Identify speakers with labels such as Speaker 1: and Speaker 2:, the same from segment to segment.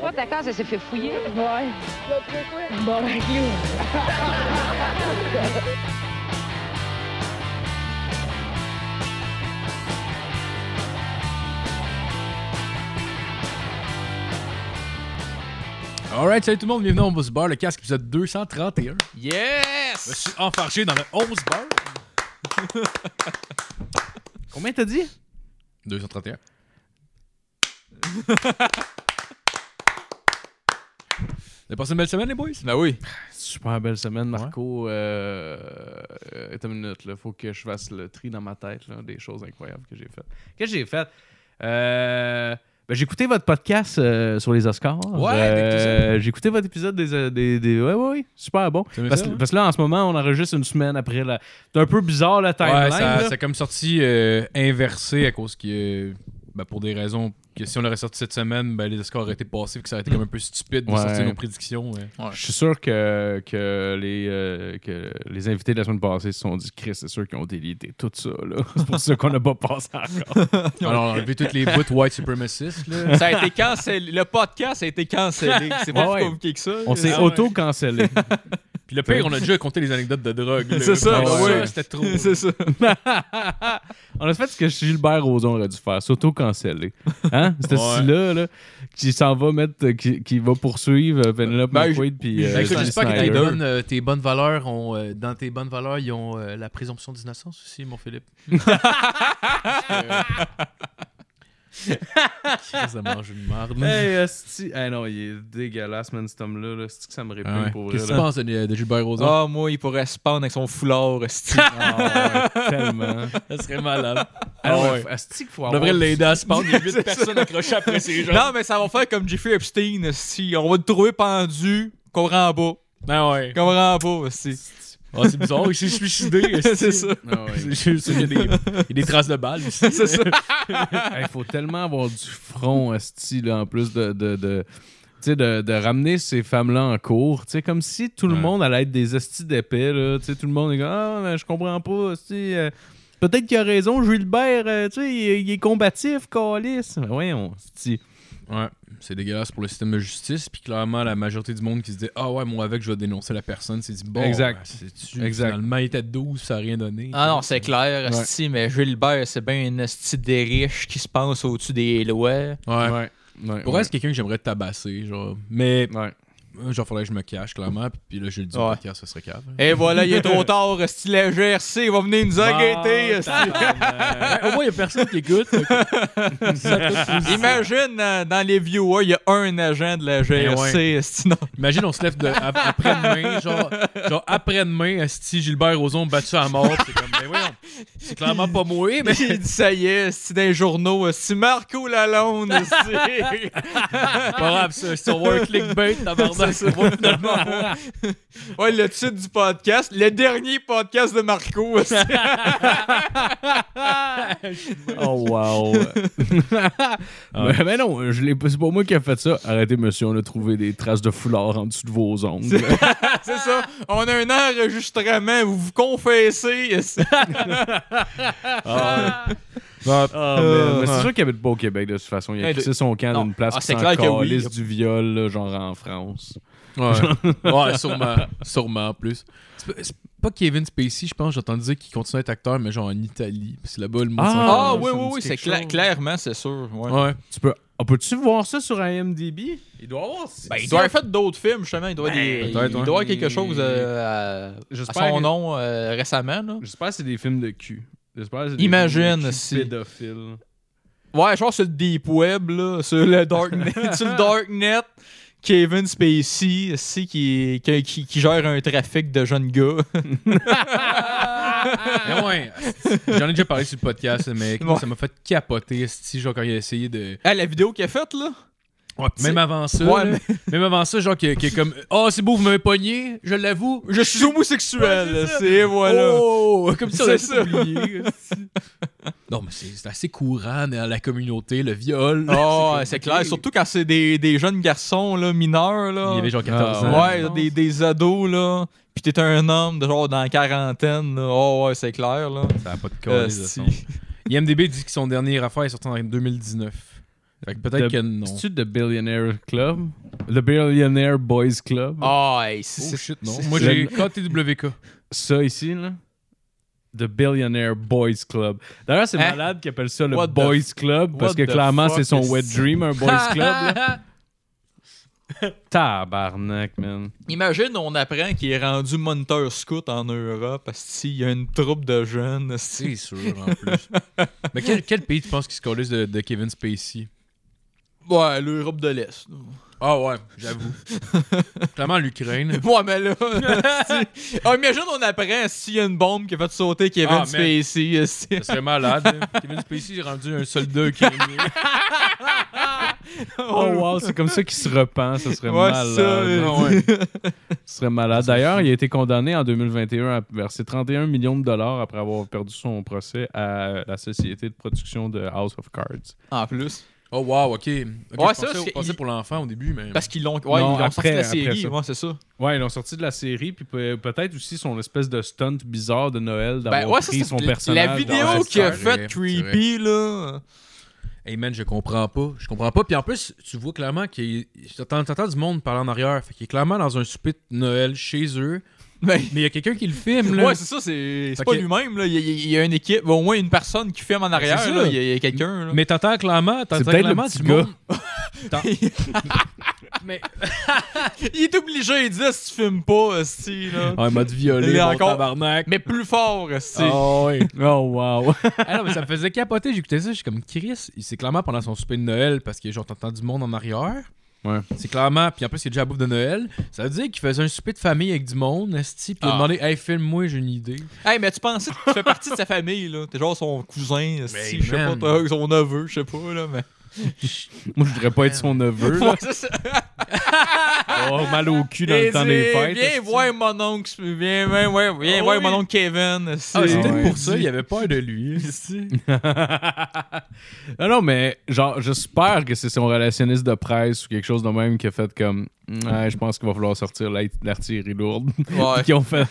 Speaker 1: Toi, ta case, elle s'est fait fouiller.
Speaker 2: Ouais. Bon, ben, you.
Speaker 3: Alright, salut tout le monde, bienvenue au Buzz Bar, le casque épisode 231. Je
Speaker 4: Yes!
Speaker 3: suis enfarché dans le 11 bar.
Speaker 4: Combien t'as dit?
Speaker 3: 231. Vous avez passé une belle semaine, les boys?
Speaker 4: Ben oui. Super belle semaine, Marco. Euh, euh, attends une minute, là. Faut que je fasse le tri dans ma tête, là, des choses incroyables que j'ai faites. Qu'est-ce que j'ai fait? Euh, ben, j'ai écouté votre podcast euh, sur les Oscars.
Speaker 3: Ouais,
Speaker 4: Euh, j'ai écouté votre épisode des. euh, des, des- ouais, ouais, ouais, super bon.
Speaker 3: T'as aimé
Speaker 4: Parce,
Speaker 3: ça, hein? ouais?
Speaker 4: parce que là, en ce moment, on enregistre une semaine après. La... C'est un peu bizarre la timeline.
Speaker 3: Ouais, ça,
Speaker 4: là.
Speaker 3: c'est comme sorti euh, inversé à cause que, ben, pour des raisons que si on l'aurait sorti cette semaine, ben, les Oscars auraient été passés, puis que ça aurait été comme un peu stupide de
Speaker 4: Ouais.
Speaker 3: sortir nos prédictions. ouais.
Speaker 4: Je suis sûr que, que, les, euh, que les invités de la semaine passée se sont dit Chris, c'est sûr qu'ils ont délité tout ça. là. C'est pour ça qu'on n'a pas passé encore.
Speaker 3: Alors, on a enlevé toutes les bouts white supremacists. là.
Speaker 5: Ça a été cancellé. Le podcast a été cancellé. C'est pas
Speaker 4: Ouais, ouais.
Speaker 5: plus compliqué que ça.
Speaker 4: On s'est
Speaker 3: Ah ouais.
Speaker 4: auto-cancellé.
Speaker 3: Puis le pire, on a déjà compté les anecdotes de drogue. là.
Speaker 4: C'est ça,
Speaker 3: Ben,
Speaker 4: ouais.
Speaker 3: C'était trop. là.
Speaker 4: c'est ça. On a fait ce que Gilbert Rozon aurait dû faire s'auto-canceller. Hein? C'était
Speaker 3: Ouais.
Speaker 4: celui-là là, qui s'en va mettre, euh, qui, qui va poursuivre euh, Penelope
Speaker 5: Ben,
Speaker 4: McQuaid. puis, euh,
Speaker 3: Fait que
Speaker 4: Zack
Speaker 3: J'espère que tes
Speaker 4: Snyder.
Speaker 3: bonnes, euh, tes bonnes valeurs ont, euh, dans tes bonnes valeurs, ils ont euh, la présomption d'innocence aussi, mon Philippe. Qu'est-ce que mange une merde?
Speaker 4: Hey, esti. Hey, non, il est dégueulasse, man, cet homme-là. là. C'est-tu que ça me répugne pour vrai?
Speaker 3: Ah Qu'est-ce que tu
Speaker 4: là?
Speaker 3: penses de, de Gilbert Rozon?
Speaker 5: Ah, moi, il pourrait se pendre avec son foulard. esti.
Speaker 4: Ah, ouais, tellement.
Speaker 3: Ça serait malade.
Speaker 4: Alors,
Speaker 5: ouais.
Speaker 4: esti qu'il faut
Speaker 3: Ah On
Speaker 4: avoir
Speaker 3: devrait l'aider à se pendre. Il y a
Speaker 5: C'est
Speaker 3: huit
Speaker 5: ça.
Speaker 3: personnes accrochées après ses jambes.
Speaker 5: non, mais ça va faire comme Jeffrey Epstein. esti. On va le trouver pendu, qu'on rend bas.
Speaker 3: Ah ouais.
Speaker 5: Qu'on rend bas. esti.
Speaker 3: Ah, c'est bizarre, il s'est suicidé.
Speaker 5: C'est ça.
Speaker 4: Ah ouais.
Speaker 3: C'est juste- il, y a des, il y a des traces de balles ici.
Speaker 5: C'est ça.
Speaker 4: Il faut tellement avoir du front, Asti, là, en plus de. de, de... tu sais, de, de ramener ces femmes-là en cours, tu sais, comme si tout le
Speaker 3: Ouais.
Speaker 4: monde allait être des hosties d'épais, là, tu sais, tout le monde est comme « Ah, mais je comprends pas, hostie, euh, peut-être qu'il a raison, Gilbert, euh, tu sais, il, il est combatif, calice. » Mais voyons, hostie.
Speaker 3: Ouais, c'est dégueulasse pour le système de justice. Puis clairement, la majorité du monde qui se dit Ah ouais, moi avec, je vais dénoncer la personne, c'est dit Bon,
Speaker 4: Exact.
Speaker 3: ben, c'est-tu
Speaker 4: Exact.
Speaker 3: Finalement, il était 12, ça n'a rien donné.
Speaker 5: Ah non, c'est clair, esti, mais Gilbert, c'est bien une esti des riches qui se pense au-dessus des lois.
Speaker 3: Ouais.
Speaker 4: ouais,
Speaker 3: Pour vrai, c'est quelqu'un que j'aimerais tabasser, genre. Mais,
Speaker 4: ouais.
Speaker 3: euh, genre, faudrait que je me cache, clairement. Puis, puis là, je le dis au
Speaker 5: Ouais.
Speaker 3: podcast, ça serait cave.
Speaker 5: Et voilà, il est trop tard, esti, la GRC va venir nous enquêter. esti.
Speaker 3: au moins, il y a personne qui écoute.
Speaker 5: Imagine euh, dans les viewers, il y a un agent de la GRC. esti, non.
Speaker 3: Imagine, on se lève de, ap- après-demain, genre, genre après-demain, Asti Gilbert Rozon battu à mort. C'est comme, ben voyons, c'est clairement pas moué, mais.
Speaker 5: Il dit ça y est, c'est dans les journaux, c'est Marco Lalonde, c'est
Speaker 3: C'est pas grave, ça. Si on voit un clickbait, tabarnak, on va finalement avoir-
Speaker 5: ouais, le titre du podcast, le dernier podcast de Marco. esti.
Speaker 4: Oh, wow.
Speaker 5: Ah.
Speaker 4: mais, mais Ben, non, je l'ai pas- c'est pas moi qui a fait ça. Arrêtez, monsieur, on a trouvé des traces de foulard en dessous de vos ongles.
Speaker 5: c'est ça, on a un enregistrement où vous confessez.
Speaker 3: Ah,
Speaker 5: esti.
Speaker 4: Euh, mais c'est sûr qu'il habite pas au Québec de toute façon. Il a
Speaker 5: Ah, Hey,
Speaker 4: crissé son camp dans
Speaker 5: non.
Speaker 4: une place
Speaker 5: Ah,
Speaker 4: qui
Speaker 5: c'est
Speaker 4: s'en
Speaker 5: clair que oui.
Speaker 4: calisse du viol, là, genre en France.
Speaker 3: Ouais. ouais, sûrement. Sûrement, en plus. C'est pas- c'est pas Kevin Spacey, je pense. J'ai entendu dire qu'il continue à être acteur, mais genre en Italie. Parce que là-bas, le monde
Speaker 4: Ah,
Speaker 3: s'en
Speaker 5: Ah
Speaker 3: calme,
Speaker 5: oui,
Speaker 3: ça me
Speaker 5: oui,
Speaker 3: dit
Speaker 5: oui, c'est
Speaker 3: quelque
Speaker 5: cla-
Speaker 3: chose.
Speaker 5: clairement, c'est sûr. ouais.
Speaker 3: Ouais.
Speaker 4: Tu peux... Ah, Peux-tu voir ça sur IMDb? Il doit avoir...
Speaker 5: Ben, il doit avoir fait d'autres films, justement. Il doit, des-
Speaker 3: Ben,
Speaker 5: il
Speaker 3: peut-être,
Speaker 5: doit
Speaker 3: ouais.
Speaker 5: avoir quelque chose euh, à, à
Speaker 4: J'espère
Speaker 5: son
Speaker 4: que-
Speaker 5: nom euh, récemment. là.
Speaker 4: J'espère que c'est des films de cul. J'espère que c'est des
Speaker 5: Imagine
Speaker 4: films de cul
Speaker 5: si-
Speaker 4: pédophiles.
Speaker 5: Ouais, genre sur le Deep Web, là, sur le Darknet. sur le Darknet, Kevin Spacey, aussi, qui, qui, qui- qui gère un trafic de jeunes gars.
Speaker 3: Mais ouais, J'en ai déjà parlé sur le podcast, mais
Speaker 5: Ouais.
Speaker 3: ça m'a fait capoter, esti, genre quand il a essayé de.
Speaker 5: Ah, la vidéo qu'il a faite, là?
Speaker 3: Même avant ça.
Speaker 5: Ouais,
Speaker 3: là, Même avant ça, genre qui est comme Oh, c'est beau, vous m'avez pogné, je l'avoue.
Speaker 5: Je suis homosexuel,
Speaker 3: Ouais, c'est ça.
Speaker 5: c'est voilà.
Speaker 3: Oh, comme si on avait
Speaker 5: C'est
Speaker 3: tout
Speaker 5: ça.
Speaker 3: oublié, esti. Non, mais c'est c'est assez courant dans la communauté, le viol.
Speaker 5: Oh, c'est
Speaker 3: compliqué.
Speaker 5: clair, surtout quand c'est des, des jeunes garçons là, mineurs. Là.
Speaker 3: Il y avait genre 14
Speaker 4: Ah,
Speaker 3: ans.
Speaker 5: Ouais, là, des, des ados, là. Puis t'es un homme, de genre dans la quarantaine, là. Oh, ouais, c'est clair, là.
Speaker 3: Ça n'a pas de
Speaker 5: Euh,
Speaker 3: cause.
Speaker 5: si.
Speaker 3: IMDB dit que son dernier affaire est sorti en 2019. Fait que peut-être
Speaker 4: De-
Speaker 3: que non.
Speaker 4: C'est-tu The Billionaire Club? The Billionaire Boys Club?
Speaker 5: Ah, hey, c'est-
Speaker 3: Oh
Speaker 5: c'est-
Speaker 3: shit, non.
Speaker 5: c'est-
Speaker 3: Moi,
Speaker 5: c'est-
Speaker 3: j'ai KTWK.
Speaker 4: Ça ici, là? The Billionaire Boys Club. D'ailleurs, c'est
Speaker 5: Hein?
Speaker 4: malade qu'ils appellent ça le
Speaker 5: What the
Speaker 4: Boys Club parce
Speaker 5: what
Speaker 4: que
Speaker 5: the
Speaker 4: clairement,
Speaker 5: fuck
Speaker 4: c'est son
Speaker 5: is-
Speaker 4: wet dream, un Boys Club. là. Tabarnak, man.
Speaker 5: Imagine, on apprend qu'il est rendu moniteur scout en Europe parce qu'il y a une troupe de jeunes. asti.
Speaker 3: C'est sûr, en plus. Mais quel, quel pays tu penses qui se colise de, de Kevin Spacey
Speaker 5: Ouais, l'Europe de l'Est.
Speaker 3: Ah ouais, j'avoue. Clairement, l'Ukraine.
Speaker 5: Ouais, mais là. asti. ah, imagine, on apprend s'il y a une bombe qui a fait sauter Kevin
Speaker 3: Ah, mais-
Speaker 5: Spacey. asti.
Speaker 3: Ça serait malade. là. Kevin Spacey est rendu un soldat ukrainien.
Speaker 4: Oh wow, c'est comme ça qu'il se repent, ça serait
Speaker 5: Ouais,
Speaker 4: malade.
Speaker 5: ça,
Speaker 3: Ah ouais.
Speaker 4: Ce serait malade. D'ailleurs, il a été condamné en 2021 à verser 31 millions de dollars après avoir perdu son procès à la société de production de House of Cards.
Speaker 5: En plus.
Speaker 3: Oh wow, ok. okay
Speaker 5: Ouais,
Speaker 3: ouais,
Speaker 5: ça,
Speaker 3: ça,
Speaker 5: c'est-
Speaker 3: je pensais pour l'enfant au début, mais.
Speaker 5: Parce qu'ils l'ont. Ouais,
Speaker 4: Non,
Speaker 5: ils l'ont sorti de la
Speaker 4: après- après
Speaker 5: série.
Speaker 4: ça.
Speaker 5: Ouais, c'est ça.
Speaker 4: Ouais, ils l'ont sorti de la série, puis peut- peut-être aussi son espèce de stunt bizarre de Noël d'avoir
Speaker 5: Ben ouais, ça,
Speaker 4: pris son
Speaker 5: c'est
Speaker 4: personnage.
Speaker 5: la
Speaker 4: dans
Speaker 5: vidéo
Speaker 3: la
Speaker 5: qu'il a
Speaker 3: série.
Speaker 5: faite
Speaker 3: C'est vrai.
Speaker 5: creepy, là.
Speaker 3: Hey man, je comprends pas. Je comprends pas. Puis en plus, tu vois clairement qu'il. T'entends t'entends du monde parler en arrière. Fait qu'il est clairement dans un souper de Noël chez eux.
Speaker 5: Ben,
Speaker 3: Mais il y a quelqu'un qui le filme, là.
Speaker 5: ouais, c'est ça, c'est c'est
Speaker 3: Fait
Speaker 5: pas
Speaker 3: que-
Speaker 5: lui-même, là. Il y, a- il y a une équipe, au moins une personne qui filme en arrière,
Speaker 3: c'est ça.
Speaker 5: là. Il y a, il y a quelqu'un, là.
Speaker 3: mais t'entends clairement.
Speaker 4: C'est
Speaker 3: T'entends
Speaker 4: peut-être le
Speaker 3: clairement
Speaker 4: petit
Speaker 3: du
Speaker 4: gars.
Speaker 3: monde. T'en- mais.
Speaker 5: Il est obligé de dire si tu filmes pas, esti, là.
Speaker 3: Ah, il m'a dit violer.
Speaker 5: Il est
Speaker 3: mon
Speaker 5: encore-
Speaker 3: tabarnak.
Speaker 5: Mais plus fort, esti.
Speaker 4: Oh, wow.
Speaker 3: Ah non, mais ça me faisait capoter, j'écoutais ça, je suis comme Chris, il s'est clairement pendant son souper de Noël parce que genre t'entends du monde en arrière.
Speaker 4: Ouais.
Speaker 3: C'est clairement, puis en plus il est déjà à bouffe de Noël. Ça veut dire qu'il faisait un souper de famille avec du monde, Esti, puis il a
Speaker 5: Ah.
Speaker 3: demandé Hey filme-moi, j'ai une idée.
Speaker 5: Hey, mais tu pensais que tu fais partie de sa famille, là. T'es genre son cousin, esti,
Speaker 3: Mais
Speaker 5: je sais pas,
Speaker 3: man.
Speaker 5: t'as- son neveu, je sais pas, là, mais...
Speaker 4: Moi, je voudrais pas être son neveu. là.
Speaker 5: Ouais, c'est ça.
Speaker 4: Oh, mal au cul dans le
Speaker 5: Et
Speaker 4: temps
Speaker 5: dis,
Speaker 4: des fêtes.
Speaker 5: Viens
Speaker 4: est-ce
Speaker 5: voir mon oncle, viens, viens, viens, viens
Speaker 3: Ah
Speaker 5: voir
Speaker 3: oui.
Speaker 5: mon oncle Kevin, esti.
Speaker 3: Ah, c'est
Speaker 4: ouais.
Speaker 3: peut-être pour ça, il avait peur de lui.
Speaker 4: non, non, mais genre, j'espère que c'est son relationniste de presse ou quelque chose de même qui a fait comme mm, Ouais, je pense qu'il va falloir sortir l'art- l'artillerie lourde.
Speaker 5: Ouais.
Speaker 4: Puis ils ont fait,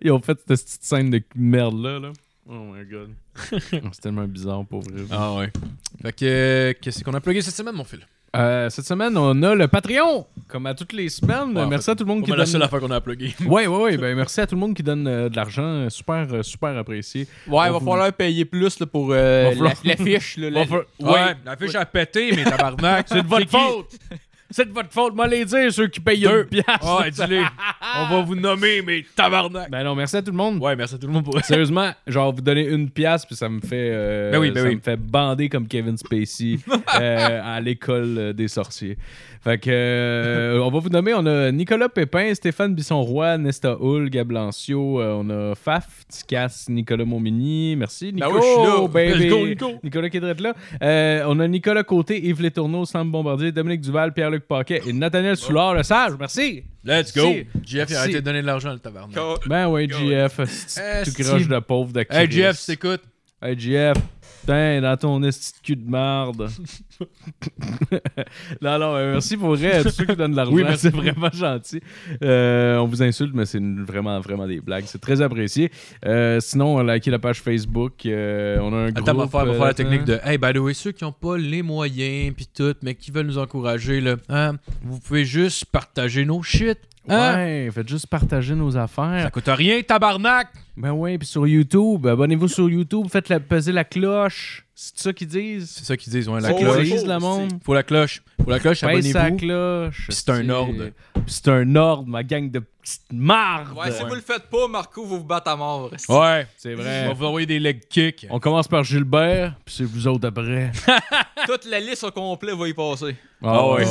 Speaker 4: ils ont fait cette petite scène de merde-là. Là. Oh my god. c'est tellement bizarre pour vrai.
Speaker 3: ah ouais. Fait que, euh, qu'est-ce qu'on a plugué cette semaine, mon fil
Speaker 4: Euh, cette semaine, on a le Patreon, comme à toutes les semaines.
Speaker 3: Ouais, en
Speaker 4: merci
Speaker 3: fait,
Speaker 4: à tout le monde qui
Speaker 3: Comme la
Speaker 4: donne.
Speaker 3: seule affaire qu'on a plugué.
Speaker 4: Ouais, ouais, ouais. Ben, merci à tout le monde qui donne euh, de l'argent. Euh, Super, euh, super apprécié.
Speaker 5: Ouais, il va
Speaker 4: vous-
Speaker 5: falloir payer plus là, pour euh,
Speaker 4: Va falloir-
Speaker 5: la- l'affiche. là, la-
Speaker 4: Va falloir-
Speaker 3: Ouais,
Speaker 4: Ouais.
Speaker 3: la fiche a pété, mais tabarnak.
Speaker 4: C'est de votre
Speaker 3: qui?
Speaker 4: faute. C'est de votre faute, moi les dire, ceux qui payent deux piastres.
Speaker 3: Ah, dis-le. On va vous nommer, mais tabarnak.
Speaker 4: Ben non, merci à tout le monde.
Speaker 3: Ouais, merci à tout le monde pour
Speaker 4: Sérieusement, genre, vous donnez une pièce, puis ça me fait, euh,
Speaker 3: Ben oui, ben
Speaker 4: ça
Speaker 3: oui.
Speaker 4: me fait bander comme Kevin Spacey euh, à l'école euh, des sorciers. Fait que, euh, on va vous nommer, on a Nicolas Pépin, Stéphane Bisson-Roy, Nesta Hull, Gablancio, on a Faf, Ticas, Nicolas Montmini, merci Nico,
Speaker 5: Ben oui, je suis là.
Speaker 4: baby.
Speaker 5: Let's go, Nico.
Speaker 4: Nicolas qui est drette là. Euh, on a Nicolas Côté, Yves Letourneau, Sam Bombardier, Dominique Duval, Pierre-Luc Paquet et Nathaniel Soulard, le sage, merci!
Speaker 3: Let's
Speaker 4: go.
Speaker 3: go! JF, il a arrêté de donner de l'argent à le tabarnak.
Speaker 4: Ben oui, GF, tu
Speaker 5: Euh,
Speaker 3: Esti.
Speaker 4: croches de pauvre de
Speaker 3: Hey, JF,
Speaker 4: Chris.
Speaker 3: si t'écoutes.
Speaker 4: Hey Jeff, putain, dans ton esti de cul de marde. non, non, euh, merci pour vrai, à tous ceux qui donnent de l'argent,
Speaker 3: Oui, merci.
Speaker 4: c'est vraiment gentil. Euh, on vous insulte, mais c'est une- vraiment, vraiment des blagues. C'est très apprécié. Euh, sinon, likez la page Facebook. euh, on a un
Speaker 3: Attends, on va
Speaker 4: groupe,
Speaker 3: faire, on va
Speaker 4: euh,
Speaker 3: faire la technique
Speaker 4: là-dedans.
Speaker 3: de Hey, by the way, ceux qui n'ont pas les moyens puis tout, mais qui veulent nous encourager, là, hein, vous pouvez juste partager nos shit. Hein?
Speaker 4: Ouais, faites juste partager nos affaires.
Speaker 3: Ça coûte rien, tabarnak!
Speaker 4: Ben ouais, puis sur YouTube, abonnez-vous sur YouTube, faites la, peser la cloche. C'est ça qu'ils disent?
Speaker 3: C'est ça qu'ils disent, ouais, la
Speaker 5: Oh,
Speaker 4: Ils
Speaker 3: cloche.
Speaker 5: oui.
Speaker 4: disent, le monde.
Speaker 3: Faut la cloche. Faut la cloche,
Speaker 4: Pèse sa
Speaker 3: abonnez-vous.
Speaker 4: cloche.
Speaker 3: Puis c'est un ordre.
Speaker 4: Puis c'est un ordre, ma gang de petites mardes.
Speaker 5: Ouais, si vous le faites pas, Marco, vous vous battez à mort. esti.
Speaker 3: Ouais.
Speaker 4: C'est
Speaker 3: On va
Speaker 4: vrai.
Speaker 3: vous envoyer des leg kicks.
Speaker 4: On commence par Gilbert, puis c'est vous autres après.
Speaker 5: Toute la liste au complet va y passer.
Speaker 3: Ah ouais.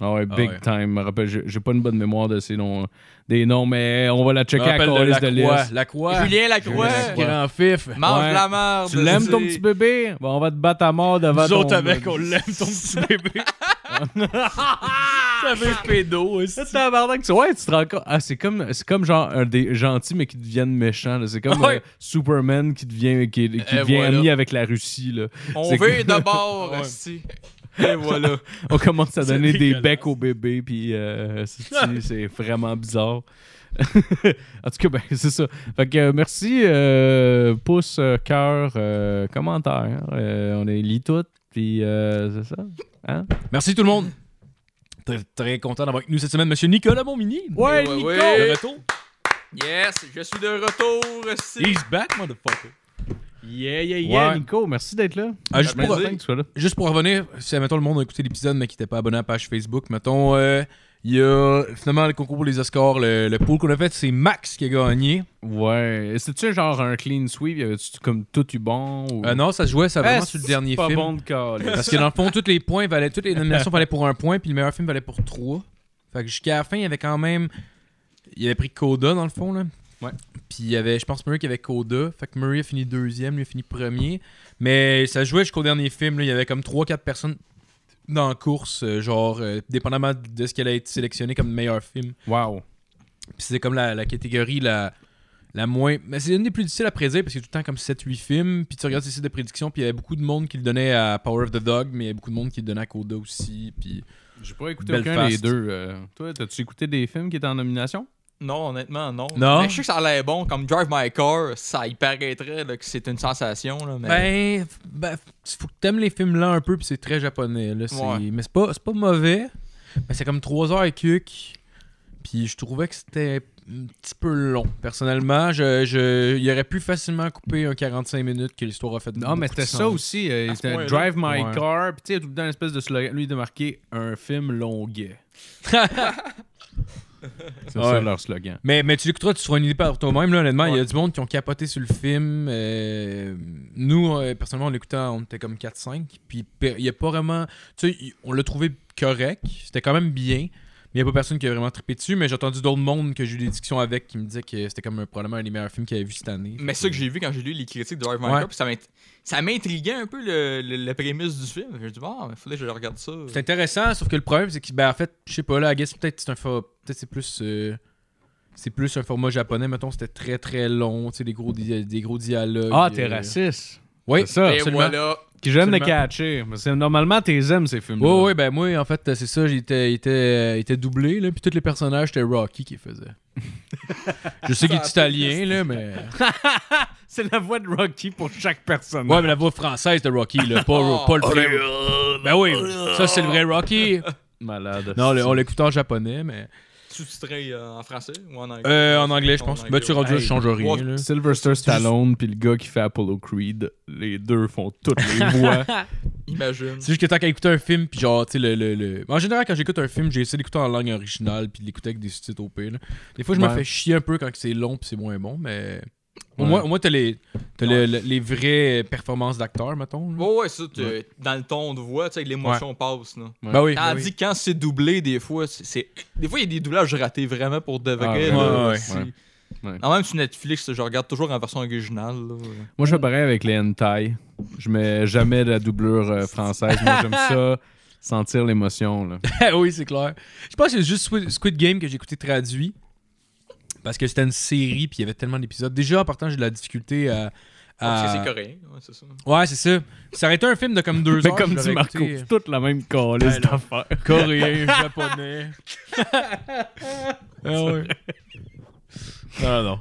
Speaker 4: Ah ouais, big
Speaker 3: Ah ouais.
Speaker 4: time. Je me rappelle, j'ai j'ai pas une bonne mémoire de ces noms, des noms, mais on va la checker à la
Speaker 3: Rappelle de
Speaker 4: calice
Speaker 3: la,
Speaker 4: de
Speaker 3: croix.
Speaker 4: liste.
Speaker 3: La croix.
Speaker 5: Julien Lacroix,
Speaker 3: Le Grand fif.
Speaker 5: mange
Speaker 4: Ouais.
Speaker 5: la merde.
Speaker 4: Tu l'aimes
Speaker 5: esti.
Speaker 4: ton petit bébé? Ben, on va te battre à mort devant
Speaker 3: Nous
Speaker 4: ton...
Speaker 3: autres avec, on l'aime, ton petit bébé. Ça fait pédo, aussi.
Speaker 4: Ah, tabarnak, tu- Ouais, tu te rends compte. Ah, c'est comme, c'est comme genre un des gentils, mais qui deviennent méchants. là. C'est comme
Speaker 3: Ouais.
Speaker 4: euh, Superman qui devient, qui, qui
Speaker 3: Eh,
Speaker 4: devient
Speaker 3: voilà.
Speaker 4: ami avec la Russie. Là.
Speaker 5: On
Speaker 4: C'est
Speaker 5: veut
Speaker 4: que-
Speaker 5: de bord,
Speaker 3: Ouais.
Speaker 5: esti. Et voilà.
Speaker 4: On commence à
Speaker 3: C'est
Speaker 4: donner des
Speaker 3: dégueulasse.
Speaker 4: becs au bébé, puis euh, c'est- c'est vraiment bizarre. en tout cas, ben, c'est ça. Fait que euh, merci, euh, pouce, euh, cœur, euh, commentaire. Euh, on les lit toutes. Puis, euh, c'est ça. Hein?
Speaker 3: Merci tout le monde. Très, très content d'avoir avec nous cette semaine, Monsieur Nicolas Bonmini.
Speaker 6: Ouais,
Speaker 3: Nico!
Speaker 6: Nico!
Speaker 3: De retour.
Speaker 6: Yes, je suis de retour. c'est-
Speaker 3: He's back, motherfucker.
Speaker 4: Yeah, yeah, yeah,
Speaker 3: Ouais.
Speaker 4: Nico, merci d'être là.
Speaker 3: Ah, juste,
Speaker 6: Ça me
Speaker 3: pour,
Speaker 6: plaisir.
Speaker 4: que tu sois là.
Speaker 3: juste pour revenir, si mettons le monde a écouté l'épisode mais qui n'était pas abonné à la page Facebook, mettons, euh, il y a finalement le concours pour les Oscars, le, le pool qu'on a fait, c'est Max qui a gagné.
Speaker 4: Ouais. C'était-tu genre un clean sweep? Y avait-tu comme tout eu bon? Ou...
Speaker 3: Euh, non, ça se jouait, ça
Speaker 4: Ah,
Speaker 3: vraiment
Speaker 4: c'est
Speaker 3: sur le dernier
Speaker 4: pas
Speaker 3: film.
Speaker 4: bon de coller.
Speaker 3: Parce que dans le fond, tous les points valaient, toutes les nominations valaient pour un point, puis le meilleur film valait pour trois. Fait que jusqu'à la fin, il y avait quand même. Il avait pris Coda dans le fond, là.
Speaker 4: Ouais.
Speaker 3: Puis il y avait, je pense, Murray qui avait Coda. Fait que Murray a fini deuxième, lui a fini premier. Mais ça jouait jusqu'au dernier film, là. Il y avait comme 3-4 personnes dans la course, euh, genre, euh, dépendamment de ce qu'elle a été sélectionnée comme meilleur film.
Speaker 4: Wow.
Speaker 3: Puis c'est comme la, la catégorie la, la moins. Mais c'est une des plus difficiles à prédire parce qu'il y a tout le temps comme 7-8 films. Puis tu regardes ces sites de prédiction, puis il y avait beaucoup de monde qui le donnait à Power of the Dog, mais il y avait beaucoup de monde qui le donnait à Coda aussi. Puis
Speaker 4: J'ai pas écouté aucun
Speaker 3: Belfast.
Speaker 4: des deux. euh. Toi, t'as-tu écouté des films qui étaient en nomination?
Speaker 6: Non, honnêtement, non.
Speaker 3: Non?
Speaker 6: Mais je sais que ça a l'air bon. Comme Drive My Car, ça y paraîtrait là, que c'est une sensation. Là, mais...
Speaker 3: ben, f- ben, f- faut que t'aimes les films là un peu, puis c'est très japonais. Là, c'est-
Speaker 6: Ouais.
Speaker 3: Mais c'est pas, c'est pas mauvais. Mais c'est comme 3 heures et quelques. Puis je trouvais que c'était un petit peu long. Personnellement, je, je, il aurait pu facilement couper un 45 minutes que l'histoire a fait.
Speaker 4: Non, mais
Speaker 3: beaucoup de
Speaker 4: c'était ça
Speaker 3: sens.
Speaker 4: aussi. euh,
Speaker 6: À ce
Speaker 4: c'était
Speaker 6: point-là.
Speaker 4: Drive My
Speaker 3: Ouais.
Speaker 4: Car. Puis tu sais, tout le temps, une espèce de slogan. Lui, il a marqué un film longuet. C'est
Speaker 3: Ouais.
Speaker 4: ça leur slogan.
Speaker 3: Mais, mais tu l'écouteras, tu seras une idée par toi-même. Là, honnêtement, il y a du monde qui ont capoté sur le film. euh, nous, euh, personnellement, on l'écoutait, on était comme 4-5. Puis pe- il n'y a pas vraiment. Tu sais, il- on l'a trouvé correct. C'était quand même bien. Mais il n'y a pas personne qui a vraiment trippé dessus. Mais j'ai entendu d'autres mondes que j'ai eu des discussions avec qui me disaient que c'était comme euh, probablement un des meilleurs films qu'ils avaient vu cette année.
Speaker 6: Mais ça que j'ai vu quand j'ai lu les critiques de Drive My
Speaker 3: Ouais.
Speaker 6: Car, puis ça m'int- ça m'intriguait un peu le, le- la prémisse du film. J'ai dit, bon, il faudrait que je regarde ça.
Speaker 3: C'est intéressant, sauf que le problème, c'est que, ben, en fait, je sais pas, là, I guess, peut-être c'est un for- peut-être c'est plus. euh, C'est plus un format japonais, mettons, c'était très très long, tu sais, des gros, dia- des gros dialogues.
Speaker 4: Ah, t'es
Speaker 3: euh.
Speaker 4: raciste.
Speaker 3: Oui,
Speaker 4: C'est ça,
Speaker 6: Et
Speaker 3: absolument.
Speaker 6: voilà.
Speaker 4: Qui j'aime le
Speaker 3: Absolument.
Speaker 4: catcher. Mais c'est- normalement, t'es aimes ces films-là.
Speaker 3: Oui, oui, ben moi, en fait, c'est ça, j'étais était, était doublé, là, puis tous les personnages, c'était Rocky qui les faisait. Je sais qu'il est italien, là, mais.
Speaker 4: C'est la voix de Rocky pour chaque personne.
Speaker 3: Ouais, mais la voix française de Rocky, là, pas, pas le vrai. Ben oui, ça, c'est le vrai Rocky.
Speaker 4: Malade.
Speaker 3: Non, le- on l'écoute en japonais, mais.
Speaker 6: Sous-titré euh, en français ou en anglais
Speaker 3: Euh, en anglais, je pense.
Speaker 6: En
Speaker 3: Ben, tu rendu, là, je change rien, là.
Speaker 4: Sylvester Stallone puis le gars qui fait Apollo Creed, les deux font toutes les voix.
Speaker 6: Imagine.
Speaker 3: C'est juste que tant qu'à écouter un film, puis genre, tu sais, le, le- le- En général, quand j'écoute un film, j'essaie d'écouter en langue originale, puis de l'écouter avec des sous-titres au pire. là. Des fois, je me
Speaker 4: Ouais.
Speaker 3: fais chier un peu quand c'est long, puis c'est moins bon, mais. Au
Speaker 4: Ouais.
Speaker 3: moins, au moins, t'as les, t'as le- le- les vraies performances d'acteurs, mettons. là.
Speaker 6: Ouais, ouais, ça, t'es- dans le ton de voix, tu sais, l'émotion passe. Là.
Speaker 4: Bah
Speaker 3: Ben oui. ben
Speaker 6: Tandis
Speaker 3: oui.
Speaker 6: que quand c'est doublé, des fois, c'est- c'est. Des fois, il y a des doublages ratés vraiment pour de vrai.
Speaker 4: ouais,
Speaker 6: là,
Speaker 3: Ah, ouais,
Speaker 6: c'est-
Speaker 4: ouais. Ouais.
Speaker 6: Non, même sur Netflix, je regarde toujours en version originale. là.
Speaker 4: Moi, je fais pareil avec les hentai. Je mets jamais la doublure euh, française. Moi, j'aime ça, sentir l'émotion. là.
Speaker 3: Ah oui, c'est clair. Je pense que c'est juste Squid- Squid Game que j'ai écouté traduit. Parce que c'était une série, puis il y avait tellement d'épisodes. Déjà, en partant, j'ai de la difficulté à. à-
Speaker 6: Ah, Parce que c'est coréen, ouais, c'est ça.
Speaker 3: ouais, c'est ça. Ça aurait été un film de comme deux
Speaker 4: Mais
Speaker 3: heures.
Speaker 4: comme
Speaker 3: je
Speaker 4: dit
Speaker 3: l'aurais
Speaker 4: Marco,
Speaker 3: écouté. euh.
Speaker 4: c'est toute la même calice d'affaires.
Speaker 3: Coréen, japonais. ah ouais. Non, non.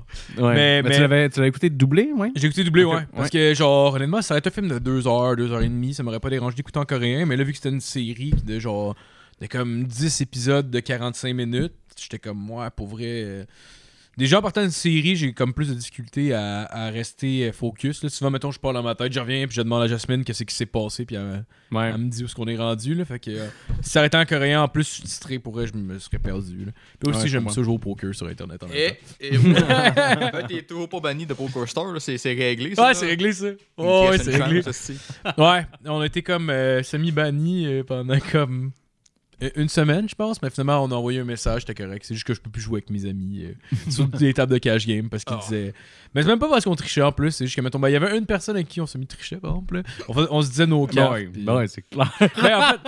Speaker 3: Mais-
Speaker 4: Ouais. Mais,
Speaker 3: mais-
Speaker 4: Tu, l'avais, tu l'avais écouté doublé, ouais?
Speaker 3: J'ai écouté doublé,
Speaker 4: Ok,
Speaker 3: ouais. Parce que, genre, honnêtement, ça aurait été un film de 2 heures, 2 heures et demie, ça m'aurait pas dérangé d'écouter en coréen, mais là, vu que c'était une série de genre, de comme 10 épisodes de 45 minutes, j'étais comme, moi, pour vrai. euh, Déjà, en partant d'une série, j'ai comme plus de difficultés à, à rester euh, focus. Là, souvent, mettons, je parle dans ma tête, je reviens, puis je demande à Jasmine qu'est-ce qui s'est passé, puis elle,
Speaker 4: Ouais.
Speaker 3: elle me dit où est-ce qu'on est rendu, là. Fait que, euh, si ça aurait été en coréen, en plus sous-titré, pour vrai, je me serais perdu, là. Puis aussi,
Speaker 4: Ouais, je
Speaker 3: j'aime
Speaker 4: comprends.
Speaker 3: ça jouer au poker sur Internet en même temps.
Speaker 6: Et,
Speaker 4: Eh,
Speaker 6: et voilà. En fait, t'es toujours pas banni de Poker Star, là, c'est c'est réglé. ça,
Speaker 3: Ouais,
Speaker 6: là.
Speaker 3: c'est réglé, ça.
Speaker 6: Ok,
Speaker 3: Ouais, ouais,
Speaker 6: une
Speaker 3: c'est
Speaker 6: chance,
Speaker 3: réglé.
Speaker 6: ça, c'est-
Speaker 3: Ouais, on a été comme euh, semi-banni euh, pendant comme euh, une semaine, je pense, mais finalement on a envoyé un message, c'était correct. C'est juste que je peux plus jouer avec mes amis euh, sur des tables de cash game parce qu'ils
Speaker 6: Oh.
Speaker 3: disaient. Mais c'est même pas parce qu'on trichait en plus, c'est juste que mettons, ben, il y avait une personne avec qui on se mit trichait par exemple. là. On, fais- on se disait nos cartes.
Speaker 4: Ouais,
Speaker 3: puis-
Speaker 4: ben ouais, c'est clair.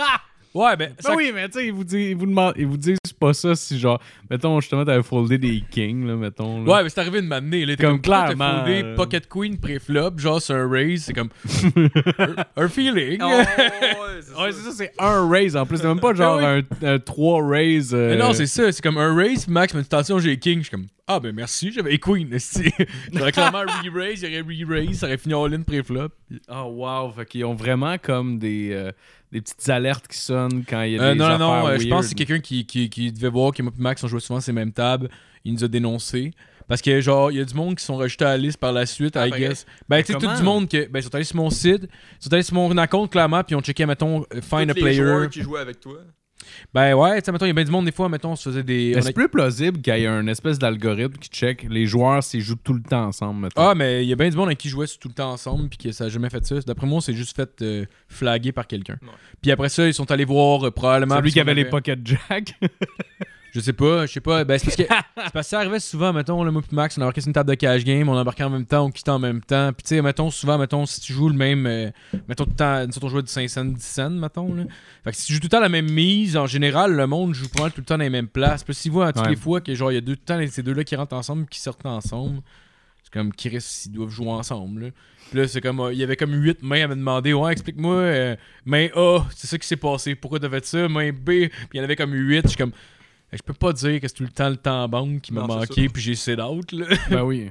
Speaker 3: Ben, en fait, ouais, ben, ça-
Speaker 4: Ben oui, mais tu sais, ils vous disent, ils vous demandent, ils vous disent c'est pas ça si genre, mettons, justement, t'avais foldé des kings, là, mettons. là.
Speaker 3: Ouais, mais c'est arrivé de m'amener. Là, T'es
Speaker 4: Comme
Speaker 3: comme, pourquoi
Speaker 4: clairement,
Speaker 3: T'as foldé
Speaker 4: euh,
Speaker 3: Pocket Queen pré-flop, genre sur un raise. C'est comme. un, un feeling.
Speaker 6: Ah,
Speaker 4: ben, Ouais, c'est ça, c'est un raise en plus. C'est même pas genre
Speaker 3: Ah
Speaker 4: un, un trois raise. euh,
Speaker 3: Mais non, c'est ça. C'est comme un raise. Max m'a dit attention, j'ai King. Je suis comme ah, ben merci, j'avais Queen. esti. J'aurais clairement re-raise, il y aurait re-raise, ça aurait fini all-in pré-flop.
Speaker 4: Oh wow, fait qu'ils ont vraiment comme des, euh, des petites alertes qui sonnent quand il y a
Speaker 3: Euh,
Speaker 4: des
Speaker 3: non, non,
Speaker 4: affaires
Speaker 3: non, euh, je
Speaker 4: weird.
Speaker 3: pense que c'est quelqu'un qui, qui, qui devait voir que moi et Max on jouait souvent ces mêmes tables. Il nous a dénoncé. Parce que, genre, il y a du monde qui sont rejetés à la liste par la suite,
Speaker 4: Ah,
Speaker 3: I
Speaker 4: ben,
Speaker 3: guess. Ben, tu sais, tout
Speaker 4: comment?
Speaker 3: du monde que. Ben, ils sont allés sur mon site, ils sont allés sur mon account, clairement, puis ils ont checké, mettons, euh, find a
Speaker 6: Tous les
Speaker 3: player.
Speaker 6: joueurs qui jouaient avec toi.
Speaker 3: Ben, ouais, tu sais, mettons, il y a bien du monde, des fois, mettons, on se faisait des.
Speaker 4: Mais
Speaker 3: on a-
Speaker 4: C'est plus plausible qu'il y ait un espèce d'algorithme qui check les joueurs s'ils jouent tout le temps ensemble, mettons.
Speaker 3: Ah, mais il y a bien du monde avec qui jouait tout le temps ensemble, puis que ça a jamais fait ça. D'après moi, on s'est juste fait euh, flaguer par quelqu'un.
Speaker 6: Ouais.
Speaker 3: Puis après ça, ils sont allés voir euh, probablement.
Speaker 4: Celui
Speaker 3: parce
Speaker 4: qui
Speaker 3: qu'on
Speaker 4: avait les pocket jack.
Speaker 3: Je sais pas, je sais pas. Ben, c'est parce que, c'est parce que ça arrivait souvent, mettons, le moi pis Max, on embarquait sur une table de cash game, on embarquait en même temps, on quittait en même temps. Puis, tu sais, mettons, souvent, mettons, si tu joues le même. euh, mettons, tout le temps, nous autres, on jouait du 5 cents, 10 cents, mettons. Là. Fait que si tu joues tout le temps la même mise, en général, le monde joue pas mal tout le temps dans les mêmes places. Puis, s'ils voient à toutes
Speaker 4: Ouais.
Speaker 3: les fois que, genre, il y a deux, tout le temps les- ces deux-là qui rentrent ensemble, qui sortent ensemble, c'est comme, qui risquent, ils doivent jouer ensemble. Là. Puis là, c'est comme, euh, il y avait comme huit mains à me demander, ouais, explique-moi, euh, main A, c'est ça qui s'est passé, pourquoi t'as fait ça, main B, puis il y en avait comme huit, je suis comme, je peux pas dire que c'est tout le temps le temps en banque qui m'a
Speaker 6: Non, c'est
Speaker 3: manqué, puis j'ai essayé d'autres, là.
Speaker 4: ben oui.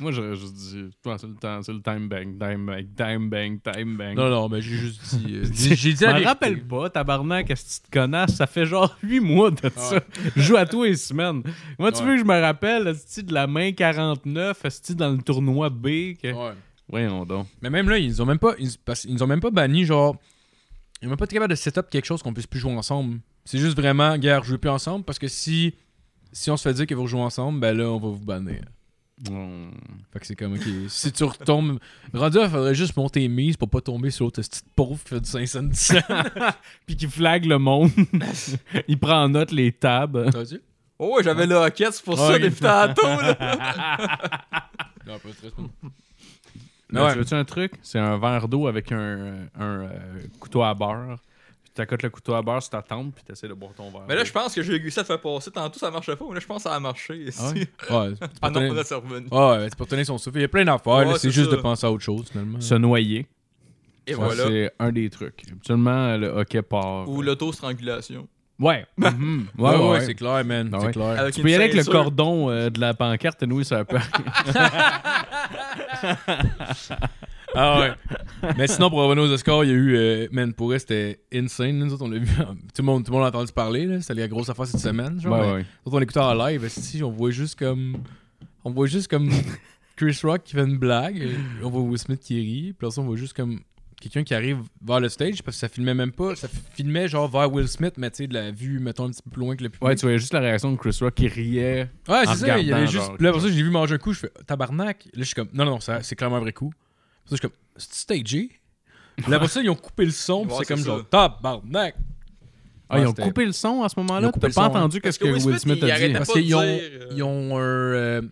Speaker 4: Moi, j'aurais juste dit, Ouais, c'est le temps, c'est le time bank, time bank, time bank, time bank.
Speaker 3: Non, non, mais j'ai juste dit, euh, j'ai j'ai dit
Speaker 4: Je
Speaker 3: la
Speaker 4: m'en
Speaker 3: vérité.
Speaker 4: rappelle pas, tabarnak, qu'est-ce que tu te connasses? Ça fait genre 8 mois de ça. Je joue à tous les semaines. Moi, tu
Speaker 3: Ouais.
Speaker 4: veux que je me rappelle, esti, de la main 49, esti, dans le tournoi B? Que...
Speaker 3: Ouais.
Speaker 4: Voyons donc.
Speaker 3: Mais même là, ils nous ont même pas, ils, parce qu'ils nous ont même pas banni, genre, ils ont même pas été capables de set up quelque chose qu'on puisse plus jouer ensemble. C'est juste vraiment, gars, jouez plus ensemble, parce que si, si on se fait dire que vous rejouez ensemble, ben là, on va vous bannir.
Speaker 4: Hmm.
Speaker 3: Fait que c'est comme, ok, si tu retombes, rendu là, faudrait juste monter les mises pour pas tomber sur l'autre petite pauvre qui fait du 510.
Speaker 4: Puis qui flague le monde. Il prend en note les tabs.
Speaker 3: T'as dit?
Speaker 6: Oh, ouais, j'avais le hockey, c'est pour
Speaker 4: Ouais.
Speaker 6: ça, depuis tantôt. là.
Speaker 3: Non, pas très
Speaker 4: Mais Tu veux-tu un truc? C'est un verre d'eau avec un, un, euh, couteau à beurre. Puis t'accotes le couteau à beurre sur ta tempe, puis t'essaies de boire ton verre.
Speaker 6: Mais là,
Speaker 4: d'eau.
Speaker 6: je pense que j'ai réussi à te faire passer. Tantôt, ça marchait pas, mais là, je pense que ça a marché. ici.
Speaker 4: Ah ouais?
Speaker 3: Ouais, c'est pour
Speaker 6: Ah non,
Speaker 3: tenir-
Speaker 6: on a revenu.
Speaker 3: Ouais, ouais, c'est pour tenir son souffle. Il y a plein d'affaires,
Speaker 6: Ouais,
Speaker 3: là, c'est
Speaker 6: c'est
Speaker 3: juste
Speaker 6: ça.
Speaker 3: de penser à autre chose, finalement.
Speaker 4: Se noyer.
Speaker 6: Et
Speaker 4: Ça,
Speaker 6: voilà.
Speaker 4: C'est un des trucs. Habituellement, le hockey part.
Speaker 6: Ou l'auto-strangulation.
Speaker 4: Ouais. Mhm. Ouais, ouais, ouais.
Speaker 3: c'est clair, man.
Speaker 4: Ah
Speaker 3: c'est
Speaker 4: ouais.
Speaker 3: clair.
Speaker 6: Avec
Speaker 4: Tu
Speaker 6: une
Speaker 4: peux y aller avec le
Speaker 6: ceinture.
Speaker 4: cordon euh, de la pancarte, nous, ça peut.
Speaker 3: Ah ouais. Mais sinon, pour revenir aux Oscars, il y a eu. euh, man, pour vrai, c'était insane. Nous autres, on l'a vu. Tout le monde, tout le monde a entendu parler. là. C'était la grosse affaire cette semaine. Genre, mais
Speaker 4: ouais, ouais.
Speaker 3: Nous autres, on écoutait en live. Si, on voit juste comme. On voit juste comme Chris Rock qui fait une blague. On voit Will Smith qui rit. Puis là, on voit juste comme quelqu'un qui arrive vers le stage parce que ça filmait même pas. Ça filmait genre vers Will Smith, mais tu sais, de la vue, mettons, un petit peu plus loin que le public.
Speaker 4: Ouais, tu voyais juste la réaction de Chris Rock qui riait.
Speaker 3: Ouais,
Speaker 4: en
Speaker 3: c'est ça. Il y avait
Speaker 4: regardant,
Speaker 3: juste.
Speaker 4: genre,
Speaker 3: Puis là, pour ça, j'ai vu manger un coup. Je fais tabarnak. Là, je suis comme, non, non, ça, c'est clairement un vrai coup. Pour ça, je suis comme, c'est stagé. Puis Là, pour ça, ils ont coupé le son. Puis
Speaker 6: Ouais,
Speaker 3: c'est comme
Speaker 6: c'est ça.
Speaker 3: genre, tabarnak.
Speaker 4: Ah,
Speaker 3: Ouais,
Speaker 4: ils ont
Speaker 3: c'était-
Speaker 4: coupé le son à ce
Speaker 3: Ils
Speaker 4: moment-là.
Speaker 3: ont coupé
Speaker 4: T'as
Speaker 3: le
Speaker 4: pas
Speaker 3: son,
Speaker 4: entendu qu'est-ce que
Speaker 6: Parce que
Speaker 4: Will
Speaker 6: Will
Speaker 4: Smith
Speaker 6: Smith, il
Speaker 4: a dit.
Speaker 6: arrêtait
Speaker 3: Parce
Speaker 6: pas de
Speaker 3: qu'ils ont,
Speaker 6: dire, euh,
Speaker 3: ils ont un. euh,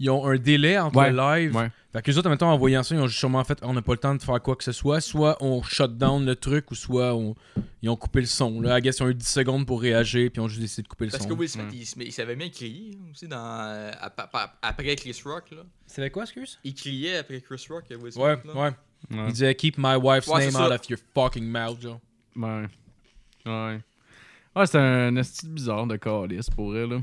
Speaker 3: ils ont un délai entre
Speaker 4: Ouais,
Speaker 3: le live.
Speaker 4: Ouais.
Speaker 3: Fait que les autres, mettons, en voyant ça, ils ont sûrement fait on n'a pas le temps de faire quoi que ce soit. Soit on shut down le truc, ou soit on- ils ont coupé le son. Là, I guess, ils ont eu 10 secondes pour réagir, puis ils ont juste décidé de couper le
Speaker 6: Parce
Speaker 3: son.
Speaker 6: que Will Smith, il, se- il savait bien crier hein, aussi dans, euh, ap- ap- ap- après Chris Rock. Là.
Speaker 3: C'était quoi, excuse
Speaker 6: Il criait après Chris Rock, euh, Will Smith.
Speaker 3: Ouais,
Speaker 6: là.
Speaker 3: ouais.
Speaker 4: Ouais.
Speaker 3: Il disait Keep my wife's
Speaker 6: Ouais, c'est
Speaker 3: name out
Speaker 6: ça.
Speaker 3: of your fucking mouth, genre.
Speaker 4: Ouais. Ouais. Ouais, c'est un style bizarre de calice pour elle. Là.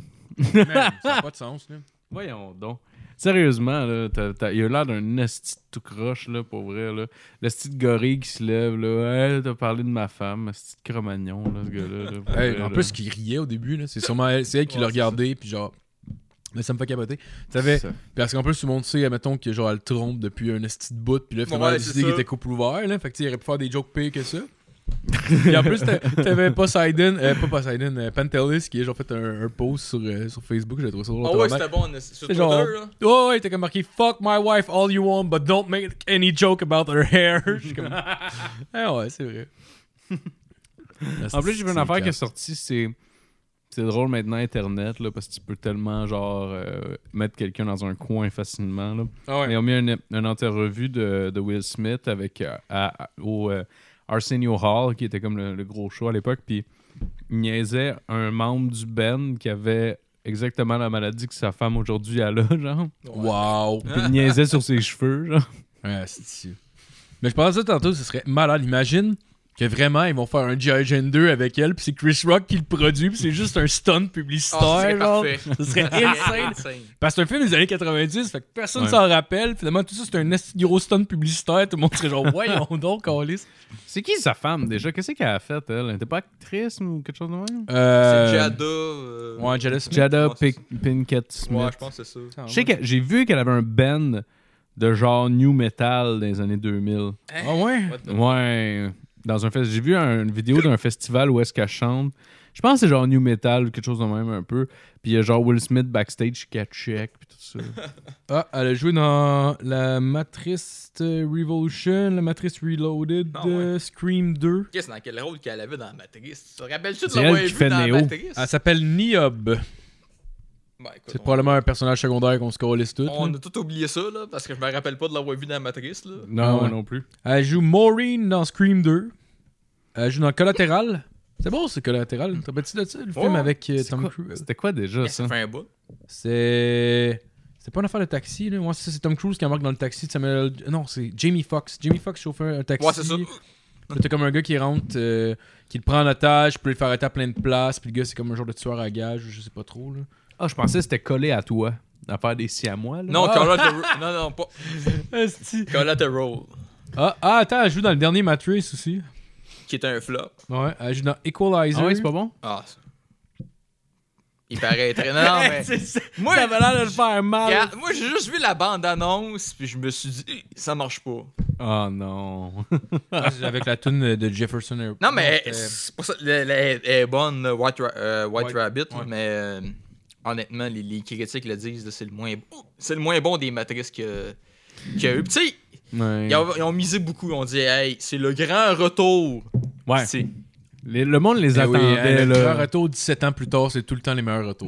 Speaker 3: Man, ça n'a pas de sens, là.
Speaker 4: Voyons donc. Sérieusement, là, t'as- t'as- il a l'air d'un esti de tout croche, là, pour vrai, là. Le esti de gorille qui se lève, là. Hey, t'as parlé de ma femme, esti de cromagnon, là, ce gars-là. là, pour
Speaker 3: Hey,
Speaker 4: vrai,
Speaker 3: en
Speaker 4: là.
Speaker 3: plus, qui riait au début, là, c'est sûrement elle, c'est elle qui
Speaker 6: Ouais,
Speaker 3: l'a
Speaker 6: c'est
Speaker 3: regardé, puis genre. Mais ça me fait capoter. T'avais,
Speaker 4: Ça.
Speaker 3: parce qu'en plus, tout le monde sait, admettons, que genre, elle trompe depuis un esti de bout, puis là, finalement,
Speaker 6: Ouais,
Speaker 3: elle a
Speaker 6: c'est
Speaker 3: décidé
Speaker 6: ça.
Speaker 3: qu'il était couple ouvert, là. Fait que, tu sais, il aurait pu faire des jokes pires que ça. puis en plus, t'a- t'avais Poseidon, euh, pas Poseidon, euh, Pantelis, qui a genre fait un, un post sur, euh, sur Facebook, j'ai trouvé ça drôle.
Speaker 6: Ah ouais,
Speaker 3: tabarnak.
Speaker 6: c'était bon. euh, Sur
Speaker 3: C'est
Speaker 6: Twitter,
Speaker 3: genre-
Speaker 6: là.
Speaker 3: Oh, ouais, t'as comme marqué Fuck my wife all you want, but don't make any joke about her hair. Je suis comme. Ah ouais, c'est vrai.
Speaker 4: En plus, j'ai vu une
Speaker 3: C'est
Speaker 4: affaire qui est
Speaker 3: clair.
Speaker 4: sortie, c'est. C'est drôle maintenant, Internet, là, parce que tu peux tellement, genre, euh, mettre quelqu'un dans un coin facilement, là.
Speaker 3: Ah ouais.
Speaker 4: Ils ont mis une, une entrevue de, de Will Smith avec euh, à- à- au euh, Arsenio Hall, qui était comme le, le gros show à l'époque. Puis niaisait un membre du Ben qui avait exactement la maladie que sa femme aujourd'hui elle a, genre.
Speaker 3: Wow.
Speaker 4: Puis il niaisait sur ses cheveux, genre.
Speaker 3: Ah, c'est-tu. Mais je pensais tantôt, ce serait malade. Imagine que vraiment, ils vont faire un G.I. Gen 2 avec elle, puis c'est Chris Rock qui le produit, puis c'est juste un stunt publicitaire. genre. Ce serait insane. Parce que c'est un film des années 90, fait que personne
Speaker 4: Ouais.
Speaker 3: s'en rappelle. Finalement, tout ça, c'est un esti de gros stunt publicitaire. Tout le monde serait genre, voyons donc, Calis.
Speaker 4: C'est qui sa femme déjà? Qu'est-ce qu'elle a fait, elle? Elle était pas actrice ou quelque chose de même?
Speaker 3: Euh...
Speaker 5: C'est Jada. euh,
Speaker 3: Ouais, Jada Smith.
Speaker 4: Jada
Speaker 5: je pense que c'est
Speaker 4: Pink- Pinkett
Speaker 5: ça.
Speaker 4: Smith.
Speaker 5: Ouais, je pense que c'est ça.
Speaker 3: Ah,
Speaker 4: Je sais que j'ai vu qu'elle avait un band de genre new metal dans les années 2000.
Speaker 3: Ah ouais?
Speaker 5: What the-
Speaker 4: Ouais, dans un fest- j'ai vu un- une vidéo d'un festival où est-ce qu'elle chante. Je pense que c'est genre new metal ou quelque chose de même un peu. Puis il y a genre Will Smith backstage qui a check puis tout ça.
Speaker 3: Ah, elle a joué dans la Matrice euh, Revolution, la Matrice Reloaded,
Speaker 5: Ah ouais.
Speaker 3: euh, Scream 2.
Speaker 5: Qu'est-ce dans quel rôle qu'elle avait dans la Matrice Tu te rappelles-tu de
Speaker 4: C'est
Speaker 5: l'avoir
Speaker 4: elle qui
Speaker 5: vu
Speaker 4: fait
Speaker 5: dans
Speaker 4: Neo.
Speaker 5: la Matrice
Speaker 3: Elle s'appelle Niob.
Speaker 5: Ben, écoute,
Speaker 3: Ah, C'est
Speaker 5: on-
Speaker 3: probablement un personnage secondaire qu'on se calisse tout.
Speaker 5: On
Speaker 3: là.
Speaker 5: a tout oublié ça, là, parce que je me rappelle pas de l'avoir vu dans la Matrice, là.
Speaker 4: Non,
Speaker 3: Ah ouais.
Speaker 4: moi non plus.
Speaker 3: Elle joue Maureen dans Scream 2. Elle joue dans Collateral. C'est bon, c'est Collateral. T'as pas dit de ça, le film
Speaker 5: Ouais.
Speaker 3: avec euh,
Speaker 4: C'est
Speaker 3: Tom
Speaker 4: quoi-
Speaker 3: Cruise?
Speaker 4: C'était quoi déjà ça?
Speaker 5: Ça fait un bout.
Speaker 3: C'est. C'est pas une affaire de taxi, là. Ouais, c'est ça, c'est Tom Cruise qui embarque dans le taxi de Samuel. Non, c'est Jamie Foxx. Jamie Foxx chauffeur un taxi.
Speaker 5: Ouais, c'est ça.
Speaker 3: Puis t'as comme un gars qui rentre, euh, qui le prend en otage, puis le faire arrêter à plein de places, puis le gars, c'est comme un genre de tueur à gage, je sais pas trop, là.
Speaker 4: Ah, je pensais que c'était collé à toi. À faire des si à moi. Là.
Speaker 5: Non,
Speaker 4: Ah,
Speaker 5: Call Out the Ro- Non, non, pas. Call Out the Roll,
Speaker 3: Ah, ah, attends, elle joue dans le dernier Matrice aussi.
Speaker 5: qui était un flop.
Speaker 3: Ouais, elle joue dans Equalizer.
Speaker 4: ah ouais, c'est pas bon?
Speaker 5: Ah, ça. Il paraîtrait. Non, non, mais. Moi,
Speaker 4: Ça avait l'air de le faire mal.
Speaker 5: regarde, moi, j'ai juste vu la bande-annonce, puis je me suis dit, ça marche pas.
Speaker 4: Oh non.
Speaker 3: Ah, c'est avec la tune de Jefferson Airplane.
Speaker 5: Non, mais
Speaker 3: Euh,
Speaker 5: c'est pour ça. le- le- Elle est bonne, le White, Ra- euh, White
Speaker 3: White-
Speaker 5: Rabbit,
Speaker 3: ouais.
Speaker 5: mais euh, honnêtement, les, les critiques le disent, là, c'est le moins bon. C'est le moins bon des matrices que. qu'il y a eu. Puis, Tu sais,
Speaker 4: Ouais.
Speaker 5: ils, ont- ils ont misé beaucoup. On dit, hey, c'est le grand retour.
Speaker 4: Ouais.
Speaker 5: Tu sais,
Speaker 4: Les- le monde les
Speaker 3: eh oui,
Speaker 4: attendait.
Speaker 3: hein, le
Speaker 4: là.
Speaker 3: meilleur retour 17 ans plus tard, c'est tout le temps les meilleurs retours.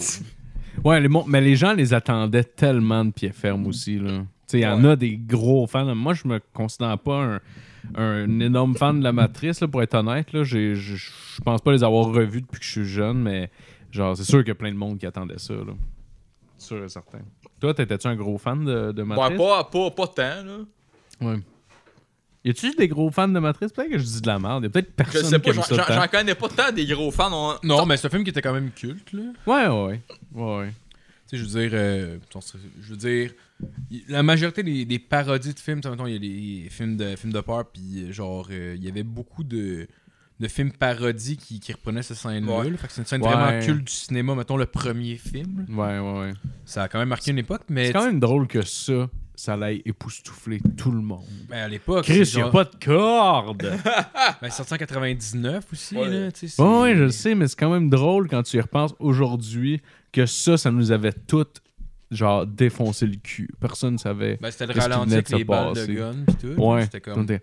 Speaker 4: Ouais, les mon- mais les gens les attendaient tellement de pied ferme aussi. là. Tu sais, il y en a des gros fans. Moi, je me considère pas un, un énorme fan de la Matrice, là, pour être honnête. là. J'ai- Je je pense pas les avoir revus depuis que je suis jeune, mais genre, c'est sûr qu'il y a plein de monde qui attendait ça. Là. Sûr et certain. Toi, t'étais-tu un gros fan de, de
Speaker 5: Ouais,
Speaker 4: Matrice?
Speaker 5: pas, pas, pas tant, là.
Speaker 4: Ouais. Y a-tu des gros fans de Matrice? Peut-être que je dis de la merde. Y a peut-être
Speaker 5: Je
Speaker 4: personne
Speaker 5: sais
Speaker 4: qui
Speaker 5: pas,
Speaker 4: aime
Speaker 5: j'en-
Speaker 4: ça
Speaker 5: j'en
Speaker 4: tant.
Speaker 5: j'en connais pas tant des gros fans. on-
Speaker 3: Non, mais c'est un film qui était quand même culte, là.
Speaker 4: Ouais, ouais, ouais. ouais.
Speaker 3: Tu sais, je veux dire, euh, on se- je veux dire, y- la majorité des, des parodies de films, tu sais, mettons, il y a des films de, films de peur, puis euh, genre, euh, il y avait beaucoup de, de films parodies qui, qui reprenaient cette scène-là.
Speaker 5: Ouais.
Speaker 3: là. Fait que c'est une scène
Speaker 4: Ouais.
Speaker 3: vraiment culte du cinéma, mettons, le premier film. là.
Speaker 4: Ouais, ouais, ouais.
Speaker 3: Ça a quand même marqué une époque, mais
Speaker 4: C'est quand même drôle que ça, ça l'aille époustoufler tout le monde.
Speaker 3: tu- ben, à l'époque,
Speaker 4: Chris,
Speaker 3: c'est
Speaker 4: y a
Speaker 3: genre-
Speaker 4: pas de corde!
Speaker 3: ben, sorti en 99 aussi,
Speaker 5: Ouais.
Speaker 3: là, tu sais, c'est-
Speaker 4: Ouais, ouais, je le sais, mais c'est quand même drôle quand tu y repenses aujourd'hui que ça, ça nous avait toutes, genre, défoncé le cul. Personne ne savait.
Speaker 3: Ben, c'était le
Speaker 4: Qu'est-ce qui
Speaker 3: ralenti
Speaker 4: venait de
Speaker 3: avec
Speaker 4: se
Speaker 3: les balles de
Speaker 4: passer?
Speaker 3: gun, pis tout.
Speaker 4: ouais.
Speaker 3: C'était comme...
Speaker 4: On était,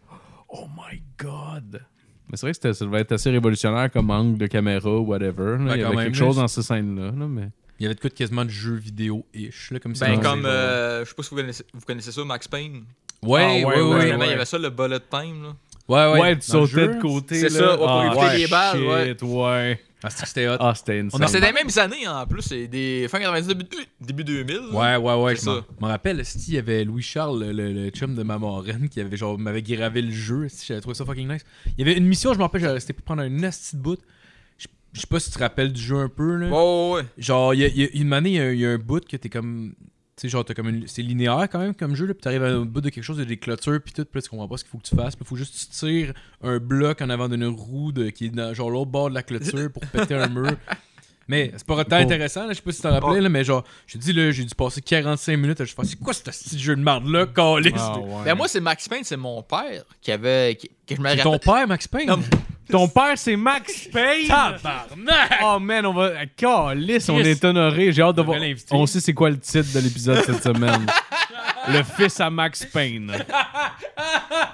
Speaker 4: oh my god! Mais c'est vrai que c'était- ça devait être assez révolutionnaire comme angle de caméra, whatever. là.
Speaker 3: Ben,
Speaker 4: Il y
Speaker 3: quand
Speaker 4: avait
Speaker 3: même,
Speaker 4: quelque
Speaker 3: là,
Speaker 4: chose
Speaker 3: c'est-
Speaker 4: dans ces scènes-là, là, mais.
Speaker 3: Il y avait de quoi de quasiment de jeux vidéo-ish, là, comme si
Speaker 5: Ben,
Speaker 3: on-
Speaker 5: comme, euh, je sais pas si vous connaissez, vous connaissez ça, Max Payne.
Speaker 3: Ouais,
Speaker 4: Ah,
Speaker 3: ouais,
Speaker 4: ouais,
Speaker 3: ouais,
Speaker 5: Finalement, il y
Speaker 3: ouais.
Speaker 5: avait ça, le bullet time. Là.
Speaker 3: Ouais, ouais.
Speaker 4: ouais, tu
Speaker 3: Dans le
Speaker 4: sautais
Speaker 3: jeu,
Speaker 4: de côté.
Speaker 5: C'est
Speaker 4: là.
Speaker 5: ça, ouais, pour
Speaker 4: Ah,
Speaker 5: éviter les balles,
Speaker 4: shit, ouais.
Speaker 3: Ah, c'est que c'était hot.
Speaker 4: Ah, c'était une
Speaker 3: On
Speaker 5: Mais
Speaker 3: en
Speaker 5: c'est des mêmes années en plus, c'est des fin 90, début, début 2000.
Speaker 3: Ouais,
Speaker 5: là.
Speaker 3: ouais, ouais.
Speaker 5: C'est
Speaker 3: Je m'en-
Speaker 5: ça.
Speaker 3: m'en rappelle, si, il y avait Louis Charles, le, le- le chum de ma marraine, qui avait genre m'avait gravé le jeu. Si, j'avais trouvé ça fucking nice. Il y avait une mission, je m'en rappelle, j'avais- c'était pour prendre un nasty de bout. Je je sais pas si tu te rappelles du jeu un peu. Là.
Speaker 5: Ouais, ouais, ouais.
Speaker 3: Genre, il y a, il y a- une année, il y a- il y, a un bout que t'es comme. Tu sais, genre, t'as comme une- C'est linéaire quand même comme jeu, là. Puis t'arrives à un bout de quelque chose, il y a des clôtures, puis tout. Puis là, tu comprends pas ce qu'il faut que tu fasses. Puis faut juste que tu tires un bloc en avant d'une roue de- qui est dans genre l'autre bord de la clôture pour péter un mur. Mais c'est pas autant
Speaker 4: Bon.
Speaker 3: intéressant, là, je sais pas si t'en rappelais, là, mais genre, je te dis, là, j'ai dû passer 45 minutes à juste faire, c'est quoi ce petit jeu de merde-là, caliste?
Speaker 4: Ah, ouais.
Speaker 5: Ben, moi, c'est Max Payne, c'est mon père qui avait. Qui, que je me
Speaker 3: c'est ton
Speaker 5: rappelle.
Speaker 3: père, Max Payne?
Speaker 5: Non,
Speaker 4: Ton père, c'est Max Payne!
Speaker 3: Tabarnak!
Speaker 4: Oh man, on va. Calice, on
Speaker 3: Chris.
Speaker 4: est honoré. J'ai hâte de
Speaker 3: On
Speaker 4: voir.
Speaker 3: devrait l'inviter.
Speaker 4: On sait c'est quoi le titre de l'épisode cette semaine. Le fils à Max Payne.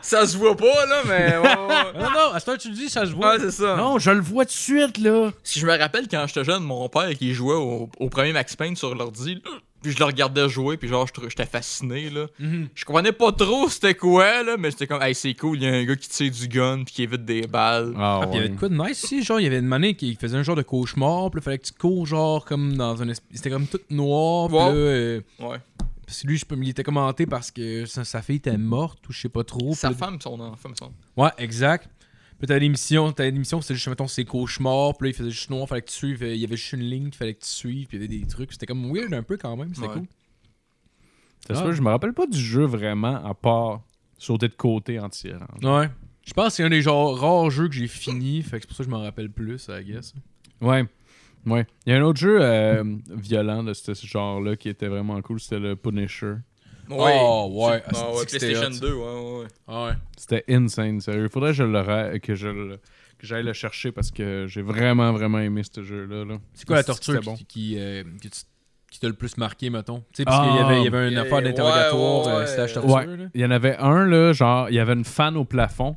Speaker 5: Ça se voit pas, là, mais. ouais, ouais, ouais.
Speaker 3: Non, Ah, non, à ce temps tu le dis, ça se voit.
Speaker 5: Ouais, c'est ça.
Speaker 4: Non, je le vois tout de suite, là.
Speaker 5: Si je me rappelle quand j'étais jeune, mon père qui jouait au, au premier Max Payne sur l'ordi, là, Puis je le regardais jouer, puis genre, je trou- j'étais fasciné, là.
Speaker 3: Mm-hmm.
Speaker 5: Je comprenais pas trop c'était quoi, là, mais j'étais comme, hey, c'est cool, il y a un gars qui tire du gun, puis qui évite des balles.
Speaker 4: Ah,
Speaker 3: Ah, puis il y avait de quoi de nice aussi, genre il y avait une manée qui faisait un genre de cauchemar, puis là, fallait que tu cours genre comme dans un esp- c'était comme tout noir, puis
Speaker 5: Wow.
Speaker 3: là, euh,
Speaker 5: Ouais.
Speaker 3: parce que lui je peux me il était commenté parce que sa, sa fille était morte ou je sais pas trop.
Speaker 5: Sa
Speaker 3: puis là-
Speaker 5: femme, pis son enfant, me semble.
Speaker 3: Ouais, exact. Puis t'avais l'émission, t'avais l'émission, c'était juste mettons ses cauchemars, puis là il faisait juste noir, fallait que tu suives, euh, il y avait juste une ligne qu'il fallait que tu suives, puis il y avait des trucs, c'était comme weird un peu quand même, c'était
Speaker 5: Ouais.
Speaker 3: cool.
Speaker 4: C'est ça, Ah, je me rappelle pas du jeu vraiment, à part sauter de côté en tirant.
Speaker 3: Ouais. Je pense que c'est un des genre rares jeux que j'ai fini, fait que c'est pour ça que je m'en rappelle plus, I guess.
Speaker 4: Ouais. Ouais. Il y a un autre jeu euh, violent de ce ce genre-là qui était vraiment cool, c'était le Punisher.
Speaker 3: Oh, ouais,
Speaker 5: C'est- ah, ouais,
Speaker 3: c'était
Speaker 5: PlayStation
Speaker 3: hot. Ah,
Speaker 5: 2, ouais, ouais, ouais.
Speaker 3: Ouais.
Speaker 4: C'était insane, sérieux. Faudrait que je le ra- que je le- que j'aille le chercher parce que j'ai vraiment, vraiment aimé ce jeu-là. là.
Speaker 3: C'est quoi la
Speaker 4: C'était
Speaker 3: torture qui,
Speaker 4: bon.
Speaker 3: qui, euh, que tu- qui t'a le plus marqué, mettons? Tu sais, parce qu'il y
Speaker 4: Ah,
Speaker 3: avait, il y avait une
Speaker 5: ok,
Speaker 3: affaire d'interrogatoire,
Speaker 5: euh, ouais,
Speaker 3: euh,
Speaker 5: ouais.
Speaker 3: c'était la torture,
Speaker 4: Ouais.
Speaker 3: là.
Speaker 4: Il y en avait un, là, genre, il y avait une fan au plafond.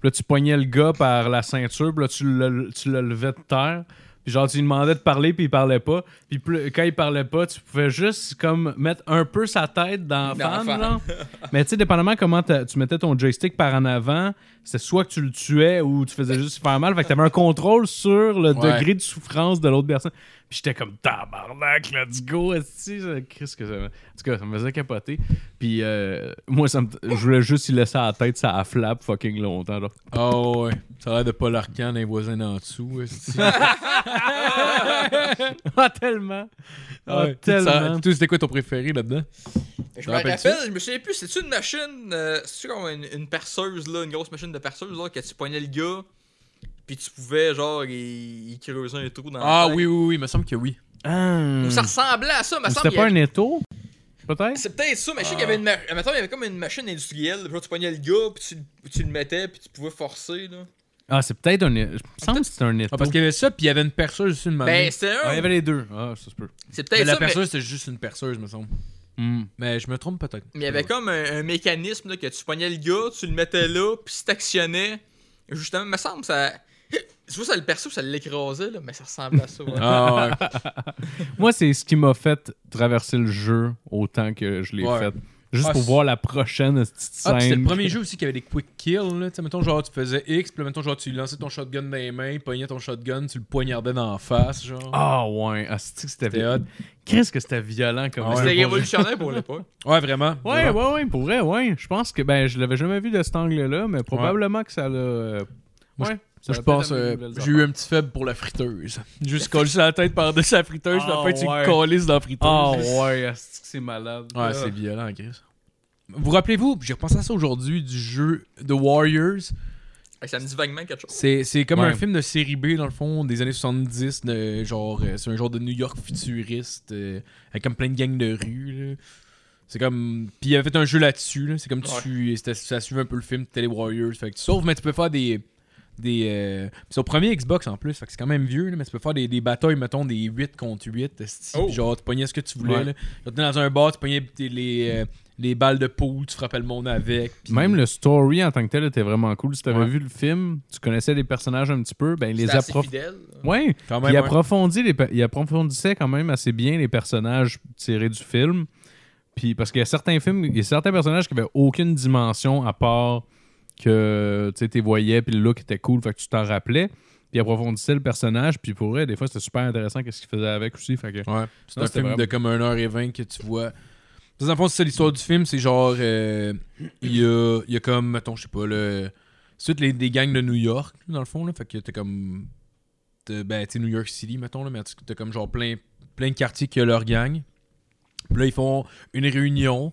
Speaker 4: Puis là, tu poignais le gars par la ceinture, puis là, tu le, tu le levais de terre. Puis genre, tu lui demandais de parler, puis il parlait pas. Puis plus- quand il parlait pas, tu pouvais juste, comme, mettre un peu sa tête dans la
Speaker 5: Dans la
Speaker 4: fan,
Speaker 5: fan.
Speaker 4: genre. Mais tu sais, dépendamment comment t'a- tu mettais ton joystick par en avant, c'était soit que tu le tuais ou tu faisais juste faire mal. Fait que t'avais un contrôle sur le
Speaker 3: Ouais.
Speaker 4: degré de souffrance de l'autre personne. Puis j'étais comme tabarnak, let's go, esti. Qu'est-ce que ça me... En tout cas, ça me faisait capoter. Puis euh, moi, ça me... je voulais juste y laisser la tête, ça a flap fucking longtemps. Là.
Speaker 3: Oh, ouais. Ça a l'air de Paul Arcand, un voisin d'en dessous. esti.
Speaker 4: Ah, tellement! Ah,
Speaker 3: Ouais.
Speaker 4: tellement!
Speaker 3: Ça- toi, c'était quoi ton préféré là-dedans?
Speaker 5: Je
Speaker 3: T'en
Speaker 5: me
Speaker 3: rappelles-tu?
Speaker 5: rappelle, je me souviens plus, c'est-tu une machine, euh, c'est-tu comme une, une perceuse, là, une grosse machine de perceuse, là, que tu poignais le gars, puis tu pouvais, genre, il, il creusait un trou dans la
Speaker 3: Ah
Speaker 5: terre.
Speaker 3: oui, oui, oui, il me semble que oui.
Speaker 4: Ah.
Speaker 5: Ou ça ressemblait à ça, mais
Speaker 4: Ou C'était pas un étau? Peut-être?
Speaker 5: C'est peut-être ça, mais je sais qu'il y avait une ma- mettons, il y avait comme une machine industrielle, puis là, tu pognais le gars, puis tu, le- tu le mettais, puis tu pouvais forcer, là.
Speaker 4: Ah, c'est peut-être un. é- Je me semble que c'était un étau.
Speaker 3: Ah, parce qu'il y avait ça, puis il y avait une perceuse aussi, une
Speaker 5: Ben,
Speaker 3: manée.
Speaker 5: c'était
Speaker 4: Ah, il
Speaker 5: un...
Speaker 4: y avait les deux. Ah, ça se peut.
Speaker 5: C'est
Speaker 3: Mais
Speaker 5: peut-être
Speaker 3: la
Speaker 5: ça, mais...
Speaker 3: perceuse, c'était juste une perceuse, me semble.
Speaker 4: Hmm.
Speaker 3: Mais je me trompe peut-être.
Speaker 5: mais il y avait comme un, un mécanisme, là, que tu pognais le gars, tu le mettais là, puis si t'actionnais, justement, me semble, ça... Tu vois, ça le perso, ça l'écrasait, là, mais ça ressemblait à ça, ouais.
Speaker 3: Ah, ouais.
Speaker 4: Moi, c'est ce qui m'a fait traverser le jeu autant que je l'ai
Speaker 3: Ouais.
Speaker 4: fait. Juste
Speaker 3: Ah,
Speaker 4: pour
Speaker 3: c'est-
Speaker 4: voir la prochaine petite scène.
Speaker 3: Ah, puis c'était le premier jeu aussi qui avait des quick kills. Là. Tu sais, mettons, genre, tu faisais X, puis là, mettons, genre, tu lançais ton shotgun dans les mains, pognais ton shotgun, tu le poignardais dans la face, genre.
Speaker 4: Ah ouais, ah, c'est-tu que c'était
Speaker 3: C'était hot.
Speaker 4: violent. Qu'est-ce que c'était violent comme
Speaker 3: Ah,
Speaker 5: C'était
Speaker 3: ouais,
Speaker 4: jeu.
Speaker 5: révolutionnaire pour l'époque.
Speaker 3: Ouais, vraiment.
Speaker 4: Ouais, ouais, ouais, pour vrai, ouais. Je pense que ben je l'avais jamais vu de cet angle-là, mais probablement que ça l'a. euh,
Speaker 3: Moi,
Speaker 4: ouais.
Speaker 3: Ça, je pense, euh, j'ai eu un petit faible pour la friteuse. Juste coller sur la tête par-dessus la friteuse, puis
Speaker 4: Ah,
Speaker 3: après tu
Speaker 4: ouais.
Speaker 3: colles dans la friteuse.
Speaker 4: Oh ouais, ah, c'est-tu que c'est malade. Ah.
Speaker 3: Ouais, c'est violent, Chris. Vous rappelez-vous, j'ai repensé à ça aujourd'hui, du jeu The Warriors.
Speaker 5: Hey, Ça me dit vaguement quelque chose.
Speaker 3: C'est c'est comme
Speaker 4: Ouais.
Speaker 3: un film de série B, dans le fond, des années 70. de genre, euh, c'est un genre de New York futuriste, euh, avec comme plein de gangs de rue. là. C'est comme. Puis il avait fait un jeu là-dessus. là. C'est comme tu. c'était- Ça suivait un peu le film, t'étais les Warriors. Fait que tu sauves, mais tu peux faire des. des euh, puis c'est au premier Xbox en plus. Fait que c'est quand même vieux, là, mais tu peux faire des, des batailles, mettons, des 8 contre 8. esti,
Speaker 5: Oh.
Speaker 3: puis genre, tu pognais ce que tu voulais.
Speaker 4: Ouais.
Speaker 3: là. Genre, t'es dans un bar, tu pognais tes- les, euh, les balles de poule, tu frappais le monde avec. puis-
Speaker 4: Même le story en tant que tel était vraiment cool. Si t'avais
Speaker 3: Ouais.
Speaker 4: vu le film, tu connaissais les personnages un petit peu, ben les
Speaker 5: C'était assez
Speaker 4: approf.
Speaker 5: fidèle.
Speaker 4: Ouais,
Speaker 3: Quand
Speaker 4: il,
Speaker 3: même, ouais.
Speaker 4: approfondit les, pe- il approfondissait quand même assez bien les personnages tirés du film. Puis, parce qu'il y a certains films, il y a certains personnages qui n'avaient aucune dimension à part que tu les voyais, puis le look était cool, fait que tu t'en rappelais. Puis il approfondissait le personnage, puis pour vrai, des fois c'était super intéressant qu'est-ce qu'il faisait avec aussi. Fait que...
Speaker 3: Ouais. C'est
Speaker 4: Non,
Speaker 3: un
Speaker 4: c'était
Speaker 3: film de
Speaker 4: vraiment-
Speaker 3: comme 1h20 que tu vois. Dans le fond, c'est ça l'histoire du film. C'est genre. euh, Il y, a, il y a comme, mettons, je sais pas, le. C'est toutes les, des gangs de New York, dans le fond. Là. Fait que t'as comme. t'as- ben, tu sais, New York City, mettons, là, mais tu- t'as comme genre plein, plein de quartiers qui ont leur gang. Puis là, ils font une réunion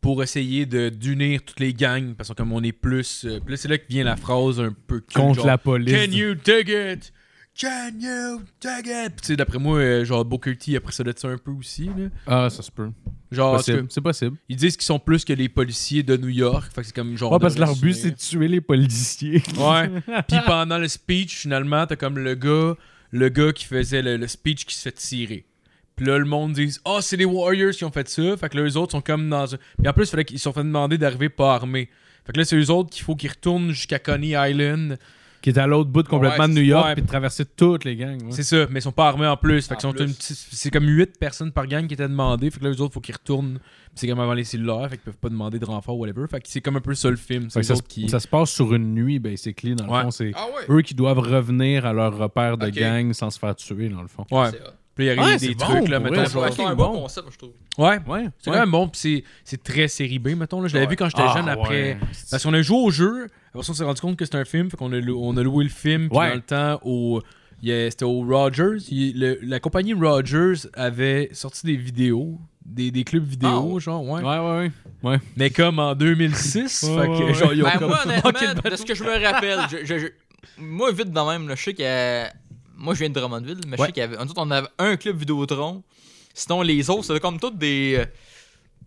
Speaker 3: pour essayer de d'unir toutes les gangs. Parce que comme on est plus. euh, puis là, c'est là que vient la phrase un peu. cul,
Speaker 4: Contre
Speaker 3: genre,
Speaker 4: la police.
Speaker 3: Can you dig it? Can you dig it? Puis, Tu sais, d'après moi, euh, genre Booker T après ça de ça un peu aussi. Là.
Speaker 4: Ah, ça se peut.
Speaker 3: Genre, en
Speaker 4: Possible.
Speaker 3: tout cas,
Speaker 4: C'est possible.
Speaker 3: ils disent qu'ils sont plus que les policiers de New York. Fait que c'est comme genre.
Speaker 4: Ah, parce que
Speaker 3: de
Speaker 4: leur but
Speaker 3: résumer.
Speaker 4: c'est de tuer les policiers.
Speaker 3: Ouais. Puis pendant le speech, finalement, t'as comme le gars, le gars qui faisait le, le speech qui se fait tirer. Puis là, le monde dit Ah, c'est les Warriors qui ont fait ça. Fait que là, eux autres sont comme dans. un- Puis en plus, il fallait qu'ils se sont fait demander d'arriver pas armés. Fait que là, c'est eux autres qu'il faut qu'ils retournent jusqu'à Coney Island.
Speaker 4: qui est à l'autre bout complètement
Speaker 3: Ouais,
Speaker 4: de New York,
Speaker 3: ouais.
Speaker 4: puis de traverser toutes les gangs. ouais.
Speaker 3: C'est ça, mais ils sont pas armés en plus. Fait
Speaker 5: En
Speaker 3: que sont
Speaker 5: plus.
Speaker 3: une petite- c'est comme 8 personnes par gang qui étaient demandées. Fait que là, les autres, faut qu'ils retournent. Puis c'est comme avant les cellulaires, fait qu'ils peuvent pas demander de renfort ou whatever. Fait que c'est comme un peu ça le film.
Speaker 4: Fait
Speaker 3: C'est
Speaker 4: que
Speaker 3: les
Speaker 4: ça, se-
Speaker 3: autres qui.
Speaker 4: ça se passe sur une nuit, basically. Dans le
Speaker 3: Ouais.
Speaker 4: fond, c'est
Speaker 5: Ah ouais.
Speaker 4: eux qui doivent revenir à leur repère de
Speaker 5: Ok.
Speaker 4: gang sans se faire tuer, dans le fond.
Speaker 3: Ouais.
Speaker 5: C'est hot.
Speaker 3: Puis il arrive
Speaker 4: Ouais, c'est
Speaker 3: des
Speaker 4: bon,
Speaker 3: trucs, là,
Speaker 4: pour
Speaker 3: mettons.
Speaker 4: vrai,
Speaker 5: Ouais, c'est
Speaker 4: fucking
Speaker 5: un bon
Speaker 4: bon.
Speaker 5: concept, je trouve.
Speaker 3: Ouais.
Speaker 4: Ouais,
Speaker 3: C'est quand même bon, puis c'est- c'est très série B, mettons. Là. Je l'avais
Speaker 5: Ouais.
Speaker 3: vu quand j'étais
Speaker 4: Ah,
Speaker 3: jeune après.
Speaker 4: ouais.
Speaker 3: Parce qu'on a joué au jeu, après ça, on s'est rendu compte que c'était un film, fait qu'on a, lou- on a loué le film, puis
Speaker 4: Ouais.
Speaker 3: dans le temps, au, il y a- c'était au Rogers. Il- le- la compagnie Rogers avait sorti des vidéos, des, des clubs vidéo,
Speaker 4: Ah,
Speaker 3: genre, Ah ouais.
Speaker 4: Ouais, ouais, ouais.
Speaker 3: Mais comme en 2006,
Speaker 4: Ouais,
Speaker 3: fait
Speaker 4: ouais,
Speaker 3: que,
Speaker 4: ouais.
Speaker 3: genre, ils ont
Speaker 5: Ben,
Speaker 3: comme
Speaker 5: moi,
Speaker 3: manqué de
Speaker 5: honnêtement,
Speaker 3: bateau.
Speaker 5: de ce que je me rappelle, je- je- je- moi, vite de même, là, je sais que. Moi, je viens de Drummondville, mais je
Speaker 3: Ouais.
Speaker 5: sais qu'il y avait. Nous autres, on avait un club Vidéotron. Sinon, les autres, c'était comme toutes des. euh,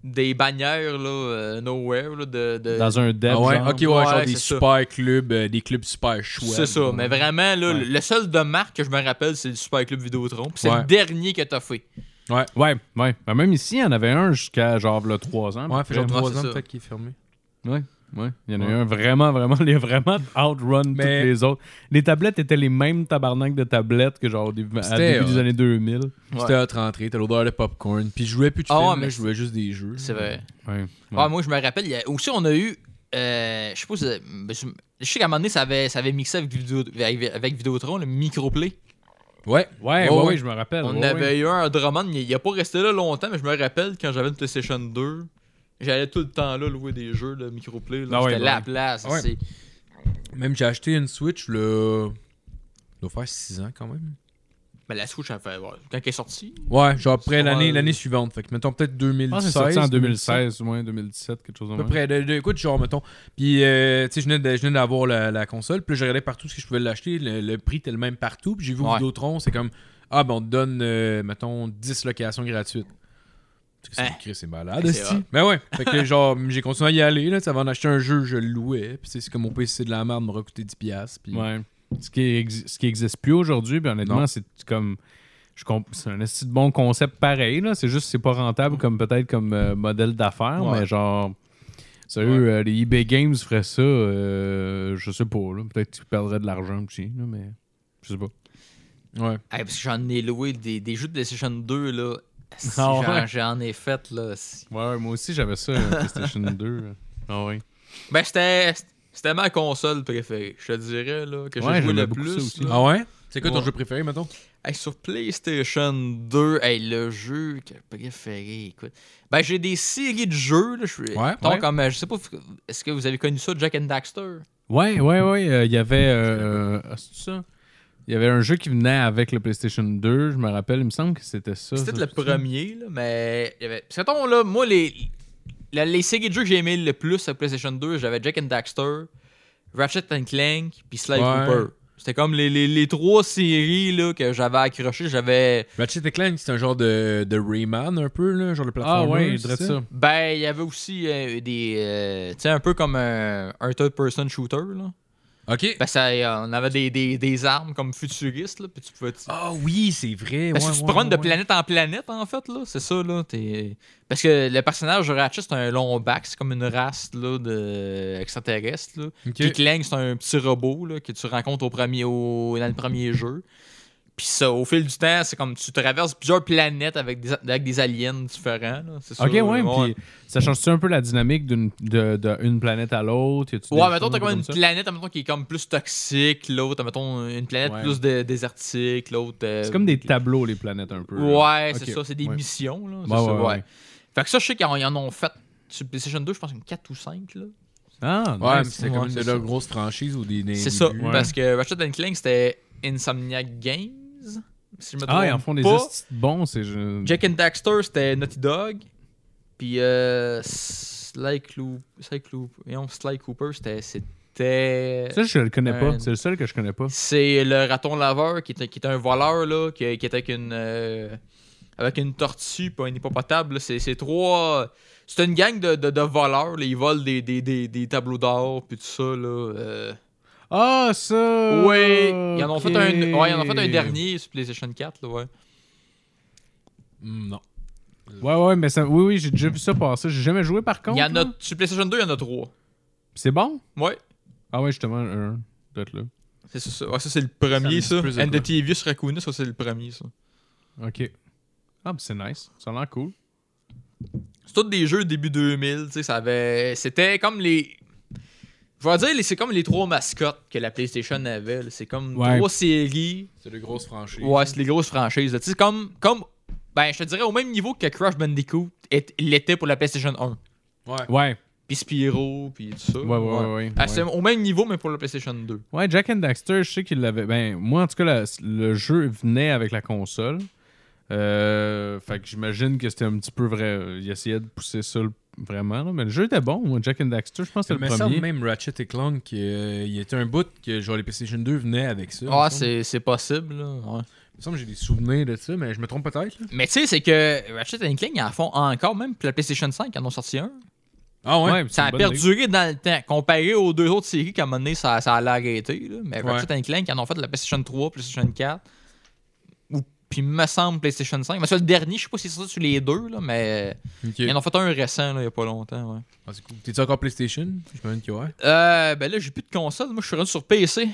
Speaker 5: Des bannières, là, euh, nowhere, là, de. de-
Speaker 4: Dans un dep.
Speaker 3: Ah ouais,
Speaker 4: genre.
Speaker 3: ok, ouais, genre
Speaker 5: Ouais,
Speaker 3: des
Speaker 5: c'est ça.
Speaker 3: super clubs, euh, des clubs super chouettes.
Speaker 5: c'est ça, mais vraiment, là,
Speaker 4: Ouais.
Speaker 5: le seul de marque que je me rappelle, c'est le Super Club Vidéotron. Puis c'est
Speaker 3: Ouais.
Speaker 5: le dernier que t'as fait.
Speaker 4: Ouais, ouais. Ben, même ici, il y en avait un jusqu'à genre le 3 ans.
Speaker 3: Ouais, fait genre
Speaker 5: Ouais,
Speaker 3: 3
Speaker 5: c'est
Speaker 3: ans
Speaker 5: ça.
Speaker 3: peut-être qu'il est fermé.
Speaker 4: Ouais, il y en a eu
Speaker 3: Ouais.
Speaker 4: un vraiment, vraiment, les vraiment outrun
Speaker 3: Mais-
Speaker 4: toutes les autres. Les tablettes étaient les mêmes tabarnak de tablettes que genre au début, à
Speaker 3: C'était,
Speaker 4: début des
Speaker 3: euh,
Speaker 4: années 2000.
Speaker 5: Ouais.
Speaker 3: C'était à 30 t'as l'odeur de popcorn, puis je jouais plus de
Speaker 5: Ah
Speaker 3: films,
Speaker 5: ouais,
Speaker 3: là,
Speaker 5: mais
Speaker 3: je jouais juste des jeux.
Speaker 5: C'est vrai.
Speaker 4: Ouais.
Speaker 5: Ah, moi, je me rappelle, il y a- aussi, on a eu. euh, je sais pas si- ben, je- Je sais qu'à un moment donné, ça avait, ça avait mixé avec, Vidéo- avec, avec Vidéotron, le microplay.
Speaker 3: Ouais.
Speaker 4: Ouais,
Speaker 3: Ouais,
Speaker 4: ouais, ouais,
Speaker 3: ouais.
Speaker 4: je me rappelle.
Speaker 5: On
Speaker 4: Ah, ouais, ouais.
Speaker 5: avait eu un à Drummond, il, il a pas resté là longtemps, mais je me rappelle quand j'avais une PlayStation 2, j'allais tout le temps là louer des jeux de microplay. là.
Speaker 4: Ah ouais,
Speaker 5: C'était
Speaker 4: bah
Speaker 5: la
Speaker 4: ouais.
Speaker 5: place.
Speaker 3: Ouais.
Speaker 5: c'est-
Speaker 3: Même j'ai acheté une Switch le. doit faire 6 ans quand même.
Speaker 5: Mais la Switch, elle fait, ouais, quand elle est sortie.
Speaker 3: Ouais, genre après
Speaker 5: Sur,
Speaker 3: l'année
Speaker 5: euh,
Speaker 3: l'année suivante. Fait que mettons peut-être
Speaker 4: Je
Speaker 3: 2016.
Speaker 4: pense que c'est sorti en 2016, moins 2017, quelque chose
Speaker 3: À
Speaker 4: comme
Speaker 3: peu près.
Speaker 4: ça.
Speaker 3: De- de- écoute, genre, mettons. Puis, euh, tu sais, je venais de- je venais d'avoir la, la console. Puis là, je regardais partout ce que je pouvais l'acheter. Le, le prix était le même partout. Puis j'ai vu
Speaker 5: Ouais.
Speaker 3: Vidéotron. C'est comme, ah, ben, on te donne, euh, mettons, 10 locations gratuites. Parce que
Speaker 5: Hein?
Speaker 3: c'est écrit, c'est malade.
Speaker 5: C'est
Speaker 3: hostie.
Speaker 5: hot.
Speaker 3: Mais ouais. Fait que, genre, j'ai continué à y aller. Là, Tu sais, avant d'acheter un jeu, je le louais. Puis, tu sais, c'est comme mon PC de la merde m'aurait coûté 10$. piastres, Puis,
Speaker 4: Ouais. Ce qui, exi- ce qui existe plus aujourd'hui, puis honnêtement,
Speaker 3: Non.
Speaker 4: c'est comme. je comp- C'est un esti de bon concept pareil, là. C'est juste que c'est pas rentable comme peut-être comme euh, modèle d'affaires,
Speaker 5: Ouais.
Speaker 4: mais genre. Sérieux, euh, les eBay Games feraient ça, euh, je sais pas, là. Peut-être qu'ils perdraient de l'argent, petit, là, mais. Je sais pas.
Speaker 3: ouais.
Speaker 5: Hey, eh, parce que j'en ai loué des, des jeux de PlayStation 2, là. Si,
Speaker 4: Ah ouais.
Speaker 5: j'en- J'en ai fait, là. si.
Speaker 4: Ouais, ouais, moi aussi, j'avais ça, euh, PlayStation 2. Ah ouais.
Speaker 5: Ben, c'était. C'était ma console préférée, je te dirais, là, que j'ai
Speaker 4: Ouais,
Speaker 5: joué
Speaker 4: j'aimais
Speaker 5: le
Speaker 4: beaucoup
Speaker 5: plus.
Speaker 4: ça aussi.
Speaker 5: là.
Speaker 3: Ah ouais? C'est quoi ton
Speaker 5: Ouais.
Speaker 3: jeu préféré, mettons?
Speaker 5: Hey, sur PlayStation 2, hey, le jeu que préféré, écoute. Ben, j'ai des séries de jeux. Là, je suis...
Speaker 3: Ouais,
Speaker 5: Donc,
Speaker 3: ouais.
Speaker 5: comme, euh, je sais pas, est-ce que vous avez connu ça, Jack and Daxter?
Speaker 4: Ouais, ouais, ouais. euh, Il y avait. euh, euh, c'est ça? Il y avait un jeu qui venait avec le PlayStation 2, je me rappelle, il me semble que c'était ça.
Speaker 5: C'était
Speaker 4: ça,
Speaker 5: le
Speaker 4: ça.
Speaker 5: premier, là, mais... il y avait- Parce que, mettons, là, moi, les... la- les séries de jeux que j'ai aimé le plus sur PlayStation 2, j'avais Jack and Daxter, Ratchet and Clank, puis
Speaker 3: Ouais.
Speaker 5: Sly Cooper. C'était comme les, les, les trois séries là, que j'avais accrochées. J'avais...
Speaker 3: Ratchet Clank, c'est un genre de, de Rayman, un peu, là, genre de
Speaker 4: Ah
Speaker 3: plateforme.
Speaker 4: ouais, je dirais ça.
Speaker 5: Ben, il y avait aussi euh, des... euh, tu sais, un peu comme un, un third-person shooter, là.
Speaker 3: Ok.
Speaker 5: Ben, ça, euh, on avait des, des, des armes comme futuristes, là, puis tu pouvais...
Speaker 3: Ah oui, c'est vrai.
Speaker 5: Parce que
Speaker 3: ouais,
Speaker 5: tu
Speaker 3: ouais,
Speaker 5: te prends
Speaker 3: ouais,
Speaker 5: de
Speaker 3: ouais.
Speaker 5: planète en planète, en fait, là. C'est ça, là. T'es- Parce que le personnage de Ratchet, c'est un long back. C'est comme une race, là, de... extraterrestre, là.
Speaker 3: Ok.
Speaker 5: Puis Clank, c'est un petit robot, là, que tu rencontres au premier... au- dans le premier jeu. Puis ça, au fil du temps, c'est comme tu traverses plusieurs planètes avec des, avec des aliens différents, là. C'est ça,
Speaker 4: Ok,
Speaker 5: là,
Speaker 4: ouais, puis ça change-tu un peu la dynamique d'une de, de une planète à l'autre? Y a-tu des
Speaker 5: Ouais, mettons,
Speaker 4: choses
Speaker 5: t'as comme une
Speaker 4: ça?
Speaker 5: planète, mettons, qui est comme plus toxique, l'autre, mettons, une planète
Speaker 4: Ouais.
Speaker 5: plus dé- désertique, l'autre... euh,
Speaker 4: C'est comme des tableaux, les planètes, un peu. là.
Speaker 5: Ouais, c'est
Speaker 4: Ok,
Speaker 5: ça, c'est des
Speaker 4: ouais.
Speaker 5: missions. Là, c'est
Speaker 4: Ouais,
Speaker 5: ça,
Speaker 4: ouais,
Speaker 5: ouais.
Speaker 4: ouais.
Speaker 5: Fait que ça, je sais qu'ils en- ils en ont fait sur PlayStation 2, je pense une 4 ou 5. Là.
Speaker 3: Ouais,
Speaker 4: Ah,
Speaker 3: mais
Speaker 4: nice.
Speaker 3: c'était comme
Speaker 5: ouais,
Speaker 3: une
Speaker 5: c'est
Speaker 3: de
Speaker 5: ça.
Speaker 3: leurs grosses franchises ou des. des
Speaker 5: C'est ça,
Speaker 3: débuts.
Speaker 5: parce que Ratchet Clank, c'était Insomniac Games. Si je me
Speaker 4: Ah, ils en
Speaker 5: trompe
Speaker 4: font des
Speaker 5: pas.
Speaker 4: estis de bons, c'est. je-
Speaker 5: Jack and Daxter, c'était Naughty Dog. Puis euh, Sly, Clou... Sly, Clou- voyons, Sly Cooper, c'était. c'était...
Speaker 4: Ça, je le connais
Speaker 5: Ouais.
Speaker 4: pas. C'est le seul que je connais pas.
Speaker 5: C'est le raton laveur qui est, qui est un voleur là, qui, qui est avec une euh, avec une tortue pas un hippopotame. là. C'est c'est trois. C'est une gang de, de, de voleurs. là. Ils volent des, des, des, des tableaux d'or puis tout ça là. euh.
Speaker 4: Ah, ça!
Speaker 5: Ouais, ils en ont
Speaker 4: ok.
Speaker 5: fait un. Ouais, ils en ont fait un dernier sur PlayStation 4 là, ouais.
Speaker 3: Hmm, Non.
Speaker 4: Ouais, ouais, mais ça... oui, oui, j'ai déjà vu ça passer. J'ai jamais joué par
Speaker 5: Il
Speaker 4: contre.
Speaker 5: y en a
Speaker 4: là.
Speaker 5: sur PlayStation 2, il y en a trois.
Speaker 4: C'est bon?
Speaker 5: Ouais.
Speaker 4: Ah, ouais, justement, un. Peut-être là.
Speaker 5: C'est ça, ça. Ouais, ça, c'est le premier,
Speaker 4: Ça me dit
Speaker 5: ça.
Speaker 4: plus de
Speaker 5: And
Speaker 4: quoi.
Speaker 5: the Tedious Raccoonus, ça, c'est le premier, ça.
Speaker 4: Ok. Ah, ben c'est nice. Ça a l'air cool.
Speaker 5: C'est tous des jeux début 2000, tu sais, ça avait... C'était comme les... Je vais dire, les- c'est comme les trois mascottes que la PlayStation avait. là. C'est comme
Speaker 4: Ouais.
Speaker 5: trois séries.
Speaker 3: C'est de grosses franchises.
Speaker 5: Ouais, c'est les grosses franchises. là. Tu sais, comme, comme... Ben, je te dirais, au même niveau que Crash Bandicoot est- l'était pour la PlayStation 1.
Speaker 3: Ouais.
Speaker 4: Ouais.
Speaker 5: Puis Spyro, puis tout ça.
Speaker 4: Ouais, ouais, ouais. ouais,
Speaker 5: Ah, c'est au même niveau, mais pour la PlayStation 2.
Speaker 4: Ouais, Jack and Daxter, je sais qu'il l'avait. Ben, moi, en tout cas, la- le jeu venait avec la console. Euh, fait que j'imagine que c'était un petit peu vrai. Il essayait de pousser ça le- vraiment. là. Mais le jeu était bon. moi, Jack and Daxter, je pense que
Speaker 3: C'est
Speaker 4: c'était
Speaker 3: le
Speaker 4: le premier.
Speaker 3: même Ratchet et Clank, euh, il était un bout que genre les PlayStation 2 venaient avec ça.
Speaker 5: Ah,
Speaker 3: il me semble.
Speaker 5: c'est c'est possible, là. ouais.
Speaker 3: Il me semble que j'ai des souvenirs de ça, mais je me trompe peut-être. là.
Speaker 5: Mais tu sais, c'est que Ratchet and Clank, ils en font encore, même pour la PlayStation 5, ils en ont sorti un.
Speaker 3: Ah ouais?
Speaker 4: Ouais, c'est
Speaker 5: Ça
Speaker 4: une
Speaker 5: a
Speaker 4: bonne
Speaker 5: perduré dans le temps, comparé aux deux autres séries qu'à un moment donné, ça, ça allait arrêter. là. Mais
Speaker 3: Ouais.
Speaker 5: Ratchet and Clank, ils en ont fait de la PlayStation 3, PlayStation 4, ou puis me semble PlayStation 5. Mais ça, le dernier, je sais pas si c'est ça sur les deux, là, mais
Speaker 3: Ok.
Speaker 5: ils en ont fait un récent, là, il y a pas longtemps. ouais.
Speaker 3: Ah, c'est cool. T'es-tu encore PlayStation? J'imagine que ouais.
Speaker 5: Euh, ben là, j'ai plus de console, moi je suis rendu sur PC.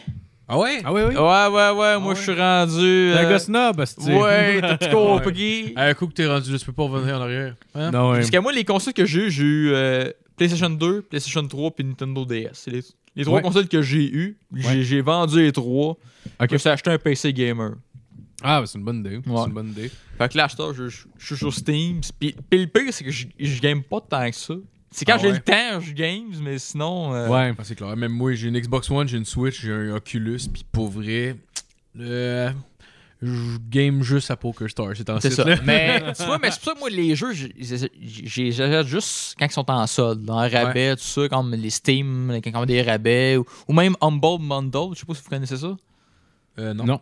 Speaker 3: Ah ouais?
Speaker 4: Ah oui, oui.
Speaker 5: Ouais, ouais, ouais, moi
Speaker 3: ouais?
Speaker 5: je suis rendu. Oh, euh,
Speaker 4: Le gars snob, hostie.
Speaker 5: Ouais, t'as tout compris.
Speaker 3: À un coup Ah, que t'es rendu, là, tu peux pas revenir en arrière. Hein?
Speaker 4: Non, ouais.
Speaker 5: Parce que moi, les consoles que j'ai eues, j'ai eu euh, PlayStation 2, PlayStation 3 puis Nintendo DS. C'est les, les trois
Speaker 4: Ouais.
Speaker 5: consoles que j'ai eues. J'ai
Speaker 4: Ouais.
Speaker 5: j'ai vendu les trois.
Speaker 4: Ok.
Speaker 5: Je me suis acheté un PC gamer.
Speaker 4: Ah, ben, c'est une bonne idée. C'est
Speaker 5: Ouais.
Speaker 4: une bonne idée.
Speaker 5: Fait que là, à cette heure, je, je- je suis sur Steam. Puis puis le pire, c'est que je, je game pas tant que ça. C'est quand
Speaker 3: Ah
Speaker 5: j'ai
Speaker 3: ouais?
Speaker 5: le temps, je game, mais sinon. euh,
Speaker 4: Ouais.
Speaker 3: Ah, c'est clair. Même moi, j'ai une Xbox One, j'ai une Switch, j'ai un Oculus, puis pour vrai, le... je game juste à Poker Star, c'est en
Speaker 5: C'est
Speaker 3: site,
Speaker 5: ça.
Speaker 3: là.
Speaker 5: Mais tu vois, mais c'est pour ça que moi, les jeux, j'ai- j'ai- j'ai- j'achète juste quand ils sont en solde, en rabais, tout ça, comme les Steam, quand ils ont des rabais, ou, ou même Humble Bundle, je sais pas si vous connaissez ça.
Speaker 3: Euh, non.
Speaker 4: Non.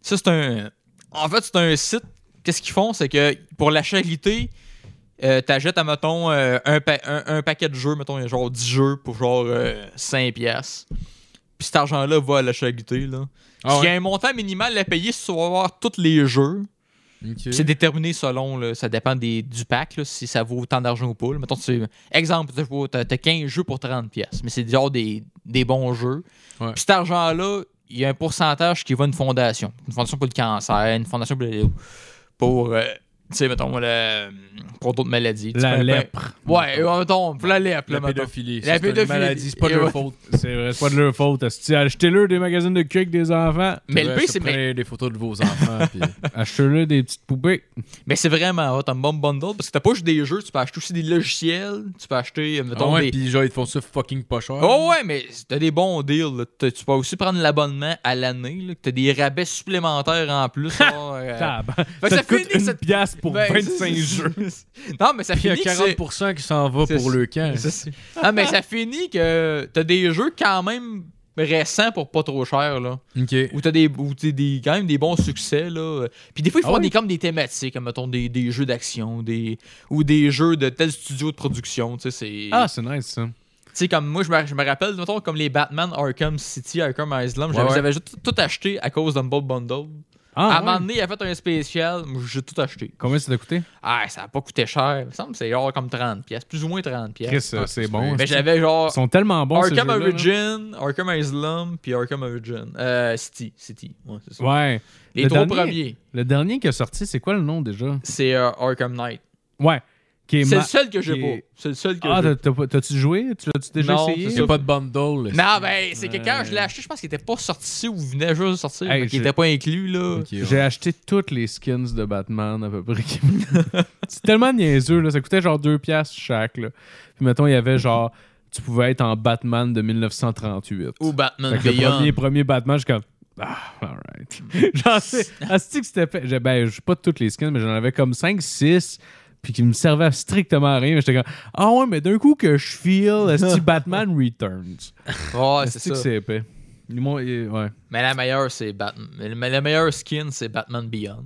Speaker 5: Ça, c'est un. En fait, c'est un site. Qu'est-ce qu'ils font? C'est que pour la charité, euh, t'achètes, à, mettons, euh, un, pa- un, un paquet de jeux, mettons, genre 10 jeux pour genre euh, 5$. piastres. Puis cet argent-là va à la charité. Là.
Speaker 3: Ah
Speaker 5: S'il y
Speaker 3: ouais?
Speaker 5: a un montant minimal à payer si tu vas avoir tous les jeux,
Speaker 3: Ok.
Speaker 5: Puis c'est déterminé selon, là, ça dépend des, du pack, là, si ça vaut autant d'argent ou pas. là. Mettons, tu, exemple, tu vois, t'as t'as 15 jeux pour 30$, piastres, mais c'est genre des, des bons jeux.
Speaker 3: Ouais.
Speaker 5: Puis cet argent-là, il y a un pourcentage qui va à une fondation. Une fondation pour le cancer, une fondation pour, le- pour euh, tu sais, mettons, le- pour d'autres maladies. Tu
Speaker 4: La
Speaker 5: peux-
Speaker 4: lèpre.
Speaker 5: Ouais, euh, mettons, pour la lèpre,
Speaker 3: La
Speaker 5: là, mettons.
Speaker 3: pédophilie.
Speaker 5: La
Speaker 3: La pédophilie.
Speaker 5: pédophilie.
Speaker 3: C'est une maladie, c'est pas de
Speaker 5: Et
Speaker 3: leur
Speaker 5: ouais.
Speaker 3: faute.
Speaker 4: C'est vrai, c'est pas de leur faute. hostie. Achetez-leur des magazines de cake des enfants.
Speaker 5: Mais le
Speaker 3: Ouais,
Speaker 5: pire,
Speaker 3: je
Speaker 5: c'est mais-
Speaker 3: prends des photos de vos enfants, puis...
Speaker 4: Achetez-leur des petites poupées.
Speaker 5: Mais c'est vraiment hot, un bon bundle, parce que t'as pas juste des jeux, tu peux acheter aussi des logiciels, tu peux acheter, euh, mettons,
Speaker 3: Ah ouais,
Speaker 5: des,
Speaker 3: puis genre, ils te font ça fucking pas cher.
Speaker 5: Oh ouais, mais t'as des bons deals. là. T'as- Tu peux aussi prendre l'abonnement à l'année. là, que T'as des rabais supplémentaires en plus. là, euh,
Speaker 4: Tab.
Speaker 5: Fait que
Speaker 4: Ah, bah. Ça
Speaker 5: ça
Speaker 4: te coûte
Speaker 5: finit que
Speaker 4: une
Speaker 5: ça-
Speaker 4: pièce pour
Speaker 5: ben,
Speaker 4: 25
Speaker 5: c'est-
Speaker 4: jeux.
Speaker 5: non, mais ça
Speaker 3: Puis il y a
Speaker 5: finit que c'est-
Speaker 3: 40% qui s'en va
Speaker 5: C'est-
Speaker 3: pour le camp.
Speaker 5: c'est- c'est- Non, mais ça finit que t'as des jeux quand même récents pour pas trop cher. Là.
Speaker 3: Ok.
Speaker 5: Ou t'as des, ou t'as des, quand même des bons succès. Là. Puis des fois, ils
Speaker 4: Ah
Speaker 5: font
Speaker 4: ouais?
Speaker 5: des, comme des thématiques, comme, mettons des, des jeux d'action des, ou des jeux de tel studio de production. tu sais, c'est-
Speaker 4: Ah, c'est nice ça.
Speaker 5: Tu sais, comme moi, je me, je me rappelle, mettons, comme les Batman Arkham City, Arkham Island,
Speaker 3: Ouais,
Speaker 5: j'avais
Speaker 3: ouais.
Speaker 5: j'avais tout, tout acheté à cause d'un Bob Bundle.
Speaker 4: Ah,
Speaker 5: à un
Speaker 4: ouais.
Speaker 5: moment donné, il a fait un spécial, moi, j'ai tout acheté.
Speaker 4: Combien ça t'a coûté?
Speaker 5: Ah, ça a pas coûté cher. Il me semble que c'est genre comme 30$, pièces, plus ou moins 30$. pièces.
Speaker 4: Chris, euh,
Speaker 3: Ah,
Speaker 4: c'est
Speaker 3: c'est
Speaker 4: bon.
Speaker 5: Mais
Speaker 4: hostie.
Speaker 5: Ben, j'avais Ah,
Speaker 4: Ils
Speaker 5: genre
Speaker 4: sont tellement bons. ces
Speaker 5: Arkham
Speaker 4: jeux-là, là.
Speaker 5: Origin, Arkham Island, puis Arkham Origin. Euh, City, City. Ouais, c'est ça.
Speaker 4: Ouais.
Speaker 5: Les
Speaker 4: Le
Speaker 5: trois
Speaker 4: dernier-
Speaker 5: premiers,
Speaker 4: Le dernier qui a sorti, c'est quoi le nom déjà?
Speaker 5: c'est euh, Arkham Knight.
Speaker 4: Ouais. Qui est
Speaker 5: C'est
Speaker 4: ma-
Speaker 5: le seul que j'ai
Speaker 4: qui
Speaker 5: pas.
Speaker 4: est-
Speaker 5: C'est le seul que
Speaker 4: Ah,
Speaker 5: j'ai.
Speaker 4: t'as- t'as pas- t'as-tu joué? Tu l'as-tu déjà
Speaker 5: Non,
Speaker 4: essayé?
Speaker 5: c'est
Speaker 3: Il y a pas de bundle. là.
Speaker 5: Non, ben, c'est que quand je l'ai acheté, je pense qu'il était pas sorti ou venait juste de sortir,
Speaker 4: Hey,
Speaker 5: mais qu'il
Speaker 4: je-
Speaker 5: était pas inclus, là.
Speaker 3: Ok, ouais.
Speaker 4: J'ai acheté toutes les skins de Batman à peu près. c'est tellement niaiseux, là. Ça coûtait genre 2 piastres chaque, là. Puis mettons, il y avait genre... Tu pouvais être en Batman de 1938.
Speaker 5: Ou Batman
Speaker 4: Fait que le
Speaker 5: Beyond.
Speaker 4: premier, premier Batman, je suis comme... Ah, alright. Genre, c'est- asti que c'était fait. J'ai- Ben, j'ai pas toutes les skins, mais j'en avais comme 5, 6 puis qui me servaient à strictement à rien. Mais j'étais comme, ah ouais, mais d'un coup que je feel, asti Batman Returns.
Speaker 5: Ouais, Ah, c'est
Speaker 4: Asti que
Speaker 5: ça.
Speaker 4: c'est épais. Ils m'ont- ils- ouais.
Speaker 5: Mais la meilleure, c'est Batman. Mais le- mais la meilleure skin, c'est Batman Beyond.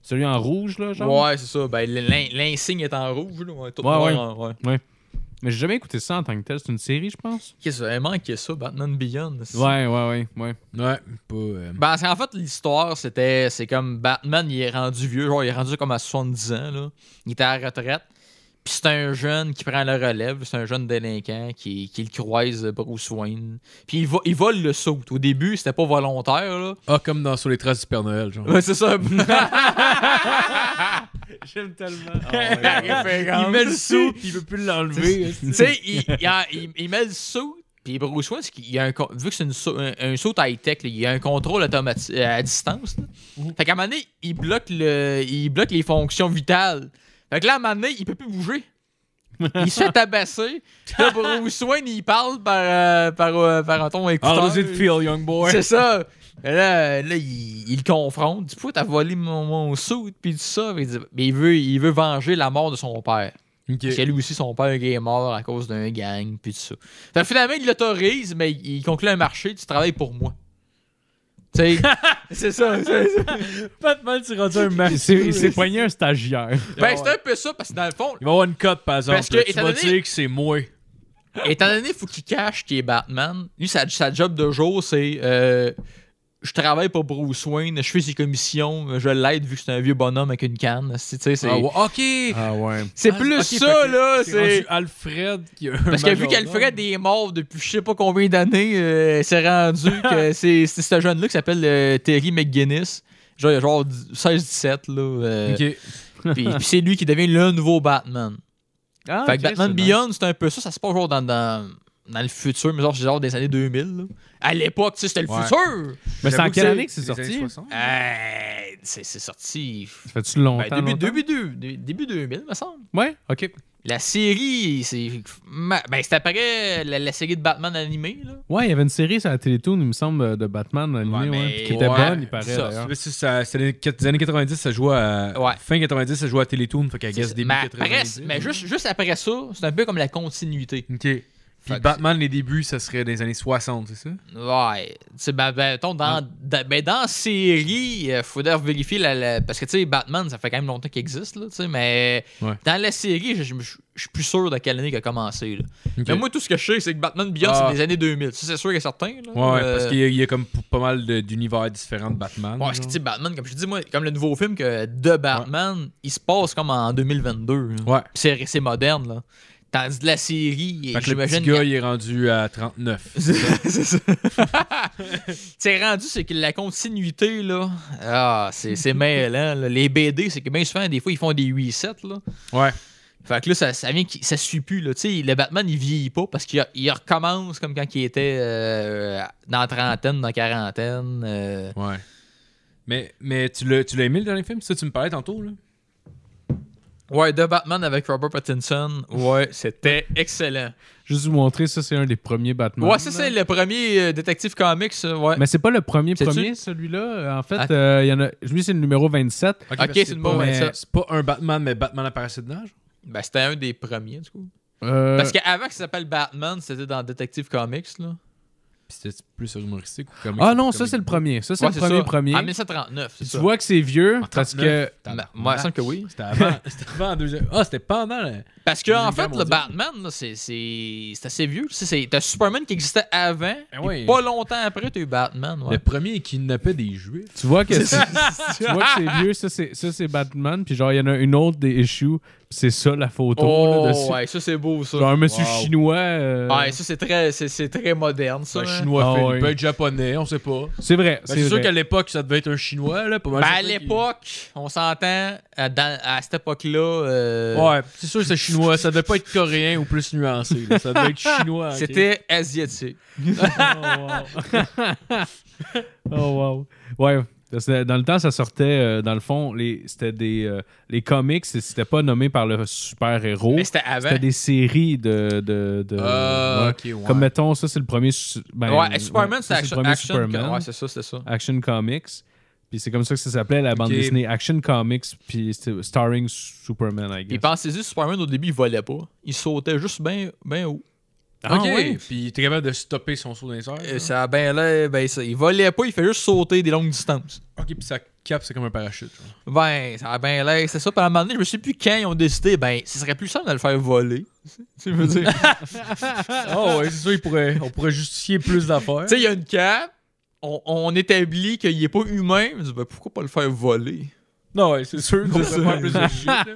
Speaker 4: Celui en rouge, là, genre?
Speaker 5: Ouais, c'est ça. Ben, l'in- l'in- l'insigne est en rouge. Là. Ouais, tout
Speaker 4: Ouais,
Speaker 5: noir
Speaker 4: ouais.
Speaker 5: en- ouais.
Speaker 4: Mais j'ai jamais écouté ça en tant que tel. C'est une série, je pense.
Speaker 5: Qu'est-ce que ça? Il manquait ça, Batman Beyond. c'est-
Speaker 4: Ouais, ouais, ouais, ouais.
Speaker 3: Ouais, pas... euh,
Speaker 5: Ben, c'est- en fait, l'histoire, c'était. C'est comme Batman, il est rendu vieux. Genre, il est rendu comme à 70 ans. Là. Il était à la retraite. Puis c'est un jeune qui prend la relève, c'est un jeune délinquant qui, qui le croise Bruce Wayne. Puis il, va, il vole le saut. Au début, c'était pas volontaire, là.
Speaker 3: Ah, comme dans Sur les traces du Père Noël, genre.
Speaker 5: Ouais, c'est ça.
Speaker 4: J'aime tellement.
Speaker 5: Ah, il met le saut,
Speaker 3: il veut plus l'enlever.
Speaker 5: tu sais, il, il a- il- il met le saut. Puis Bruce Wayne, c'est qu'il y a un con- vu que c'est une sau- un, un saut high-tech, là, il y a un contrôle automatique à distance. là. Fait qu'à un moment donné, il bloque, le, il bloque les fonctions vitales. Fait que là, à un moment donné, il peut plus bouger. Il se fait tabasser. Puis Là, Bruce Wayne, il parle par, euh, par, euh, par un ton écouteur.
Speaker 3: How does it feel, young boy?
Speaker 5: C'est ça. Et Là, là il, il le confronte. Tu pourquoi t'as volé mon, mon suit, puis tout ça. Puis il dit- Mais il veut, il veut venger la mort de son père.
Speaker 3: Ok.
Speaker 5: Parce que lui aussi, son père est mort à cause d'un gang, puis tout ça. Fait que finalement, il l'autorise, mais il il conclut un marché, tu travailles pour moi. Tu sais, c'est ça. c'est ça.
Speaker 3: Pas de mal, tu rendu un
Speaker 4: Il s'est- il s'est poigné un stagiaire.
Speaker 5: Ben, c'est un peu ça, parce que dans le fond,
Speaker 3: Il va avoir une cote, par exemple.
Speaker 5: Parce que,
Speaker 3: là. tu
Speaker 5: étant
Speaker 3: vas
Speaker 5: donné-
Speaker 3: dire que c'est moi.
Speaker 5: étant donné qu'il faut qu'il cache qu'il est Batman, lui, sa, sa job de jour, c'est euh, je travaille pour Bruce Wayne, je fais ses commissions, je l'aide vu que c'est un vieux bonhomme avec une canne. C'est- tu sais, c'est-
Speaker 3: Ah, ouais, ok!
Speaker 4: Ah ouais.
Speaker 5: C'est
Speaker 3: Ah,
Speaker 5: plus
Speaker 3: ok,
Speaker 5: ça,
Speaker 3: fait que
Speaker 5: là.
Speaker 3: C'est
Speaker 5: C'est.
Speaker 3: rendu Alfred qui a un
Speaker 5: Parce que vu
Speaker 3: majordome.
Speaker 5: qu'Alfred est mort depuis je sais pas combien d'années, euh, c'est rendu que c'est c'est ce jeune-là qui s'appelle euh, Terry McGuinness. Genre, il a genre 16-17, là. euh,
Speaker 3: Ok.
Speaker 5: Puis puis c'est lui qui devient le nouveau Batman.
Speaker 4: Ah,
Speaker 5: fait
Speaker 4: ok,
Speaker 5: que Batman
Speaker 4: c'est
Speaker 5: Beyond, c'est un peu ça. Ça se passe genre dans, dans, dans le futur, mais genre, c'est genre des années 2000. là. À l'époque, tu sais, c'était le
Speaker 3: Ouais.
Speaker 5: futur.
Speaker 4: nice. Mais c'est en
Speaker 3: J'avoue
Speaker 4: quelle
Speaker 3: que
Speaker 4: année que c'est
Speaker 3: les années
Speaker 4: sorti
Speaker 3: 60?
Speaker 5: Euh, c'est c'est sorti.
Speaker 4: Ça fait-tu longtemps?
Speaker 5: ben, début,
Speaker 4: longtemps?
Speaker 5: début, deux- dé- début 2000, me semble.
Speaker 4: Ouais, ok.
Speaker 5: La série, c'est. ma- Ben, c'est après la, la série de Batman animée, là.
Speaker 4: Ouais, il y avait une série sur la Télétoon, il me semble, de Batman animé,
Speaker 5: Ouais,
Speaker 4: ouais,
Speaker 5: mais-
Speaker 4: puis qui était
Speaker 3: Ouais,
Speaker 4: bonne, il paraît.
Speaker 5: c'est ça.
Speaker 4: d'ailleurs.
Speaker 3: Mais c'est- ça- c'est les quat- les années 90, ça joue à.
Speaker 5: Ah. Ouais.
Speaker 3: Fin 90, ça joue à Télétoon, fait qu'à
Speaker 5: C'est
Speaker 3: guess
Speaker 5: ça.
Speaker 3: début
Speaker 5: mais,
Speaker 3: 90.
Speaker 5: après- mais juste, juste après ça, c'est un peu comme la continuité.
Speaker 3: Ok. Puis
Speaker 5: Fait que
Speaker 3: Batman, les débuts, ça serait des années 60, c'est ça?
Speaker 5: Ouais. Tu sais, ben, ben, mettons, dans,
Speaker 3: Hein?
Speaker 5: dans- ben, dans la série, il faudrait vérifier la, la- Parce que, tu sais, Batman, ça fait quand même longtemps qu'il existe, là, tu sais, mais
Speaker 3: Ouais.
Speaker 5: dans la série, je je- je- je suis plus sûr de quelle année qu'il a commencé, là.
Speaker 3: Ok.
Speaker 5: Mais moi, tout ce que je sais, c'est que Batman Beyond,
Speaker 3: Ah.
Speaker 5: c'est des années 2000. Ça, c'est sûr et certain, là.
Speaker 3: Ouais, ouais,
Speaker 5: Euh,
Speaker 3: parce qu'il y, a- il y a comme p- pas mal de- d'univers différents de Batman.
Speaker 5: Ouais, parce que,
Speaker 3: genre.
Speaker 5: tu sais, Batman, comme je te dis, moi, comme le nouveau film que de Batman, il se passe comme en 2022. là.
Speaker 3: Ouais.
Speaker 5: Puis C'est c'est moderne, là. Tandis que la série,
Speaker 3: Fait que le petit
Speaker 5: j'imagine.
Speaker 3: gars, il est rendu à 39.
Speaker 5: que- c'est ça. c'est rendu, c'est que la continuité, là. Ah, c'est c'est mêlant, là. Les BD, c'est que bien souvent, des fois, ils font des 8-7, là.
Speaker 3: Ouais.
Speaker 5: Fait que là, ça, ça vient, qu'il- ça suit plus, là. Tu sais, le Batman, il vieillit pas parce qu'il a- il recommence comme quand il était euh, dans la trentaine, dans la quarantaine. euh.
Speaker 3: Ouais. Mais, mais tu l'as tu l'as aimé le dernier film? Ça, tu me parlais tantôt, là?
Speaker 5: Ouais, The Batman avec Robert Pattinson. Ouais, c'était excellent.
Speaker 4: Juste vous montrer, ça, c'est un des premiers Batman.
Speaker 5: Ouais, ça,
Speaker 4: là.
Speaker 5: c'est le premier euh, détective comics. euh, Ouais.
Speaker 4: Mais c'est pas le premier
Speaker 5: C'est-tu-
Speaker 4: premier, celui-là. En fait,
Speaker 5: Attends.
Speaker 4: euh, il y en a... lui, c'est le numéro 27.
Speaker 5: Ok,
Speaker 3: parce que
Speaker 5: c'est une
Speaker 3: pas-
Speaker 5: bonne
Speaker 3: mais
Speaker 5: idée, ça.
Speaker 3: C'est pas un Batman, mais Batman apparaissait dedans, genre?
Speaker 5: Ben, c'était un des premiers, du coup.
Speaker 4: Euh,
Speaker 5: Parce qu'avant que ça s'appelle Batman, c'était dans Detective Comics, là.
Speaker 3: Puis c'était plus humoristique ou comique?
Speaker 4: Ah non, ça, c'est le premier. Ça, c'est
Speaker 5: Ouais,
Speaker 4: le premier
Speaker 5: ça.
Speaker 4: premier.
Speaker 5: En 1939, c'est
Speaker 4: Tu
Speaker 5: ça.
Speaker 4: vois que c'est vieux
Speaker 3: En
Speaker 4: parce que.
Speaker 3: 39.
Speaker 5: Ben, moi, il me semble que oui.
Speaker 3: Ah, C'était avant, c'était avant la deuxième. Ah, c'était pendant la.
Speaker 5: Parce que, en
Speaker 3: Deuxième Guerre
Speaker 5: fait, le
Speaker 3: mondiale.
Speaker 5: Batman, là, c'est c'est- c'est assez vieux. Tu sais, c'est- T'as Superman qui existait avant.
Speaker 3: Ben
Speaker 5: puis
Speaker 3: oui.
Speaker 5: Pas longtemps après, t'as eu Batman. Ouais.
Speaker 3: Le premier qui kidnappait des juifs.
Speaker 4: Tu vois que c'est, tu vois que c'est vieux, ça c'est, ça c'est Batman, puis genre il y en a une autre des issues, puis c'est ça la photo là,
Speaker 5: Oh,
Speaker 4: dessus.
Speaker 5: ouais, ça, c'est beau, ça.
Speaker 4: Genre un monsieur
Speaker 3: Wow.
Speaker 4: chinois. euh,
Speaker 5: Ouais, ça, c'est très, c'est- c'est très moderne, ça.
Speaker 3: Un
Speaker 5: hein.
Speaker 3: chinois
Speaker 4: Ah
Speaker 3: fait.
Speaker 4: ouais.
Speaker 3: Il peut être japonais, on sait pas. Ben,
Speaker 4: C'est vrai.
Speaker 3: c'est sûr
Speaker 4: vrai.
Speaker 3: qu'à l'époque, ça devait être un chinois, là. Pas mal
Speaker 5: Ben, à
Speaker 3: certain qu'il-
Speaker 5: l'époque, on s'entend, à, dans- à cette époque-là, euh,
Speaker 3: Ouais, c'est sûr que c'est chinois. Ça devait pas être coréen ou plus nuancé. là. Ça devait être chinois. ok?
Speaker 5: c'était asiatique.
Speaker 4: Oh wow. Ouais. C'est- Dans le temps, ça sortait, euh, dans le fond, les, c'était des euh, les comics, et c'était pas nommé par le super-héros.
Speaker 5: Mais c'était avant.
Speaker 4: Oh, C'était des séries de. de, de-
Speaker 3: Ah,
Speaker 4: ouais.
Speaker 3: ok, ouais.
Speaker 4: Comme mettons, ça c'est le premier. su- ben,
Speaker 5: Euh, ouais, Superman,
Speaker 4: ouais,
Speaker 5: c'était
Speaker 4: ça,
Speaker 5: Action,
Speaker 4: le premier
Speaker 5: action
Speaker 4: Superman.
Speaker 5: que- Ouais, c'est ça, c'est ça.
Speaker 4: Action Comics. Puis c'est comme ça que ça s'appelait la bande
Speaker 3: Ok.
Speaker 4: dessinée Action Comics, puis c'était starring Superman, I
Speaker 5: Puis
Speaker 4: guess.
Speaker 5: pensez-y, Superman, au début, il volait pas. Il sautait juste bien ben haut.
Speaker 3: Ok, Ah puis il était capable de stopper son saut d'insert.
Speaker 5: Euh, ça a bien l'air, ben ça. Il volait pas, il fait juste sauter des longues distances.
Speaker 3: Ok, puis sa cape, c'est comme un parachute. genre.
Speaker 5: Ben, ça a bien l'air, c'est ça. Puis à un moment donné, je me sais plus quand ils ont décidé, ben, ce serait plus simple de le faire voler. Tu veux dire.
Speaker 3: Ah ouais, c'est sûr, il pourrait, on pourrait justifier plus d'affaires.
Speaker 5: tu sais, il y a une cape, on, on établit qu'il est pas humain. Je me dis, ben, pourquoi pas le faire voler?
Speaker 3: Non, ouais, c'est sûr qu'on pourrait faire plus de juifs. là.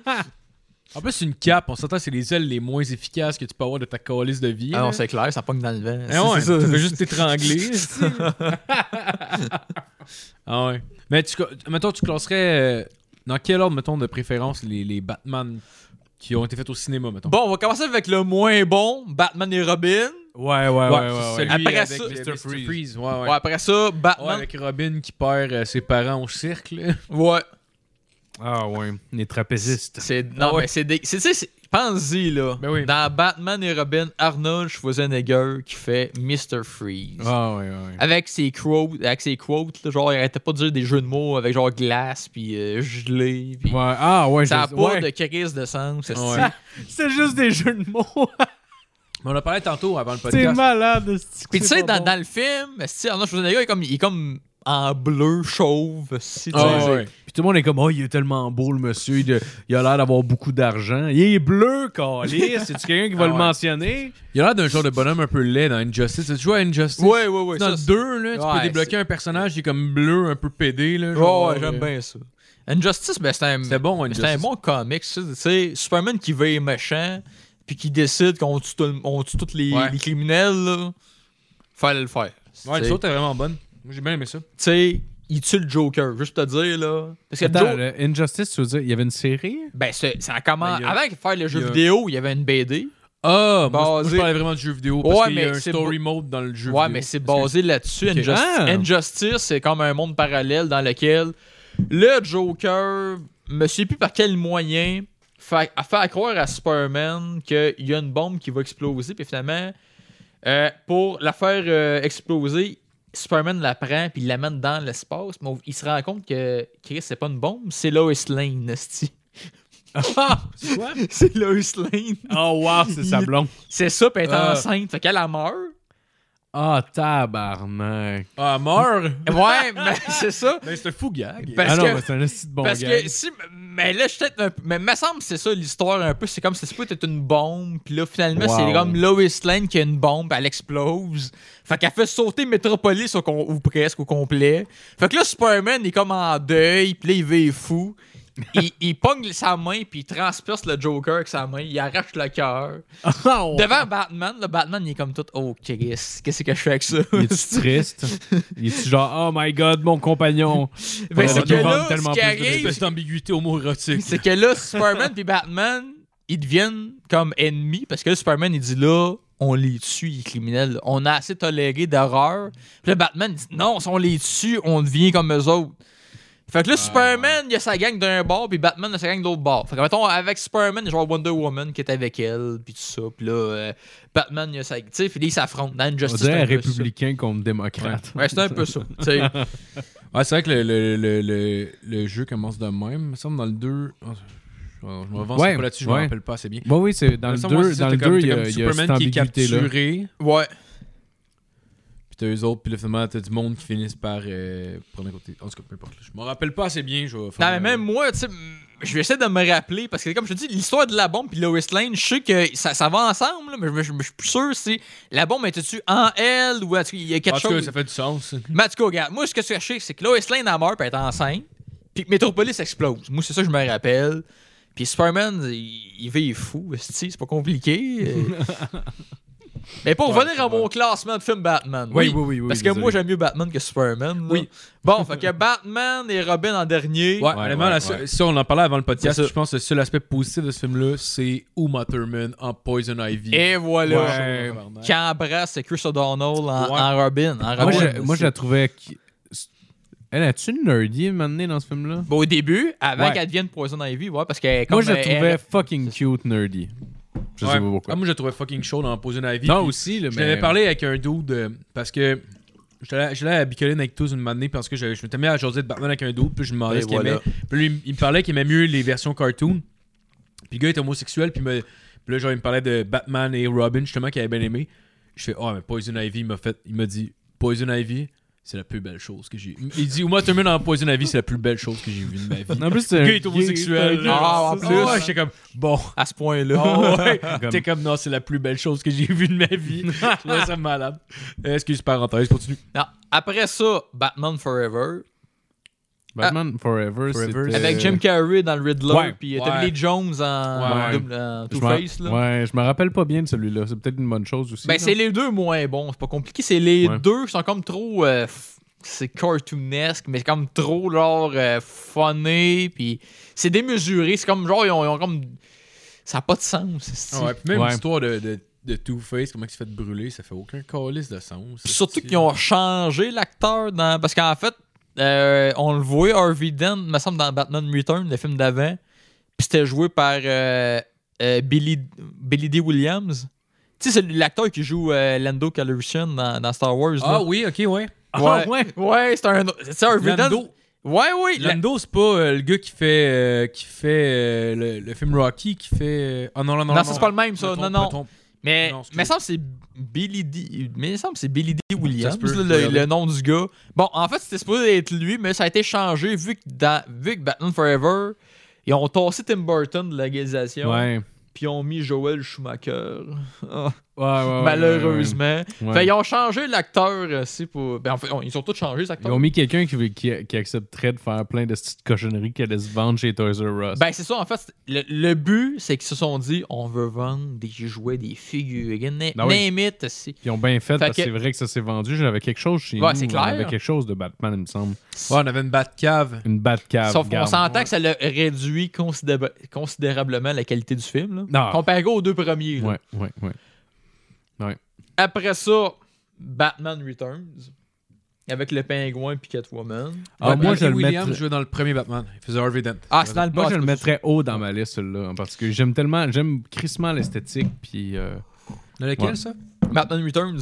Speaker 3: En plus, une cape, on s'entend, c'est les ailes les moins efficaces que tu peux avoir de ta calice de vie.
Speaker 5: Ah non,
Speaker 3: là.
Speaker 5: c'est clair, ça pogne dans le vent.
Speaker 3: Ah ouais,
Speaker 5: C'est ça.
Speaker 3: tu veux juste t'étrangler. esti. ah ouais. Mais tu, ca- mettons, tu classerais euh, dans quel ordre, mettons, de préférence les, les Batman qui ont été faits au cinéma, mettons.
Speaker 5: Bon, on va commencer avec le moins bon, Batman et Robin.
Speaker 4: Ouais, ouais, ouais. ouais,
Speaker 3: celui
Speaker 5: Après
Speaker 3: avec
Speaker 5: ça,
Speaker 3: euh,
Speaker 4: Mr.
Speaker 3: Mr. Freeze.
Speaker 4: Freeze.
Speaker 3: Ouais, ouais.
Speaker 5: Ouais, après ça,
Speaker 3: Ouais,
Speaker 5: Batman.
Speaker 3: avec Robin qui perd euh, ses parents au cirque. là.
Speaker 5: Ouais.
Speaker 4: Ah ouais, les trapézistes.
Speaker 5: C'est non, mais c'est des c'est tu sais, c'est- pensez là.
Speaker 3: Ah Ben oui.
Speaker 5: Dans Batman et Robin, Arnold Schwarzenegger qui fait Mr Freeze.
Speaker 4: Ah ouais, ouais.
Speaker 5: Avec ses quotes, avec ses quotes là, genre il arrêtait pas de dire des jeux de mots avec genre glace puis euh, gelé puis
Speaker 4: Ouais, ah ouais,
Speaker 5: ça a
Speaker 4: je-
Speaker 5: pas
Speaker 4: ouais.
Speaker 5: de crise de sens. c'est-
Speaker 3: Ouais.
Speaker 4: C'est juste des jeux de mots.
Speaker 3: Mais on en parlait tantôt avant le
Speaker 4: T'es
Speaker 3: podcast.
Speaker 4: malade.
Speaker 5: Puis tu sais dans, dans le film, si Arnold Schwarzenegger il est comme il est comme en bleu chauve, si tu sais,
Speaker 3: Ah
Speaker 5: c'est-
Speaker 3: ouais.
Speaker 4: Puis tout le monde est comme, oh, il est tellement beau, le monsieur. Il, il a l'air d'avoir beaucoup d'argent. Il est bleu, calé. C'est-tu quelqu'un qui va
Speaker 3: Ah
Speaker 4: le
Speaker 3: ouais.
Speaker 4: mentionner?
Speaker 3: Il a l'air d'un genre de bonhomme un peu laid dans Injustice. Tu joues à Injustice?
Speaker 5: Ouais, ouais, ouais.
Speaker 3: dans
Speaker 5: ça,
Speaker 3: le 2, là, tu
Speaker 5: Ouais,
Speaker 3: peux débloquer un personnage qui est comme bleu, un peu pédé. Là,
Speaker 5: c'est-
Speaker 3: genre,
Speaker 5: Ouais, ouais, j'aime
Speaker 3: euh,
Speaker 5: bien ça. Injustice, ben c'est un
Speaker 3: C'était bon,
Speaker 5: Mais
Speaker 3: Injustice.
Speaker 5: C'est un bon comic, ça. Tu sais, Superman qui veut les méchants, puis qui décide qu'on tue, tout le- on tue tous les,
Speaker 3: Ouais.
Speaker 5: les criminels, là. Fallait le faire.
Speaker 3: Ouais,
Speaker 5: tu
Speaker 3: les
Speaker 5: sais.
Speaker 3: autres étaient vraiment bonne. Moi, j'ai bien aimé ça.
Speaker 5: Tu sais, il tue le Joker, juste pour te dire, là. Parce que
Speaker 4: Attends,
Speaker 5: Jo-
Speaker 4: le Injustice, tu veux dire, il y avait une série?
Speaker 5: ben, c'est, c'est en comment...
Speaker 3: Ben, il y a-
Speaker 5: Avant de faire le jeu
Speaker 3: il y a-
Speaker 5: vidéo, il y avait une BD.
Speaker 3: Ah, moi, je-
Speaker 5: Basé-
Speaker 3: moi, je parlais vraiment du jeu vidéo. Parce
Speaker 5: Ouais,
Speaker 3: qu'il y a
Speaker 5: mais
Speaker 3: un
Speaker 5: c'est
Speaker 3: story mode dans le jeu vidéo.
Speaker 5: ouais, mais c'est basé là-dessus.
Speaker 4: Ok.
Speaker 5: Injusti-
Speaker 4: Ah!
Speaker 5: Injustice, c'est comme un monde parallèle dans lequel le Joker, me sais plus par quel moyen, fait, a fait croire à Superman qu'il y a une bombe qui va exploser, puis finalement, euh, pour la faire euh, exploser, Superman la prend puis il l'amène dans l'espace, mais il se rend compte que Chris, c'est pas une bombe, c'est Lois Lane, esti.
Speaker 4: Ah!
Speaker 3: C'est quoi?
Speaker 5: c'est Lois Lane.
Speaker 4: Oh, wow, c'est
Speaker 5: sa
Speaker 4: blonde.
Speaker 5: Ah, C'est ça, puis elle est
Speaker 3: Euh.
Speaker 5: enceinte, fait qu'elle elle meurt.
Speaker 4: Ah, tabarnak.
Speaker 3: Ah, mort!
Speaker 5: Ouais, mais c'est ça.
Speaker 3: Ben, c'est un fou gag.
Speaker 5: Parce
Speaker 4: ah non,
Speaker 5: que-
Speaker 4: mais c'est un esti de bon
Speaker 5: Parce
Speaker 4: gag.
Speaker 5: que si. Mais là, je suis peut-être. un peu- Mais me semble que c'est ça l'histoire un peu. C'est comme si c'était une bombe. Puis là, finalement,
Speaker 4: Wow.
Speaker 5: c'est comme Lois Lane qui a une bombe. Elle explose. Fait qu'elle fait sauter Metropolis au com- ou presque au complet. Fait que là, Superman est comme en deuil. Puis là, il vit fou. il, il pogne sa main. Puis il transperce le Joker avec sa main. Il arrache le cœur.
Speaker 4: Ah, ouais.
Speaker 5: Devant Batman, le Batman, il est comme tout. Oh, Chris, qu'est-ce que je fais avec ça?
Speaker 4: Il est triste? Il est genre, oh my god, mon compagnon?
Speaker 5: Ben, c'est
Speaker 3: On
Speaker 5: que
Speaker 3: nous vend
Speaker 5: là,
Speaker 4: tellement
Speaker 5: ce qui
Speaker 4: plus de
Speaker 3: Une
Speaker 5: arrive,
Speaker 3: espèce d'ambiguïté homo-érotique.
Speaker 5: C'est que là, Superman puis Batman, ils deviennent comme ennemis parce que là, Superman, il dit là, on les tue, les criminels. On a assez toléré d'horreur. Puis là, Batman il dit non, si on les tue, on devient comme eux autres. Fait
Speaker 4: Ah,
Speaker 5: que là, Superman, il a sa gang d'un bord, puis Batman a sa gang de l'autre bord. Fait que, mettons, avec Superman, il y a genre Wonder Woman qui est avec elle, puis tout ça. Puis là, euh, Batman, il a sa. Tu sais, puis là, ils s'affrontent dans une
Speaker 4: On
Speaker 5: justice.
Speaker 4: dirait un
Speaker 5: un peu ça.
Speaker 4: républicain contre démocrate.
Speaker 5: Ouais, c'est un peu ça. tu sais.
Speaker 3: Ouais, c'est vrai que le, le, le, le, le jeu commence de même. Il me semble dans le 2. Oh, je je me revends
Speaker 4: Ouais,
Speaker 3: pas là-dessus, je me
Speaker 4: ouais.
Speaker 3: rappelle pas assez bien.
Speaker 4: Bon, oui, c'est
Speaker 3: Il
Speaker 4: dans le
Speaker 3: me semble, moi,
Speaker 4: 2,
Speaker 3: c'est ça,
Speaker 4: dans le
Speaker 3: t'as comme-
Speaker 4: 2,
Speaker 3: t'as
Speaker 4: il y
Speaker 3: comme
Speaker 4: a, il y a cette
Speaker 3: Superman qui est
Speaker 4: ambiguïté-là.
Speaker 3: capturé.
Speaker 5: Ouais.
Speaker 3: Puis t'as eux autres, puis là, finalement, t'as du monde qui finissent par euh, prendre un côté. En tout cas, peu importe. là. Je m'en rappelle pas assez bien. Je vais faire- euh,
Speaker 5: Non, mais même moi, tu sais, mm, je vais essayer de me rappeler parce que, comme je te dis, l'histoire de la bombe puis Lois Lane, je sais que ça, ça va ensemble, là, mais je me- je me- je suis plus sûr si la bombe était-tu en elle ou est-ce qu'il y a quelque
Speaker 3: En tout cas,
Speaker 5: chose.
Speaker 3: ça fait du sens.
Speaker 5: Mais en tout cas, regarde, moi, ce que je sais, c'est que Lois Lane a meurt puis elle est enceinte, puis que Metropolis explose. Moi, c'est ça que je me rappelle. Puis Superman, il, il vit fou, esti, c'est pas compliqué. Euh, Mais pour
Speaker 3: Ouais,
Speaker 5: revenir à mon classement de film Batman.
Speaker 4: Oui, oui, oui. oui
Speaker 5: Parce que
Speaker 4: désolé.
Speaker 5: moi, j'aime mieux Batman que Superman. là.
Speaker 3: Oui.
Speaker 5: Bon, fait que Batman et Robin en dernier.
Speaker 3: Ouais,
Speaker 4: Ouais,
Speaker 3: honnêtement,
Speaker 4: ouais,
Speaker 3: la
Speaker 4: ouais.
Speaker 3: seule- ça, on en parlait avant le podcast.
Speaker 5: C'est ça.
Speaker 3: Je pense que le seul aspect positif de ce film-là, c'est Uma Thurman en Poison Ivy.
Speaker 5: Et voilà.
Speaker 4: Ouais.
Speaker 5: Qui embrasse Chris O'Donnell en,
Speaker 3: Ouais.
Speaker 5: en Robin. En
Speaker 4: Moi,
Speaker 5: Robin.
Speaker 4: je, moi, je la trouvais. qui- Elle a-tu une nerdy maintenant dans ce film-là?
Speaker 5: Bon, au début, avant
Speaker 4: Ouais.
Speaker 5: qu'elle devienne Poison Ivy, ouais, parce que comme
Speaker 4: Moi, je la
Speaker 5: euh,
Speaker 4: trouvais
Speaker 5: elle-
Speaker 4: fucking cute nerdy. Je
Speaker 3: Ouais.
Speaker 4: sais pas pourquoi.
Speaker 3: Ah, moi, je la trouvais fucking chaud dans Poison Ivy.
Speaker 4: non,
Speaker 3: puis
Speaker 4: aussi, là, mais.
Speaker 3: Je l'avais parlé avec un dude euh, parce que j'étais allé- j'étais allé à Bicoline avec tous une matinée parce que je, je m'étais mis à jaser de Batman avec un dude puis je me demandais
Speaker 5: Et
Speaker 3: ce qu'il
Speaker 5: voilà.
Speaker 3: aimait. Puis lui, il me parlait qu'il aimait mieux les versions cartoon. Puis le gars est homosexuel puis, il me, puis là genre il me parlait de Batman et Robin justement qu'il avait bien aimé. Je fais oh mais Poison Ivy il m'a fait il m'a dit Poison Ivy c'est la plus belle chose que j'ai. Il dit Uma Thurman en Poison Ivy c'est la plus belle chose que j'ai vue de ma vie.
Speaker 4: En plus, c'est
Speaker 3: Le
Speaker 4: un
Speaker 3: gars est homosexuel.
Speaker 4: gay,
Speaker 5: Ah, en
Speaker 4: c'est ça.
Speaker 5: plus.
Speaker 3: Oh, ouais, j'étais comme bon.
Speaker 5: à ce point-là.
Speaker 4: Ah
Speaker 3: Oh, ouais.
Speaker 4: Comme-
Speaker 3: T'es comme, non, c'est la plus belle chose que j'ai vue de ma vie. Je trouvais ça malade. Euh, Excuse, parenthèse, continue.
Speaker 5: Non, après ça, Batman Forever.
Speaker 4: Batman Forever,
Speaker 3: Forever,
Speaker 4: c'était-
Speaker 5: Avec Jim Carrey dans le Riddler,
Speaker 4: Euh. Ouais,
Speaker 5: puis
Speaker 3: ouais.
Speaker 5: Tommy Lee Jones en,
Speaker 4: Ouais.
Speaker 5: double-
Speaker 4: Je
Speaker 5: en
Speaker 4: m'en-
Speaker 5: Two-Face. là.
Speaker 4: Ouais, je me rappelle pas bien de celui-là. C'est peut-être une bonne chose aussi.
Speaker 5: Ben,
Speaker 4: là.
Speaker 5: c'est les deux moins bons. C'est pas compliqué. C'est les
Speaker 4: Ouais.
Speaker 5: deux qui sont comme trop. euh, f- c'est cartoonesque, mais c'est comme trop, genre, euh, funny. Puis c'est démesuré. C'est comme, genre, ils ont, ils ont comme. Ça n'a pas de sens. c'est-tu.
Speaker 3: Ouais, puis même
Speaker 4: Ouais.
Speaker 3: l'histoire de, de, de Two-Face, comment il s'est fait brûler, ça fait aucun calice de sens.
Speaker 5: Puis surtout
Speaker 3: c'est-
Speaker 5: qu'ils ont changé l'acteur dans. Parce qu'en fait, euh, on le voyait, Harvey Dent, me semble, dans Batman Return, le film d'avant. Puis c'était joué par euh, euh, Billy, Billy D. Williams. Tu sais, c'est l'acteur qui joue euh, Lando Calrissian dans, dans Star Wars. là.
Speaker 3: Ah oui, ok, ouais.
Speaker 4: Ah,
Speaker 5: ouais. Ouais, c'est un. C'est un
Speaker 3: Lando,
Speaker 5: Ouais, oui. la-
Speaker 3: Lando c'est pas euh, le gars qui fait, euh, qui fait euh, le, le film Rocky, qui fait. Ah non, non, non.
Speaker 5: Non, ça, c'est pas le même, ça.
Speaker 3: Me
Speaker 5: Non,
Speaker 3: trompe,
Speaker 5: non.
Speaker 3: me trompe.
Speaker 5: Mais,
Speaker 3: Non, excuse.
Speaker 5: mais il semble que c'est Billy D. Mais il semble que c'est Billy D.
Speaker 3: se
Speaker 5: Williams,
Speaker 3: peut,
Speaker 5: là,
Speaker 3: je vais
Speaker 5: le,
Speaker 3: regarder.
Speaker 5: le nom du gars. Bon, en fait, c'était supposé être lui, mais ça a été changé vu que, dans, vu que Batman Forever, ils ont tassé Tim Burton de l'organisation,
Speaker 4: Ouais.
Speaker 5: puis ils ont mis Joel Schumacher. Ah,
Speaker 4: Ouais, ouais, ouais,
Speaker 5: malheureusement.
Speaker 4: ouais, ouais.
Speaker 5: Fait, ils ont changé l'acteur, c'est pour. Ben, en fait, on- ils ont tous changé, les
Speaker 4: Ils
Speaker 5: acteurs.
Speaker 4: ont mis quelqu'un qui, qui, qui accepterait de faire plein de petites cochonneries qu'elle allait se vendre chez Toys R Us.
Speaker 5: Ben, c'est ça, en fait. Le, le but, c'est qu'ils se sont dit on veut vendre des jouets, des figurines, na-
Speaker 4: Ah oui.
Speaker 5: name it, c'est-
Speaker 4: Ils ont bien fait,
Speaker 5: Fait
Speaker 4: parce que
Speaker 5: que-
Speaker 4: c'est vrai que ça s'est vendu. J'avais quelque chose chez
Speaker 5: Ouais,
Speaker 4: nous.
Speaker 5: c'est clair.
Speaker 4: On avait quelque chose de Batman, il me semble.
Speaker 3: Ouais, on avait une Batcave.
Speaker 4: Une Batcave.
Speaker 5: Sauf qu'on
Speaker 4: garde.
Speaker 5: s'entend que ça l'a réduit considéra- considérablement la qualité du film. là.
Speaker 4: Non.
Speaker 5: Comparé aux deux premiers. là.
Speaker 4: Ouais, ouais, ouais.
Speaker 5: Après ça, Batman Returns. Avec le pingouin puis Catwoman.
Speaker 4: Ah, moi, je le
Speaker 3: Williams
Speaker 4: mettrais-
Speaker 3: jouait dans le premier Batman. Il faisait Harvey Dent.
Speaker 5: Ah, c'est dans le
Speaker 4: Moi,
Speaker 5: bas,
Speaker 4: je le
Speaker 5: c'est pas-
Speaker 4: mettrais haut dans ma liste, celui-là. hein, Parce que j'aime tellement, j'aime crissement l'esthétique. Puis. euh,
Speaker 3: Dans lequel,
Speaker 4: Ouais.
Speaker 3: ça
Speaker 5: Batman Returns.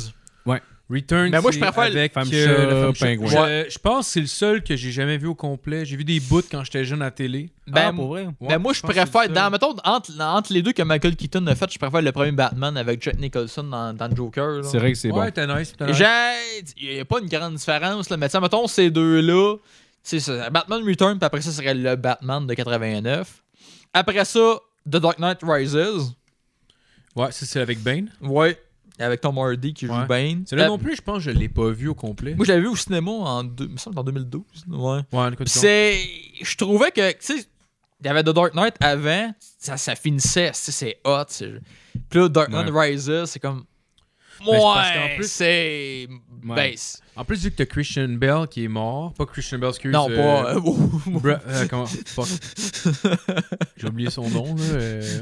Speaker 3: Return.
Speaker 5: Mais moi, je
Speaker 3: c'est
Speaker 5: préfère
Speaker 3: avec
Speaker 4: Femme
Speaker 3: euh,
Speaker 4: chat,
Speaker 3: la femme chat.
Speaker 4: Pingouin.
Speaker 3: Je- Je pense que c'est le seul que j'ai jamais vu au complet. J'ai vu des bouts quand j'étais jeune à la télé.
Speaker 5: Ben,
Speaker 4: ah, pour vrai?
Speaker 5: ben,
Speaker 3: Ouais,
Speaker 5: moi, je
Speaker 3: pense que c'est
Speaker 5: préfère.
Speaker 3: le
Speaker 5: Dans,
Speaker 3: seul.
Speaker 5: mettons, entre, entre les deux que Michael Keaton a fait, je préfère le premier Batman avec Jack Nicholson dans, dans le Joker. là.
Speaker 4: C'est vrai que c'est
Speaker 3: Ouais, t'es nice. t'es nice.
Speaker 5: J'ai. Il n'y a pas une grande différence, là, mais tiens, mettons ces deux-là. tu sais, ça- Batman Return, puis après ça, ce serait le Batman de 89. Après ça, The Dark Knight Rises.
Speaker 3: Ouais, ça, c'est avec Bane.
Speaker 5: Ouais. Avec Tom Hardy qui
Speaker 3: Ouais.
Speaker 5: joue Bane.
Speaker 3: Celui-là
Speaker 5: Euh,
Speaker 3: non plus, je pense que je l'ai pas vu au complet.
Speaker 5: Moi, je l'avais vu au cinéma en, deux, il me semble, en 2012. Ouais.
Speaker 3: Ouais, écoute,
Speaker 5: Puis c'est. Je trouvais que, tu sais, il y avait The Dark Knight avant, ça, ça finissait, tu sais, c'est hot. c'est- Puis là, Dark Knight Rises, c'est comme.
Speaker 3: Ben, c'est parce qu'en
Speaker 5: Ouais,
Speaker 3: plus-
Speaker 5: c'est.
Speaker 3: Ouais.
Speaker 5: Base.
Speaker 3: En plus, vu que t'as Christian Bell qui est mort, pas Christian Bell, excuse.
Speaker 5: Non,
Speaker 3: euh,
Speaker 5: pas.
Speaker 3: Bra- euh, comment Fuck. J'ai oublié son nom, là. euh,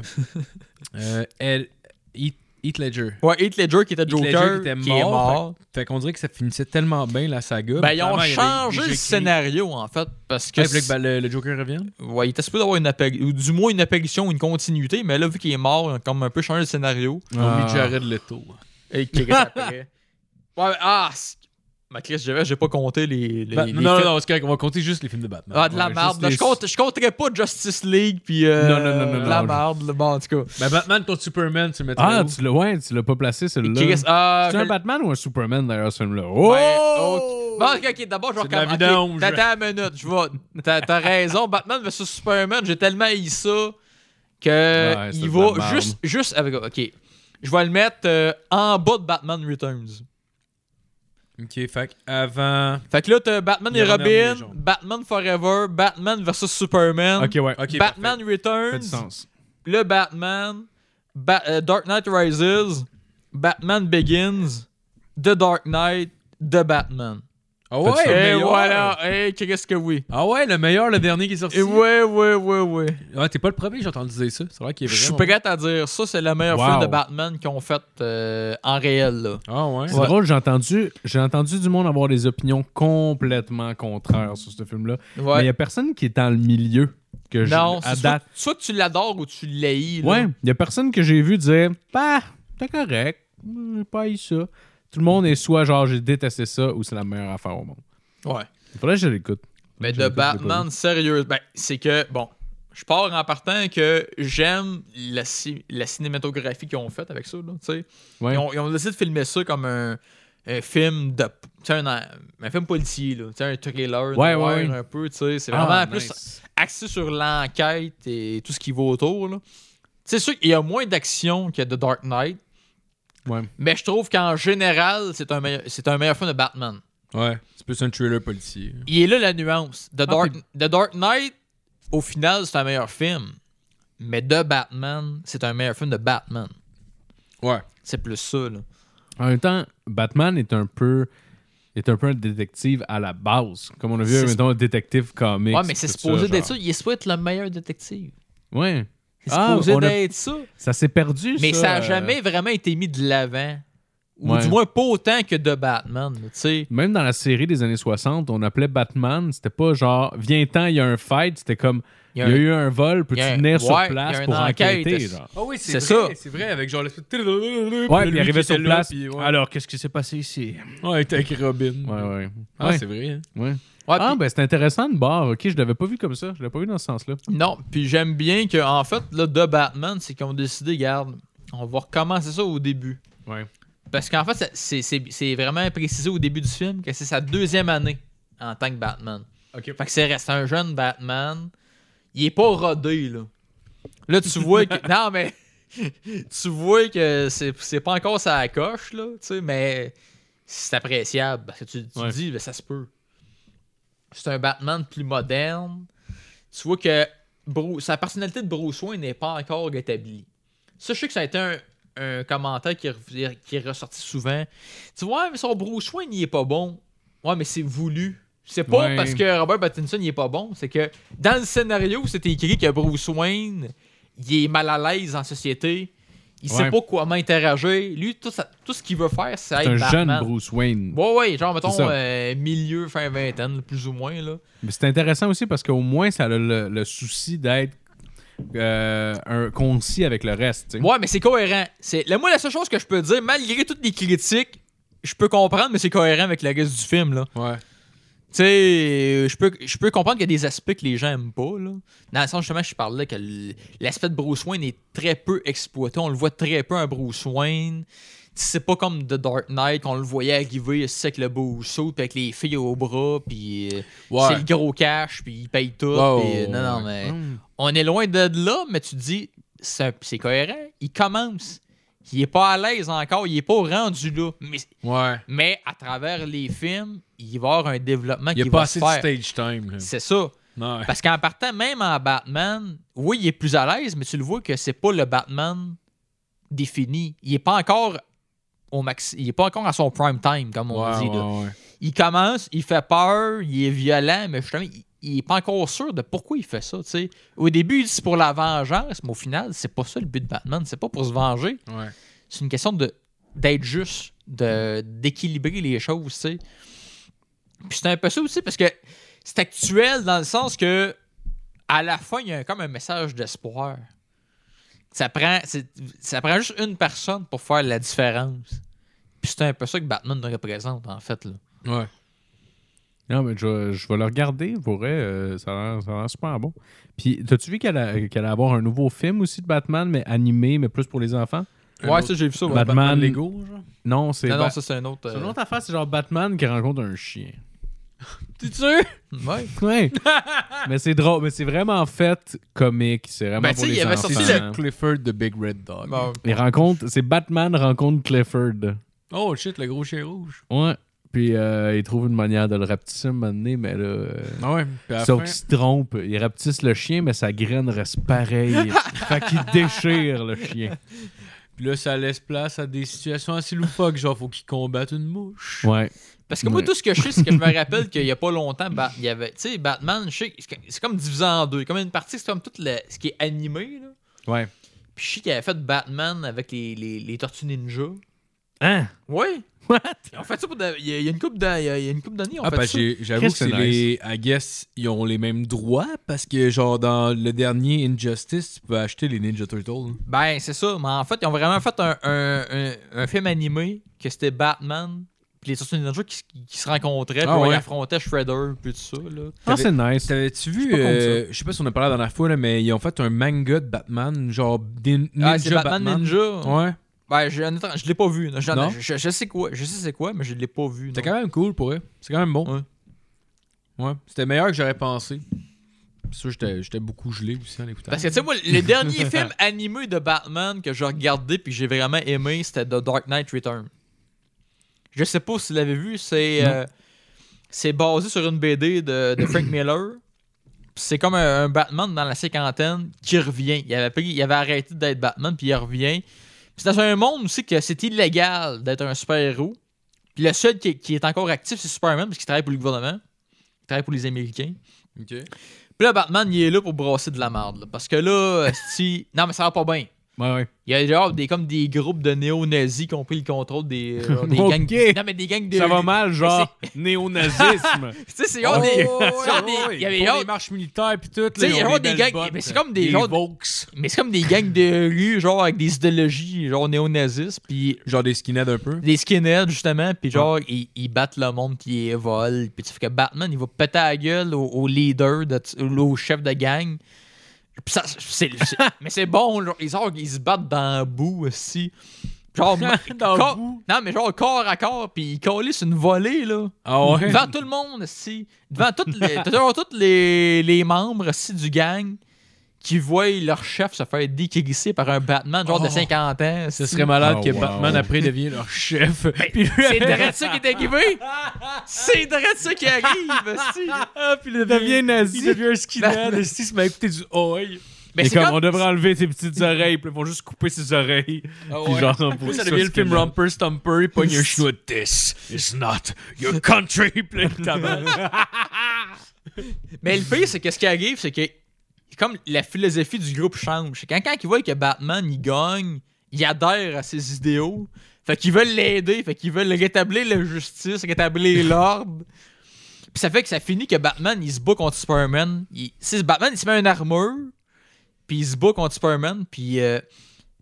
Speaker 3: euh, El- Heath- Heath Ledger.
Speaker 5: Ouais, Heath Ledger qui était
Speaker 3: Heath
Speaker 5: Joker,
Speaker 3: Ledger
Speaker 5: qui est mort.
Speaker 3: Fait qu'on dirait que ça finissait tellement bien la saga.
Speaker 5: Ben,
Speaker 3: mais
Speaker 5: ils ont
Speaker 3: clairement, il y avait- il
Speaker 5: changé
Speaker 3: y
Speaker 5: le
Speaker 3: avait-
Speaker 5: scénario, en fait, parce que...
Speaker 3: Ouais, puis là, que, ben, le, le Joker revient.
Speaker 5: Ouais, il était supposé avoir une apparition, ou du moins une apparition, une continuité, mais là, vu qu'il est mort, ils ont comme un peu changé le scénario.
Speaker 3: On
Speaker 4: Ah.
Speaker 3: met Jared Leto.
Speaker 5: Et qu'il reste après. Ouais, mais- ah! c'est- Ma Chris, j'avais, j'ai pas compté les... les-
Speaker 3: Ben,
Speaker 5: les
Speaker 3: non, non,
Speaker 5: faits.
Speaker 3: non, c'est correct. On va compter juste les films de Batman.
Speaker 5: Ah, de la
Speaker 3: Ouais,
Speaker 5: merde.
Speaker 3: juste
Speaker 5: là,
Speaker 3: les-
Speaker 5: je, compte, je compterais pas Justice League, puis... euh,
Speaker 4: Non, non, non, non,
Speaker 5: de la
Speaker 4: non,
Speaker 5: merde, là, bon, en tout cas.
Speaker 3: Ben, Batman contre Superman, tu le mettrais
Speaker 4: Ah,
Speaker 3: où?
Speaker 4: tu l'as ouais, tu l'as pas placé, celui-là.
Speaker 5: Qui reste- ah,
Speaker 4: C'est
Speaker 5: je-
Speaker 4: un Batman ou un Superman derrière ce film-là?
Speaker 5: Ouais,
Speaker 4: Oh!
Speaker 5: oh! Bon, ok, ok, d'abord, je vais
Speaker 3: C'est de la
Speaker 5: recommencer.
Speaker 3: vidange.
Speaker 5: Ok, T'attends une minute, je vais. T'as, t'as raison, Batman vs Superman, j'ai tellement haï ça que
Speaker 4: Ouais, c'est
Speaker 5: il
Speaker 4: de la
Speaker 5: va
Speaker 4: merde.
Speaker 5: juste, juste avec. Ok, je vais le mettre euh, en bas de Batman Returns.
Speaker 3: Ok, fait que avant.
Speaker 5: Fait que là, t'as Batman
Speaker 3: Il
Speaker 5: et
Speaker 3: remet en
Speaker 5: Robin,
Speaker 3: liaison.
Speaker 5: Batman Forever, Batman vs Superman,
Speaker 4: Ok, ouais.
Speaker 3: Ok,
Speaker 5: Batman
Speaker 4: Fait du
Speaker 5: Returns,
Speaker 4: sens.
Speaker 5: le Batman, Ba- euh, Dark Knight Rises, Batman Begins, The Dark Knight, The Batman.
Speaker 3: Ah ouais,
Speaker 5: Et
Speaker 3: le meilleur.
Speaker 5: voilà, et qu'est-ce que oui.
Speaker 3: Ah ouais, le meilleur, le dernier qui est sorti.
Speaker 5: Et ouais, ouais, ouais, ouais.
Speaker 3: Ouais, t'es pas le premier que j'ai entendu dire ça. C'est vrai qu'il est
Speaker 5: Je suis
Speaker 3: vraiment.
Speaker 5: prêt à dire, ça, c'est le meilleur
Speaker 4: Wow.
Speaker 5: film de Batman qu'ils ont fait euh, en réel, là.
Speaker 3: Ah ouais.
Speaker 4: C'est drôle, j'ai entendu, j'ai entendu du monde avoir des opinions complètement contraires sur ce film-là. Mais il n'y
Speaker 5: Ouais.
Speaker 4: a personne qui est dans le milieu que je,
Speaker 5: non,
Speaker 4: à
Speaker 5: c'est
Speaker 4: date.
Speaker 5: soit, soit que tu l'adores ou tu l'haïs, là.
Speaker 4: Ouais, il n'y a personne que j'ai vu dire Bah, t'es correct, Hmm, j'ai pas eu ça. Tout le monde est soit genre j'ai détesté ça ou c'est la meilleure affaire au monde.
Speaker 5: Ouais.
Speaker 4: Il faudrait que je l'écoute.
Speaker 5: Mais
Speaker 4: Je
Speaker 5: de
Speaker 4: l'écoute, je l'ai pas vu.
Speaker 5: Batman, sérieux, ben, c'est que, bon, je pars en partant que j'aime la, ci- la cinématographie qu'ils ont faite avec ça, là, tu sais.
Speaker 4: Ouais.
Speaker 5: Ils, ont, ils ont décidé de filmer ça comme un, un film de... tu sais, Un, un film policier, là. tu sais, Un thriller
Speaker 4: Ouais,
Speaker 5: noir,
Speaker 4: ouais, ouais.
Speaker 5: un peu, tu sais. C'est vraiment
Speaker 4: Ah,
Speaker 5: plus
Speaker 4: nice.
Speaker 5: axé sur l'enquête et tout ce qui va autour. là. C'est sûr qu'il y a moins d'action que The Dark Knight,
Speaker 4: Ouais.
Speaker 5: mais je trouve qu'en général, c'est un, meilleur- c'est un meilleur film de Batman.
Speaker 3: Ouais. C'est C'est plus un thriller policier.
Speaker 5: Il est là la nuance. The, Dark,
Speaker 4: Ah, puis-
Speaker 5: The Dark Knight, au final, c'est un meilleur film. Mais The Batman, c'est un meilleur film de Batman.
Speaker 3: Ouais.
Speaker 5: C'est plus ça, là.
Speaker 4: En même temps, Batman est un peu est un peu un détective à la base. Comme on a vu,
Speaker 5: C'est-
Speaker 4: mettons, un détective comics.
Speaker 5: ouais, mais c'est
Speaker 4: tout
Speaker 5: supposé d'être ça.
Speaker 4: genre.
Speaker 5: Il est supposé être le meilleur détective.
Speaker 4: Ouais.
Speaker 5: C'est
Speaker 4: Ah,
Speaker 5: supposé
Speaker 4: on a-
Speaker 5: d'être ça.
Speaker 4: Ça s'est perdu,
Speaker 5: Mais ça
Speaker 4: euh,
Speaker 5: n'a jamais vraiment été mis de l'avant. Ou
Speaker 4: Ouais.
Speaker 5: du moins pas autant que The Batman, tu sais.
Speaker 4: Même dans la série des années 60, on appelait Batman, c'était pas genre « Viens-t'en, il y a un fight », c'était comme « Il y a eu un vol, peux-tu
Speaker 5: il y a un-
Speaker 4: venir sur
Speaker 5: ouais, il y
Speaker 4: place
Speaker 5: a une
Speaker 4: pour
Speaker 5: enquête,
Speaker 4: enquêter? »
Speaker 5: est-ce-
Speaker 4: genre.
Speaker 3: Ah oui,
Speaker 5: c'est
Speaker 3: vrai,
Speaker 5: ça.
Speaker 3: C'est vrai, avec genre le.
Speaker 4: Ouais,
Speaker 3: Ouais,
Speaker 4: puis arrivé sur place.
Speaker 3: ouais.
Speaker 4: Alors, qu'est-ce qui s'est passé ici?
Speaker 3: Ouais, il était avec Robin.
Speaker 4: Ouais, ouais.
Speaker 3: Ah,
Speaker 4: Ouais,
Speaker 3: c'est vrai. hein.
Speaker 4: ouais.
Speaker 5: Ouais,
Speaker 4: Ah,
Speaker 5: puis-
Speaker 4: ben c'est intéressant de bord. Ok, je l'avais pas vu comme ça. Je l'avais pas vu dans ce sens-là.
Speaker 5: Non, puis j'aime bien que en fait, là, de Batman, c'est qu'ils ont décidé, garde, on va recommencer ça au début.
Speaker 4: Ouais.
Speaker 5: Parce qu'en fait, ça- c'est- c'est c'est vraiment précisé au début du film que c'est sa deuxième année en tant que Batman.
Speaker 4: Ok.
Speaker 5: Fait que c'est resté un jeune Batman. Il est pas rodé, là. Là, tu vois que. non, mais. tu vois que c'est c'est pas encore sa coche, là, tu sais, mais c'est appréciable. Parce que tu, tu
Speaker 4: Ouais.
Speaker 5: dis, ben, ça se peut. C'est un Batman plus moderne. Tu vois que Bru- sa personnalité de Bruce Wayne n'est pas encore établie. Ça, je sais que ça a été un, un commentaire qui, est rev- qui est ressorti souvent. Tu vois, mais son Bruce Wayne, il est pas bon. Ouais, mais c'est voulu. C'est pas
Speaker 4: Ouais.
Speaker 5: parce que Robert Pattinson, il est pas bon. C'est que dans le scénario, c'était écrit que Bruce Wayne, il est mal à l'aise en société. Il
Speaker 4: Ouais.
Speaker 5: sait pas comment interagir. Lui, tout, ça- tout ce qu'il veut faire, c'est
Speaker 4: C'est
Speaker 5: être
Speaker 4: un
Speaker 5: Batman.
Speaker 4: jeune Bruce Wayne.
Speaker 5: Ouais, ouais, genre, mettons,
Speaker 4: C'est ça.
Speaker 5: euh, milieu, fin vingtaine, plus ou moins, là.
Speaker 4: Mais c'est intéressant aussi parce qu'au moins, ça a le, le souci d'être euh, un- concis avec le reste. tu sais.
Speaker 5: Ouais, mais c'est cohérent. C'est là, moi la seule chose que je peux dire, malgré toutes les critiques, je peux comprendre, mais c'est cohérent avec le reste du film là.
Speaker 3: Ouais.
Speaker 5: Tu sais, euh, je peux, je peux comprendre qu'il y a des aspects que les gens aiment pas là. Dans le sens justement, je parlais que l- l'aspect de Bruce Wayne est très peu exploité. On le voit très peu un Bruce Wayne. C'est pas comme The Dark Knight qu'on le voyait arriver c'est avec le beau saut, puis avec les filles au bras, puis euh, c'est le gros cash, puis il paye tout.
Speaker 3: Ouais,
Speaker 5: puis,
Speaker 3: ouais,
Speaker 5: non, non,
Speaker 3: ouais.
Speaker 5: mais on est loin de là, mais tu te dis, c'est un- c'est cohérent. Il commence. Il est pas à l'aise encore. Il est pas rendu là. Mais,
Speaker 3: Ouais.
Speaker 5: mais à travers les films, il va y avoir un développement
Speaker 3: Il y
Speaker 5: qui
Speaker 3: a pas
Speaker 5: va
Speaker 3: assez
Speaker 5: se
Speaker 3: de
Speaker 5: faire.
Speaker 3: stage time. là.
Speaker 5: C'est ça.
Speaker 3: Non, ouais.
Speaker 5: Parce qu'en partant, même en Batman, oui, il est plus à l'aise, mais tu le vois que c'est pas le Batman défini. Il est pas encore au maxi... Il est pas encore à son prime time, comme on
Speaker 3: Ouais,
Speaker 5: dit. là.
Speaker 3: ouais, ouais.
Speaker 5: Il commence, il fait peur, il est violent, mais justement, il, il est pas encore sûr de pourquoi il fait ça. tu sais. Au début, il dit c'est pour la vengeance, mais au final, c'est pas ça le but de Batman. C'est pas pour se venger.
Speaker 3: Ouais.
Speaker 5: C'est une question de d'être juste, de d'équilibrer les choses. tu sais. Puis c'est un peu ça aussi parce que c'est actuel dans le sens que à la fin, il y a comme un message d'espoir. Ça prend, c'est- ça prend juste une personne pour faire la différence. Puis c'est un peu ça que Batman représente, en fait. Là.
Speaker 3: Ouais.
Speaker 4: Non, mais je, je vais le regarder. Pour vrai, euh, ça a l'air- ça a l'air super bon. Puis, t'as-tu vu qu'elle a- qu'elle allait avoir un nouveau film aussi de Batman, mais animé, mais plus pour les enfants?
Speaker 3: Un
Speaker 5: Ouais,
Speaker 3: autre-
Speaker 5: ça, j'ai vu ça. ouais.
Speaker 4: Batman-
Speaker 3: Lego, genre.
Speaker 4: Non, c'est.
Speaker 5: Non,
Speaker 4: Ba-
Speaker 5: non, ça, c'est un autre.
Speaker 4: c'est
Speaker 5: euh,
Speaker 4: une autre affaire, c'est genre Batman qui rencontre un chien.
Speaker 3: T'es sûr?
Speaker 5: Ouais.
Speaker 4: Ouais. mais c'est drôle, mais c'est vraiment fait comique. C'est vraiment
Speaker 5: Ben,
Speaker 4: pour
Speaker 5: tu sais,
Speaker 4: les
Speaker 5: il y avait
Speaker 4: enfants.
Speaker 5: sorti
Speaker 3: C'est Clifford de Big Red Dog.
Speaker 5: Bon.
Speaker 4: Les rencontres, c'est Batman rencontre Clifford.
Speaker 3: Oh shit, le gros chien rouge.
Speaker 4: Ouais. Puis euh, il trouve une manière de le rapetisser un moment donné, mais là. euh,
Speaker 3: Ah ouais. Puis à la
Speaker 4: Sauf
Speaker 3: fin-
Speaker 4: qu'il se trompe. Il rapetisse le chien, mais sa graine reste pareille. fait qu'il déchire le chien.
Speaker 3: Puis là, ça laisse place à des situations assez loufoques, genre faut qu'il combatte une mouche.
Speaker 4: Ouais.
Speaker 5: Parce que moi,
Speaker 4: Ouais.
Speaker 5: tout ce que je sais, c'est que je me rappelle qu'il y a pas longtemps, Bat- il y avait. Tu sais, Batman, je sais, que c'est- c'est comme divisé en deux. Comme une partie, c'est comme tout le- ce qui est animé. Là.
Speaker 4: Ouais.
Speaker 5: Puis je sais qu'il avait fait Batman avec les, les, les Tortues Ninja.
Speaker 4: Hein?
Speaker 5: Ouais.
Speaker 4: What?
Speaker 5: On fait ça pour. de- Il y a il y a une coupe d'années. Il y a une couple d'années, on
Speaker 3: Ah,
Speaker 5: fait
Speaker 3: parce
Speaker 5: ça.
Speaker 3: que j'ai- j'avoue que
Speaker 4: Chris,
Speaker 3: c'est
Speaker 4: c'est
Speaker 3: les. I guess, ils ont les mêmes droits parce que, genre, dans le dernier Injustice, tu peux acheter les Ninja Turtles. hein.
Speaker 5: Ben, c'est ça. Mais en fait, ils ont vraiment fait un, un, un, un film animé que c'était Batman. Puis les Tortues Ninja qui, s- qui se rencontraient. Puis
Speaker 3: Ah
Speaker 5: ouais,
Speaker 3: ouais.
Speaker 5: ils affrontaient Shredder. Puis tout ça. Là.
Speaker 4: Ah, c'est nice.
Speaker 3: T'avais-tu
Speaker 4: suis
Speaker 3: vu,
Speaker 4: pas contre
Speaker 3: euh, je sais pas si on a parlé dans la fois, là, mais ils ont fait un manga de Batman, genre des Ninja
Speaker 5: ah, c'est Batman, Ninja.
Speaker 3: Ouais.
Speaker 5: Ben, je, honnêtement, je l'ai pas vu. J'en-
Speaker 3: Non?
Speaker 5: Je, je sais quoi, je sais c'est quoi, mais je l'ai pas vu. non.
Speaker 3: C'était quand même cool pour eux. C'est quand même bon.
Speaker 5: Ouais.
Speaker 3: Ouais. C'était meilleur que j'aurais pensé. Puis ça, j'étais j'étais beaucoup gelé aussi en l'écoutant.
Speaker 5: Parce que tu sais, moi, le dernier film animé de Batman que j'ai regardé puis que j'ai vraiment aimé, c'était The Dark Knight Return. Je sais pas si vous l'avez vu, c'est. euh, C'est basé sur une BD de, de Frank Miller. Puis C'est comme un, un Batman dans la cinquantaine qui revient. Il avait, pris- il avait arrêté d'être Batman, puis il revient. Puis C'est dans un monde aussi que c'est illégal d'être un super-héros. Puis le seul qui, qui est encore actif, c'est Superman, parce qu'il travaille pour le gouvernement. Il travaille pour les Américains.
Speaker 3: Ok.
Speaker 5: Puis là, Batman, il est là pour brasser de la merde. là. parce que là, si. Non, mais ça va pas bien.
Speaker 4: Ouais, ouais.
Speaker 5: Il y a genre des, comme des groupes de néo-nazis qui ont pris le contrôle des, euh, des
Speaker 4: Ok.
Speaker 5: gangs. Non, mais des gangs de.
Speaker 4: Ça va mal, genre néonazisme.
Speaker 5: Tu sais, c'est
Speaker 3: Oh,
Speaker 5: genre des. c'est genre des- il y avait genre-
Speaker 3: des marches militaires puis tout.
Speaker 5: Tu sais, il y a genre des gangs. Mais c'est comme des. genre-
Speaker 3: Vokes.
Speaker 5: mais c'est comme des gangs de rue, genre avec des idéologies, genre néo-nazistes. Puis
Speaker 3: Genre des skinheads un peu.
Speaker 5: des skinheads, justement. Puis genre, ils, ils battent le monde, puis ils volent. Puis tu fais que Batman, il va péter la gueule au, au leader, de, au chef de gang. Puis ça, c'est- c'est- mais c'est bon, genre, ils, ont- ils se battent dans le bout aussi. Genre,
Speaker 3: Dans le
Speaker 5: corps-
Speaker 3: bout.
Speaker 5: non, mais genre corps à corps, puis ils collissent une volée, là.
Speaker 3: Ah ouais.
Speaker 5: Devant tout le monde, si. Devant toutes les, devant tous les, les membres si, du gang qui voient leur chef se faire décrisser par un Batman, genre de
Speaker 3: Oh.
Speaker 5: 50 ans.
Speaker 3: Ce
Speaker 5: si.
Speaker 3: serait malade
Speaker 4: Oh,
Speaker 3: que
Speaker 4: wow.
Speaker 3: Batman après devienne leur chef. Puis lui-
Speaker 5: Ben, C'est de ça qui est arrivé! C'est de ça qui arrive! si.
Speaker 3: Ah, puis il devient nazi. Il devient un
Speaker 5: skinhead,
Speaker 3: skinhead. Si, il se met à écouter du oi.
Speaker 5: Mais
Speaker 4: Et
Speaker 5: c'est
Speaker 4: comme,
Speaker 5: comme-
Speaker 4: on devrait enlever ses petites oreilles, puis ils vont juste couper ses oreilles.
Speaker 5: Ah
Speaker 4: Puis genre, pour
Speaker 3: Ça
Speaker 4: que
Speaker 3: devient le
Speaker 4: ce
Speaker 3: film
Speaker 4: que-
Speaker 3: Romper Stomper. Il pogne un chinois. This is not your country. Puis là, il tabasse.
Speaker 5: Mais le pire, c'est que ce qui arrive, c'est que comme la philosophie du groupe change. C'est Quand, quand ils voient que Batman, il gagne, il adhère à ses idéaux. Fait qu'ils veulent l'aider, fait qu'ils veulent rétablir la justice, rétablir l'ordre. Puis ça fait que ça finit que Batman, il se bat contre Superman. Il, si Batman, il se met une armure, puis il se bat contre Superman. Puis euh,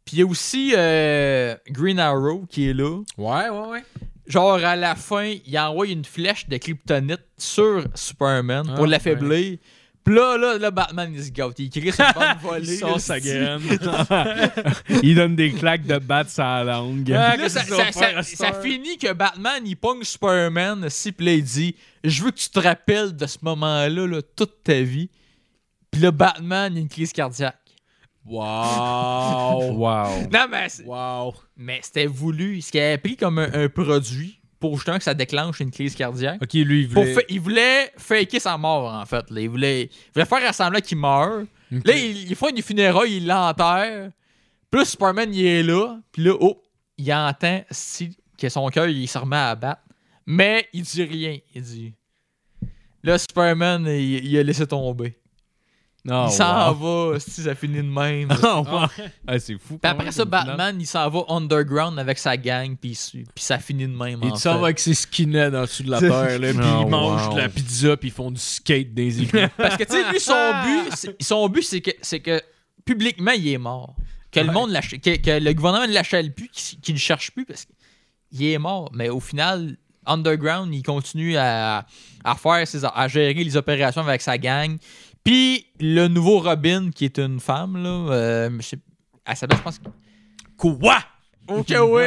Speaker 5: puis il y a aussi euh, Green Arrow qui est là.
Speaker 3: Ouais, ouais, ouais.
Speaker 5: Genre, à la fin, il envoie une flèche de kryptonite sur Superman
Speaker 3: Ah,
Speaker 5: pour l'affaiblir. Puis là, là, là, Batman, il se gâte. Il crie sur une bonne volée.
Speaker 3: Il sort sa
Speaker 5: là,
Speaker 3: graine.
Speaker 4: Il donne des claques de batte à la langue.
Speaker 3: Ah,
Speaker 5: Puis là, ça,
Speaker 3: Qu'est-ce qu'ils vont
Speaker 5: ça-
Speaker 3: faire
Speaker 5: ça-
Speaker 3: à
Speaker 5: ça
Speaker 3: Star?
Speaker 5: finit que Batman, il pogne Superman, si, puis là, il dit Je veux que tu te rappelles de ce moment-là, là, toute ta vie. Puis là, Batman, il a une crise cardiaque.
Speaker 3: Wow.
Speaker 4: Oh, Wow.
Speaker 5: Non, mais, c'est-
Speaker 3: Wow.
Speaker 5: mais c'était voulu. Ce qu'il avait pris comme un, un produit pour justement que ça déclenche une crise cardiaque.
Speaker 3: Ok, lui, il
Speaker 5: Pour
Speaker 3: voulait.
Speaker 5: fa- il voulait faker sa mort, en fait. là. Il, voulait, il voulait faire semblant qu'il meurt.
Speaker 3: Ok.
Speaker 5: Là, il, il fait une funéraille, il l'enterre. Puis là, Superman, il est là. Puis là, oh, il entend si, que son cœur, il se remet à battre. Mais il dit rien. Il dit. Là, Superman, il, il a laissé tomber.
Speaker 3: Ah,
Speaker 4: Non.
Speaker 5: il s'en va, si ça finit de même. Puis
Speaker 4: Ah, c'est fou.
Speaker 5: après ça, Batman, il s'en va underground avec sa gang, puis il se- puis ça finit de même.
Speaker 3: Il
Speaker 5: en
Speaker 3: s'en
Speaker 5: fait.
Speaker 3: va avec ses skinheads en dessous de la terre, là, puis
Speaker 4: Oh,
Speaker 3: ils mangent
Speaker 4: wow.
Speaker 3: de la pizza, puis ils font du skate dans les égouts.
Speaker 5: Parce que, tu sais, lui, son but, c'est- son but, c'est que, c'est que publiquement, il est mort. Que le monde lâche- que, que le gouvernement ne l'achète plus, qu'il qu'il ne le cherche plus, parce qu'il est mort. Mais au final, Underground, il continue à, à faire ses, à gérer les opérations avec sa gang. Puis le nouveau Robin, qui est une femme, là, euh, je sais- elle s'appelle, je pense.
Speaker 3: Quoi?
Speaker 5: Ok, oui!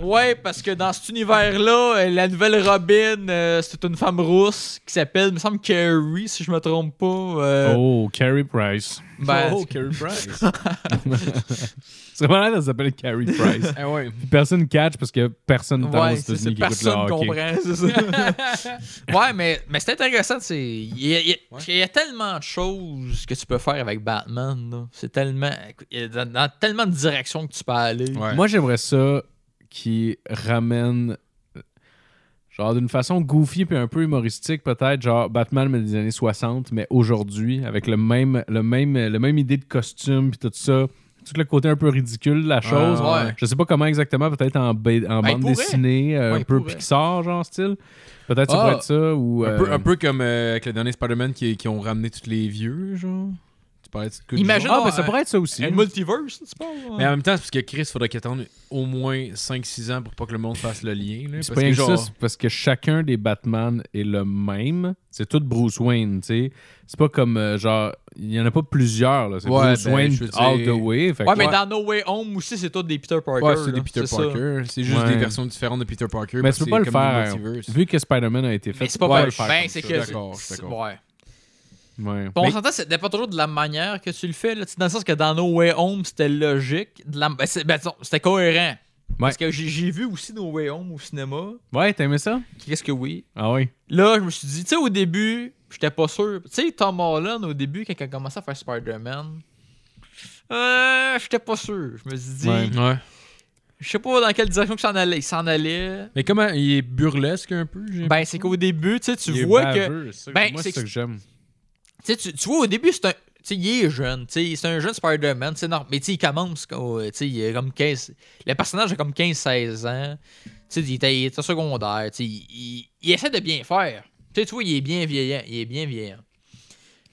Speaker 5: Ouais, parce que dans cet univers-là, euh, la nouvelle Robin, euh, c'est une femme rousse qui s'appelle, il me semble, Carrie, si je me trompe pas. euh,
Speaker 4: Oh, Carrie Price.
Speaker 5: ben,
Speaker 3: oh, Carrie Price.
Speaker 4: C'est malade, elle s'appelle Carrie Price.
Speaker 3: ah ouais.
Speaker 4: Puis personne catch parce que personne dans
Speaker 5: Ouais,
Speaker 4: aux
Speaker 5: c'est ça,
Speaker 4: États-Unis qui écoute le
Speaker 5: personne
Speaker 4: hockey.
Speaker 5: comprend, c'est ça. ouais, mais, mais c'est intéressant, c'est il y, a- il y a- il y a tellement de choses que tu peux faire avec Batman, là. c'est tellement il y a dans, dans tellement de directions que tu peux aller.
Speaker 4: Moi, j'aimerais ça qui ramène genre d'une façon goofy puis un peu humoristique peut-être genre Batman mais des années 60 mais aujourd'hui avec le même le même le même idée de costume puis tout ça tout le côté un peu ridicule de la chose
Speaker 5: Ah, ouais.
Speaker 4: je sais pas comment exactement peut-être en, ba- en
Speaker 5: Ben, il
Speaker 4: bande
Speaker 5: pourrait.
Speaker 4: dessinée euh,
Speaker 5: Ouais,
Speaker 4: un
Speaker 5: il
Speaker 4: peu
Speaker 5: pourrait.
Speaker 4: Pixar genre style peut-être ça
Speaker 3: Ah.
Speaker 4: pourrait être ça ou
Speaker 3: Un, peu,
Speaker 4: euh,
Speaker 3: un peu comme euh, avec le dernier Spider-Man qui, qui ont ramené tous les vieux, genre. Tu parlais de ce coup de
Speaker 5: Imagine-
Speaker 3: genre.
Speaker 4: ah ben
Speaker 5: non,
Speaker 4: ça
Speaker 5: euh,
Speaker 4: pourrait être ça aussi
Speaker 5: Un multiverse, tu hein. penses?
Speaker 3: Mais euh, en même temps, c'est parce que Chris, faudrait qu'il attende au moins 5-6 ans pour pas que le monde fasse le lien. Là, parce
Speaker 4: C'est pas
Speaker 3: que
Speaker 4: rien que ça,
Speaker 3: genre,
Speaker 4: c'est parce que chacun des Batman est le même. C'est tout Bruce Wayne, tu sais. C'est pas comme, euh, genre, il y en a pas plusieurs, là. C'est
Speaker 3: Ouais,
Speaker 4: Bruce
Speaker 3: ben,
Speaker 4: Wayne
Speaker 3: je veux dire-
Speaker 4: all the way. Fait que-
Speaker 5: Ouais, mais dans No Way Home aussi, c'est tout des Peter Parker.
Speaker 3: ouais, c'est
Speaker 5: là,
Speaker 3: des Peter
Speaker 5: ça.
Speaker 3: Parker. C'est juste
Speaker 4: Ouais.
Speaker 3: des versions différentes de Peter Parker.
Speaker 4: Mais
Speaker 3: parce
Speaker 4: tu peux
Speaker 3: que
Speaker 4: pas le
Speaker 3: c'est comme des
Speaker 4: faire.
Speaker 3: multiverses.
Speaker 4: Vu que Spider-Man a été fait.
Speaker 5: Mais c'est pas
Speaker 4: tu peux
Speaker 5: pareil.
Speaker 4: le faire
Speaker 5: Ben,
Speaker 4: comme
Speaker 5: c'est
Speaker 4: ça.
Speaker 5: que
Speaker 3: D'accord, je suis
Speaker 5: c'est-
Speaker 3: d'accord.
Speaker 5: ouais.
Speaker 4: Ouais.
Speaker 5: Puis
Speaker 3: Mais-
Speaker 5: on s'entend, ça dépend toujours de la manière que tu le fais. Là. Tu sais, Dans le sens que dans No Way Home, c'était logique. De la... ben, c'est- ben, disons, c'était cohérent. Parce que j'ai j'ai vu aussi No Way Home au cinéma.
Speaker 4: Ouais, t'as aimé ça?
Speaker 5: Qu'est-ce que oui?
Speaker 4: Ah oui.
Speaker 5: Là, je me suis dit, tu sais, au début, j'étais pas sûr. Tu sais, Tom Holland, au début, quand il a commencé à faire Spider-Man, euh, j'étais pas sûr. Je me suis dit,
Speaker 3: Ouais.
Speaker 5: je sais pas dans quelle direction que ça en allait. Il s'en allait.
Speaker 3: Mais comment il est burlesque un peu, j'ai
Speaker 5: Ben, c'est qu'au début, tu sais, tu vois que. Ben,
Speaker 4: moi,
Speaker 5: c'est
Speaker 4: c'est
Speaker 5: que-
Speaker 4: ça que j'aime.
Speaker 5: Tu, sais, tu- tu vois, au début, c'est un. tu sais, il est jeune, tu sais, c'est un jeune Spider-Man, c'est normal. Mais tu sais, il commence, quand, euh, tu sais, il a comme 15. Le personnage a comme 15-16 ans. Tu sais, il était, il était secondaire, tu sais, il, il- il essaie de bien faire. Tu sais, tu vois, il est bien vieillant, il est bien vieillant.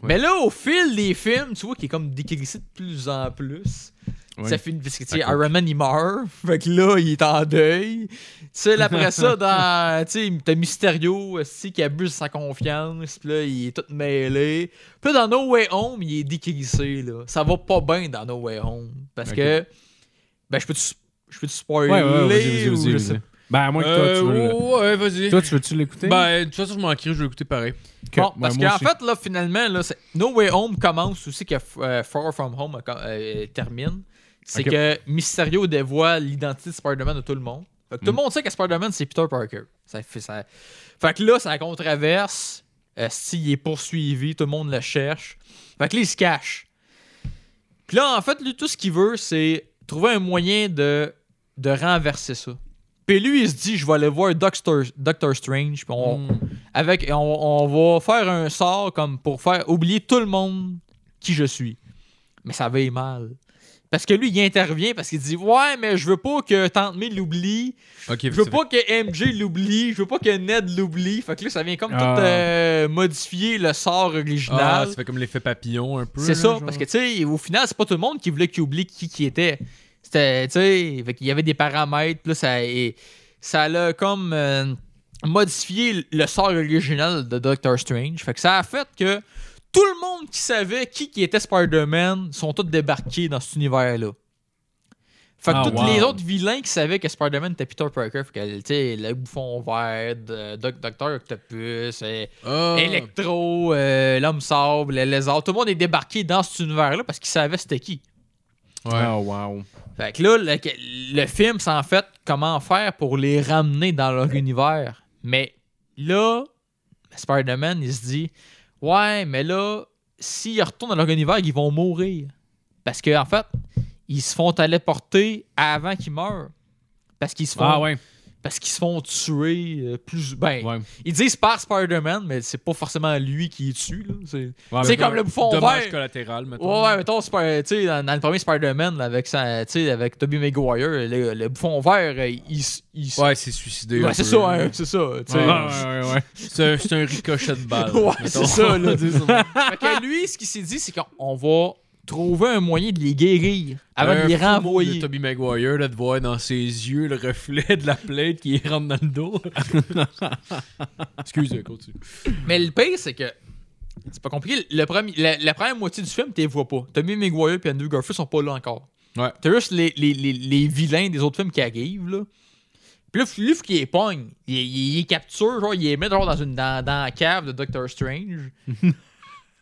Speaker 5: Mais là, au fil des films, tu vois qu'il est comme décrissé de plus en plus.
Speaker 4: Ouais.
Speaker 5: Ça finit parce que tu sais,
Speaker 4: Ça coupe.
Speaker 5: Iron Man il meurt, fait que là il est en deuil. Tu sais, là, après ça, dans, tu sais, t'as Mysterio aussi qui abuse de sa confiance, puis là il est tout mêlé. Puis là, dans No Way Home, il est décrissé là. Ça va pas bien dans No Way Home parce
Speaker 4: Ok.
Speaker 5: que ben je peux te s- je peux te spoiler
Speaker 4: Ouais, ouais, vas-y,
Speaker 5: ou
Speaker 4: vas-y,
Speaker 5: je
Speaker 4: vas-y,
Speaker 5: sais
Speaker 4: vas-y. Ben, à moins que toi,
Speaker 3: Euh,
Speaker 4: tu veux.
Speaker 3: ouais, vas-y.
Speaker 4: le- Toi, tu veux-tu l'écouter?
Speaker 3: Ben, de toute façon, je m'en crie, je vais écouter pareil.
Speaker 4: Que-
Speaker 5: Bon,
Speaker 4: ouais,
Speaker 5: parce
Speaker 4: moi
Speaker 5: qu'en
Speaker 4: aussi.
Speaker 5: fait, là, finalement, là, c'est- No Way Home commence aussi que euh, Far From Home euh, euh, termine. C'est
Speaker 4: Ok.
Speaker 5: que Mysterio dévoile l'identité de Spider-Man de tout le monde. Fait que tout le
Speaker 4: Mm.
Speaker 5: monde sait que Spider-Man, c'est Peter Parker. Ça fait, ça... fait que là, ça controverse. Euh, S'il est poursuivi, tout le monde le cherche. Fait que là, il se cache. Puis là, en fait, lui, tout ce qu'il veut, c'est trouver un moyen de, de renverser ça. Puis lui, il se dit, je vais aller voir Doctor, Doctor Strange, puis on,
Speaker 3: Mm.
Speaker 5: avec on, on va faire un sort comme pour faire oublier tout le monde qui je suis. Mais ça va y mal. Parce que lui, il intervient parce qu'il dit Ouais, mais je veux pas que Tante May l'oublie.
Speaker 3: Ok,
Speaker 5: Je veux pas que MJ l'oublie. Je veux pas que Ned l'oublie. Fait que là, ça vient comme tout
Speaker 4: Ah.
Speaker 5: euh, modifier le sort
Speaker 3: Ah,
Speaker 5: original.
Speaker 3: ça fait comme l'effet papillon un peu.
Speaker 5: c'est
Speaker 3: là,
Speaker 5: ça.
Speaker 3: genre.
Speaker 5: Parce que, tu sais, au final, c'est pas tout le monde qui voulait qu'il oublie qui qui était. C'était, tu sais, fait qu'il y avait des paramètres. Puis là, ça, et, ça l'a comme euh, modifié le sort original de Doctor Strange. Fait que ça a fait que tout le monde qui savait qui qui était Spider-Man sont tous débarqués dans cet univers-là. Fait que
Speaker 4: Ah,
Speaker 5: tous
Speaker 4: wow.
Speaker 5: les autres vilains qui savaient que Spider-Man était Peter Parker, fait que, tu sais, le bouffon vert, euh, Doc- Docteur Octopus, euh,
Speaker 3: Ah.
Speaker 5: Electro, euh, l'homme sable, le lézard, tout le monde est débarqué dans cet univers-là parce qu'ils savaient c'était qui.
Speaker 3: Ouais.
Speaker 4: Ah, wow.
Speaker 5: Fait que là, le, le film, c'est en fait comment faire pour les ramener dans leur univers. Mais là, Spider-Man, il se dit Ouais, mais là, s'ils retournent dans leur univers, ils vont mourir. Parce que en fait, ils se font téléporter avant qu'ils meurent. Parce qu'ils se font,
Speaker 4: Ah, ouais.
Speaker 5: parce qu'ils se font tuer euh, plus. Ben,
Speaker 4: Ouais.
Speaker 5: ils disent par Spider-Man, mais c'est pas forcément lui qui est tue. Là. C'est,
Speaker 3: Ah,
Speaker 4: Ouais,
Speaker 5: c'est
Speaker 4: mais-
Speaker 5: comme le bouffon
Speaker 3: Dommage
Speaker 5: vert.
Speaker 3: collatéral, mettons.
Speaker 5: Ouais, ouais, mettons, Spy- tu sais, dans, dans le premier Spider-Man, là, avec, sa- tu sais, avec Tobey Maguire, le, le bouffon vert, euh, il. s- il s-
Speaker 3: Ouais, c'est suicidé.
Speaker 5: Ouais,
Speaker 3: un
Speaker 5: c'est
Speaker 3: peu.
Speaker 5: ça, hein, c'est ça. tu sais.
Speaker 4: Ah, ouais, ouais, ouais.
Speaker 3: C'est un- c'est un ricochet de balle.
Speaker 5: Ouais,
Speaker 3: mettons.
Speaker 5: c'est ça, là. fait que lui, ce qu'il s'est dit, c'est qu'on on va trouver un moyen de les guérir avant
Speaker 3: Un
Speaker 5: de les
Speaker 3: fou mot
Speaker 5: renvoyer.
Speaker 3: De Toby Maguire, là, de voir dans ses yeux le reflet de la plainte qui rentre dans le dos. Excuse, continue.
Speaker 5: Mais le pire, c'est que. C'est pas compliqué. Le premier, la, la première moitié du film, tu les vois pas. Tommy McGuire et Andrew Garfield sont pas là encore.
Speaker 3: Ouais.
Speaker 5: T'as juste les, les, les, les vilains des autres films qui arrivent, là. Puis là, Fluff qui les pogne. Il, il, il les capture, genre, il les met genre, dans, une, dans, dans la cave de Doctor Strange.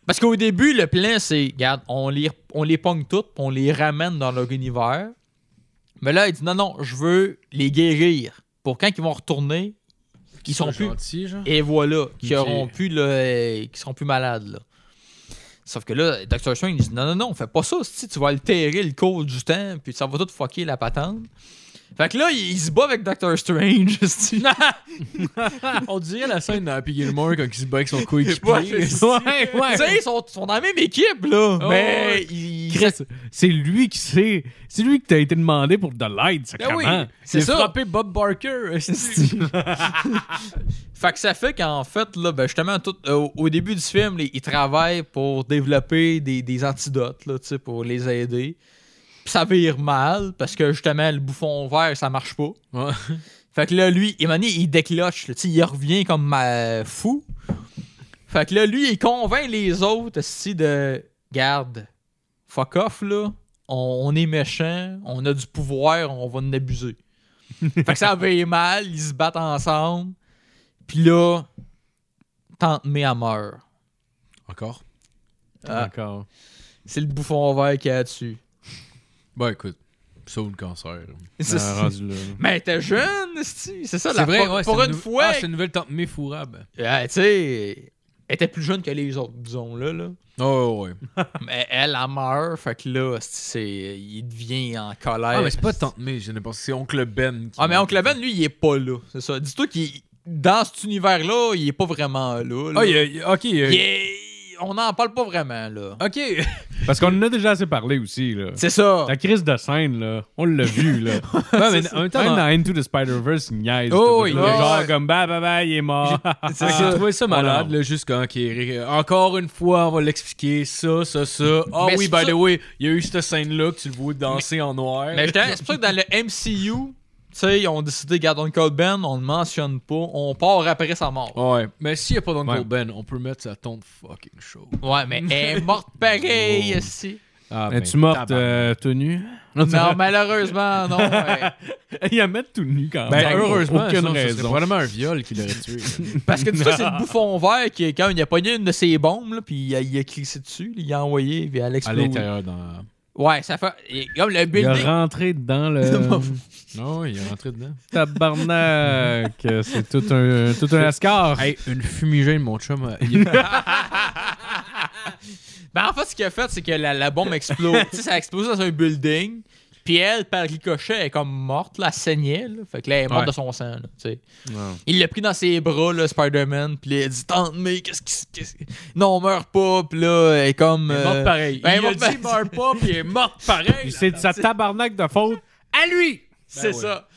Speaker 5: Parce qu'au début, le plan, c'est, regarde, on les, on les pogne toutes, puis on les ramène dans leur univers. Mais là, il dit, non, non, je veux les guérir. Pour quand ils vont retourner, ils sont plus.
Speaker 3: gentils, genre.
Speaker 5: Et voilà, qui
Speaker 3: Ok.
Speaker 5: auront plus là, euh, qui seront plus malades là. Sauf que là, Dr. Strange dit non, non, non, fais pas ça, si tu vas altérer le cours du temps, puis ça va tout fucker la patente. Fait que là, il, il se bat avec Dr. Strange. esti.
Speaker 3: On dirait la scène dans Happy Gilmore quand il se bat avec son
Speaker 5: Ouais,
Speaker 3: coéquipier.
Speaker 5: c'est-
Speaker 4: Ouais, ouais.
Speaker 5: Tu sais, ils sont, sont dans la même équipe, là.
Speaker 4: Oh,
Speaker 5: mais
Speaker 4: ouais.
Speaker 5: il.
Speaker 4: Chris, c'est lui qui sait. C'est lui qui t'a été demandé pour de l'aide, ça
Speaker 5: Ben oui, c'est
Speaker 3: Il a
Speaker 5: ça.
Speaker 3: frappé Bob Barker.
Speaker 5: Fait que ça fait qu'en fait, là, ben justement, tout, euh, au début du film, là, ils travaillent pour développer des, des antidotes, là, tu sais, pour les aider. Puis ça vire mal, parce que justement, le bouffon vert, ça marche pas.
Speaker 3: Ouais.
Speaker 5: Fait que là, lui, il, il décloche, là, tu sais, il revient comme euh, fou. Fait que là, lui, il convainc les autres, si de... Garde, fuck off, là. On, on est méchant, on a du pouvoir, on va en abuser. fait que ça vire mal, ils se battent ensemble. Puis là, Tante May, elle meurt.
Speaker 3: Encore?
Speaker 5: Ah,
Speaker 4: D'accord.
Speaker 5: c'est le bouffon vert qui a dessus.
Speaker 3: Bah écoute. Sauf le cancer.
Speaker 5: C'est-
Speaker 4: Ah, rendu là, là.
Speaker 5: Mais t'es jeune, esti. c'est ça.
Speaker 3: C'est
Speaker 5: La,
Speaker 3: vrai,
Speaker 5: pour
Speaker 3: ouais,
Speaker 5: pour
Speaker 3: c'est
Speaker 5: une
Speaker 3: nou-
Speaker 5: fois,
Speaker 3: Ah, c'est une nouvelle tante méfourable.
Speaker 5: Ah, tu sais, elle était plus jeune que les autres, disons-le. Là.
Speaker 3: Oh, ouais.
Speaker 5: mais elle, elle meurt, fait que là, esti, c'est, il devient en colère.
Speaker 3: Ah, mais c'est pas tante May, je ne pense que c'est oncle Ben. qui
Speaker 5: Ah, mais
Speaker 3: m'a-
Speaker 5: Oncle Ben, lui, il est pas là. C'est ça. Dis-toi qu'il. Dans cet univers-là, il est pas vraiment là. là.
Speaker 3: Ah, il y a- il y a- ok. il y a-
Speaker 5: Il est- On n'en parle pas vraiment, là.
Speaker 3: Ok.
Speaker 4: Parce qu'on en a déjà assez parlé aussi, là.
Speaker 5: C'est ça.
Speaker 4: La crise de scène, là, on l'a vu, là.
Speaker 3: Ouais, mais en même temps,
Speaker 4: Même
Speaker 3: dans-
Speaker 4: dans Into the Spider-Verse, il niaise.
Speaker 3: Oh,
Speaker 4: ce
Speaker 3: il
Speaker 4: bout-là.
Speaker 5: niaise.
Speaker 4: Genre
Speaker 5: Ouais.
Speaker 4: comme, bah, bah, bah, il est mort.
Speaker 3: C'est ça. Ah, J'ai trouvé ça malade,
Speaker 4: non.
Speaker 3: là, juste quand, ok, ré- encore une fois, on va l'expliquer, ça, ça, ça. Ah
Speaker 5: Mais
Speaker 3: oui,
Speaker 5: c'est
Speaker 3: by
Speaker 5: ça-
Speaker 3: the way, il y a eu cette scène-là que tu le vois danser en noir.
Speaker 5: Mais j'étais- c'est pour ça que dans le MCU, tu sais, ils ont décidé, garde Uncle Ben, on le mentionne pas, on part après sa mort.
Speaker 3: Ouais, mais s'il n'y a pas d'Uncle
Speaker 4: Ouais.
Speaker 3: Ben, on peut mettre sa tombe fucking show.
Speaker 5: Ouais, mais elle est morte pareil,
Speaker 3: Oh.
Speaker 5: ici.
Speaker 3: Ah,
Speaker 4: Es-tu morte
Speaker 3: tabarnak.
Speaker 4: euh, tout nu?
Speaker 5: Non, malheureusement, non. ouais.
Speaker 4: Il a mettre tout nu quand même.
Speaker 3: Ben, heureusement,
Speaker 4: aucune
Speaker 3: sinon, ce serait
Speaker 4: raison.
Speaker 3: probablement un viol qui l'aurait tué. là.
Speaker 5: Parce que tu sais, c'est le bouffon vert qui, quand il a pogné une de ses bombes, là, puis il a, il a crissé dessus, il a envoyé, puis elle a
Speaker 3: à
Speaker 5: explosé.
Speaker 3: l'intérieur dans.
Speaker 5: Ouais, ça fait. et Comme le
Speaker 4: Il
Speaker 5: building.
Speaker 4: est rentré dans le
Speaker 3: Non, Ah il est rentré dedans.
Speaker 4: tabarnak. C'est tout un, tout un ascar.
Speaker 3: Hey, une fumigène, mon chum. euh, il est-
Speaker 5: Ben, en fait, ce qu'il a fait, c'est que la, la bombe explose. tu sais, ça a explosé dans un building. Puis elle, par ricochet, elle est comme morte, là, elle saignait. là. Fait que là, elle est morte
Speaker 3: Ouais.
Speaker 5: de son sang. Là, tu sais. Il l'a pris dans ses bras, là, Spider-Man. Puis il a dit Tante mais qu'est-ce qui. qu'est-ce qui- Non, on meurt pas. Puis là, elle est
Speaker 3: il
Speaker 5: comme.
Speaker 3: est
Speaker 5: euh,
Speaker 3: mort pareil.
Speaker 5: ben,
Speaker 3: il
Speaker 5: il
Speaker 3: a
Speaker 5: est mort
Speaker 3: dit meurs pas, puis il est mort pareil.
Speaker 4: C'est de sa tabarnak de faute à lui.
Speaker 5: C'est
Speaker 3: ouais.
Speaker 5: ça.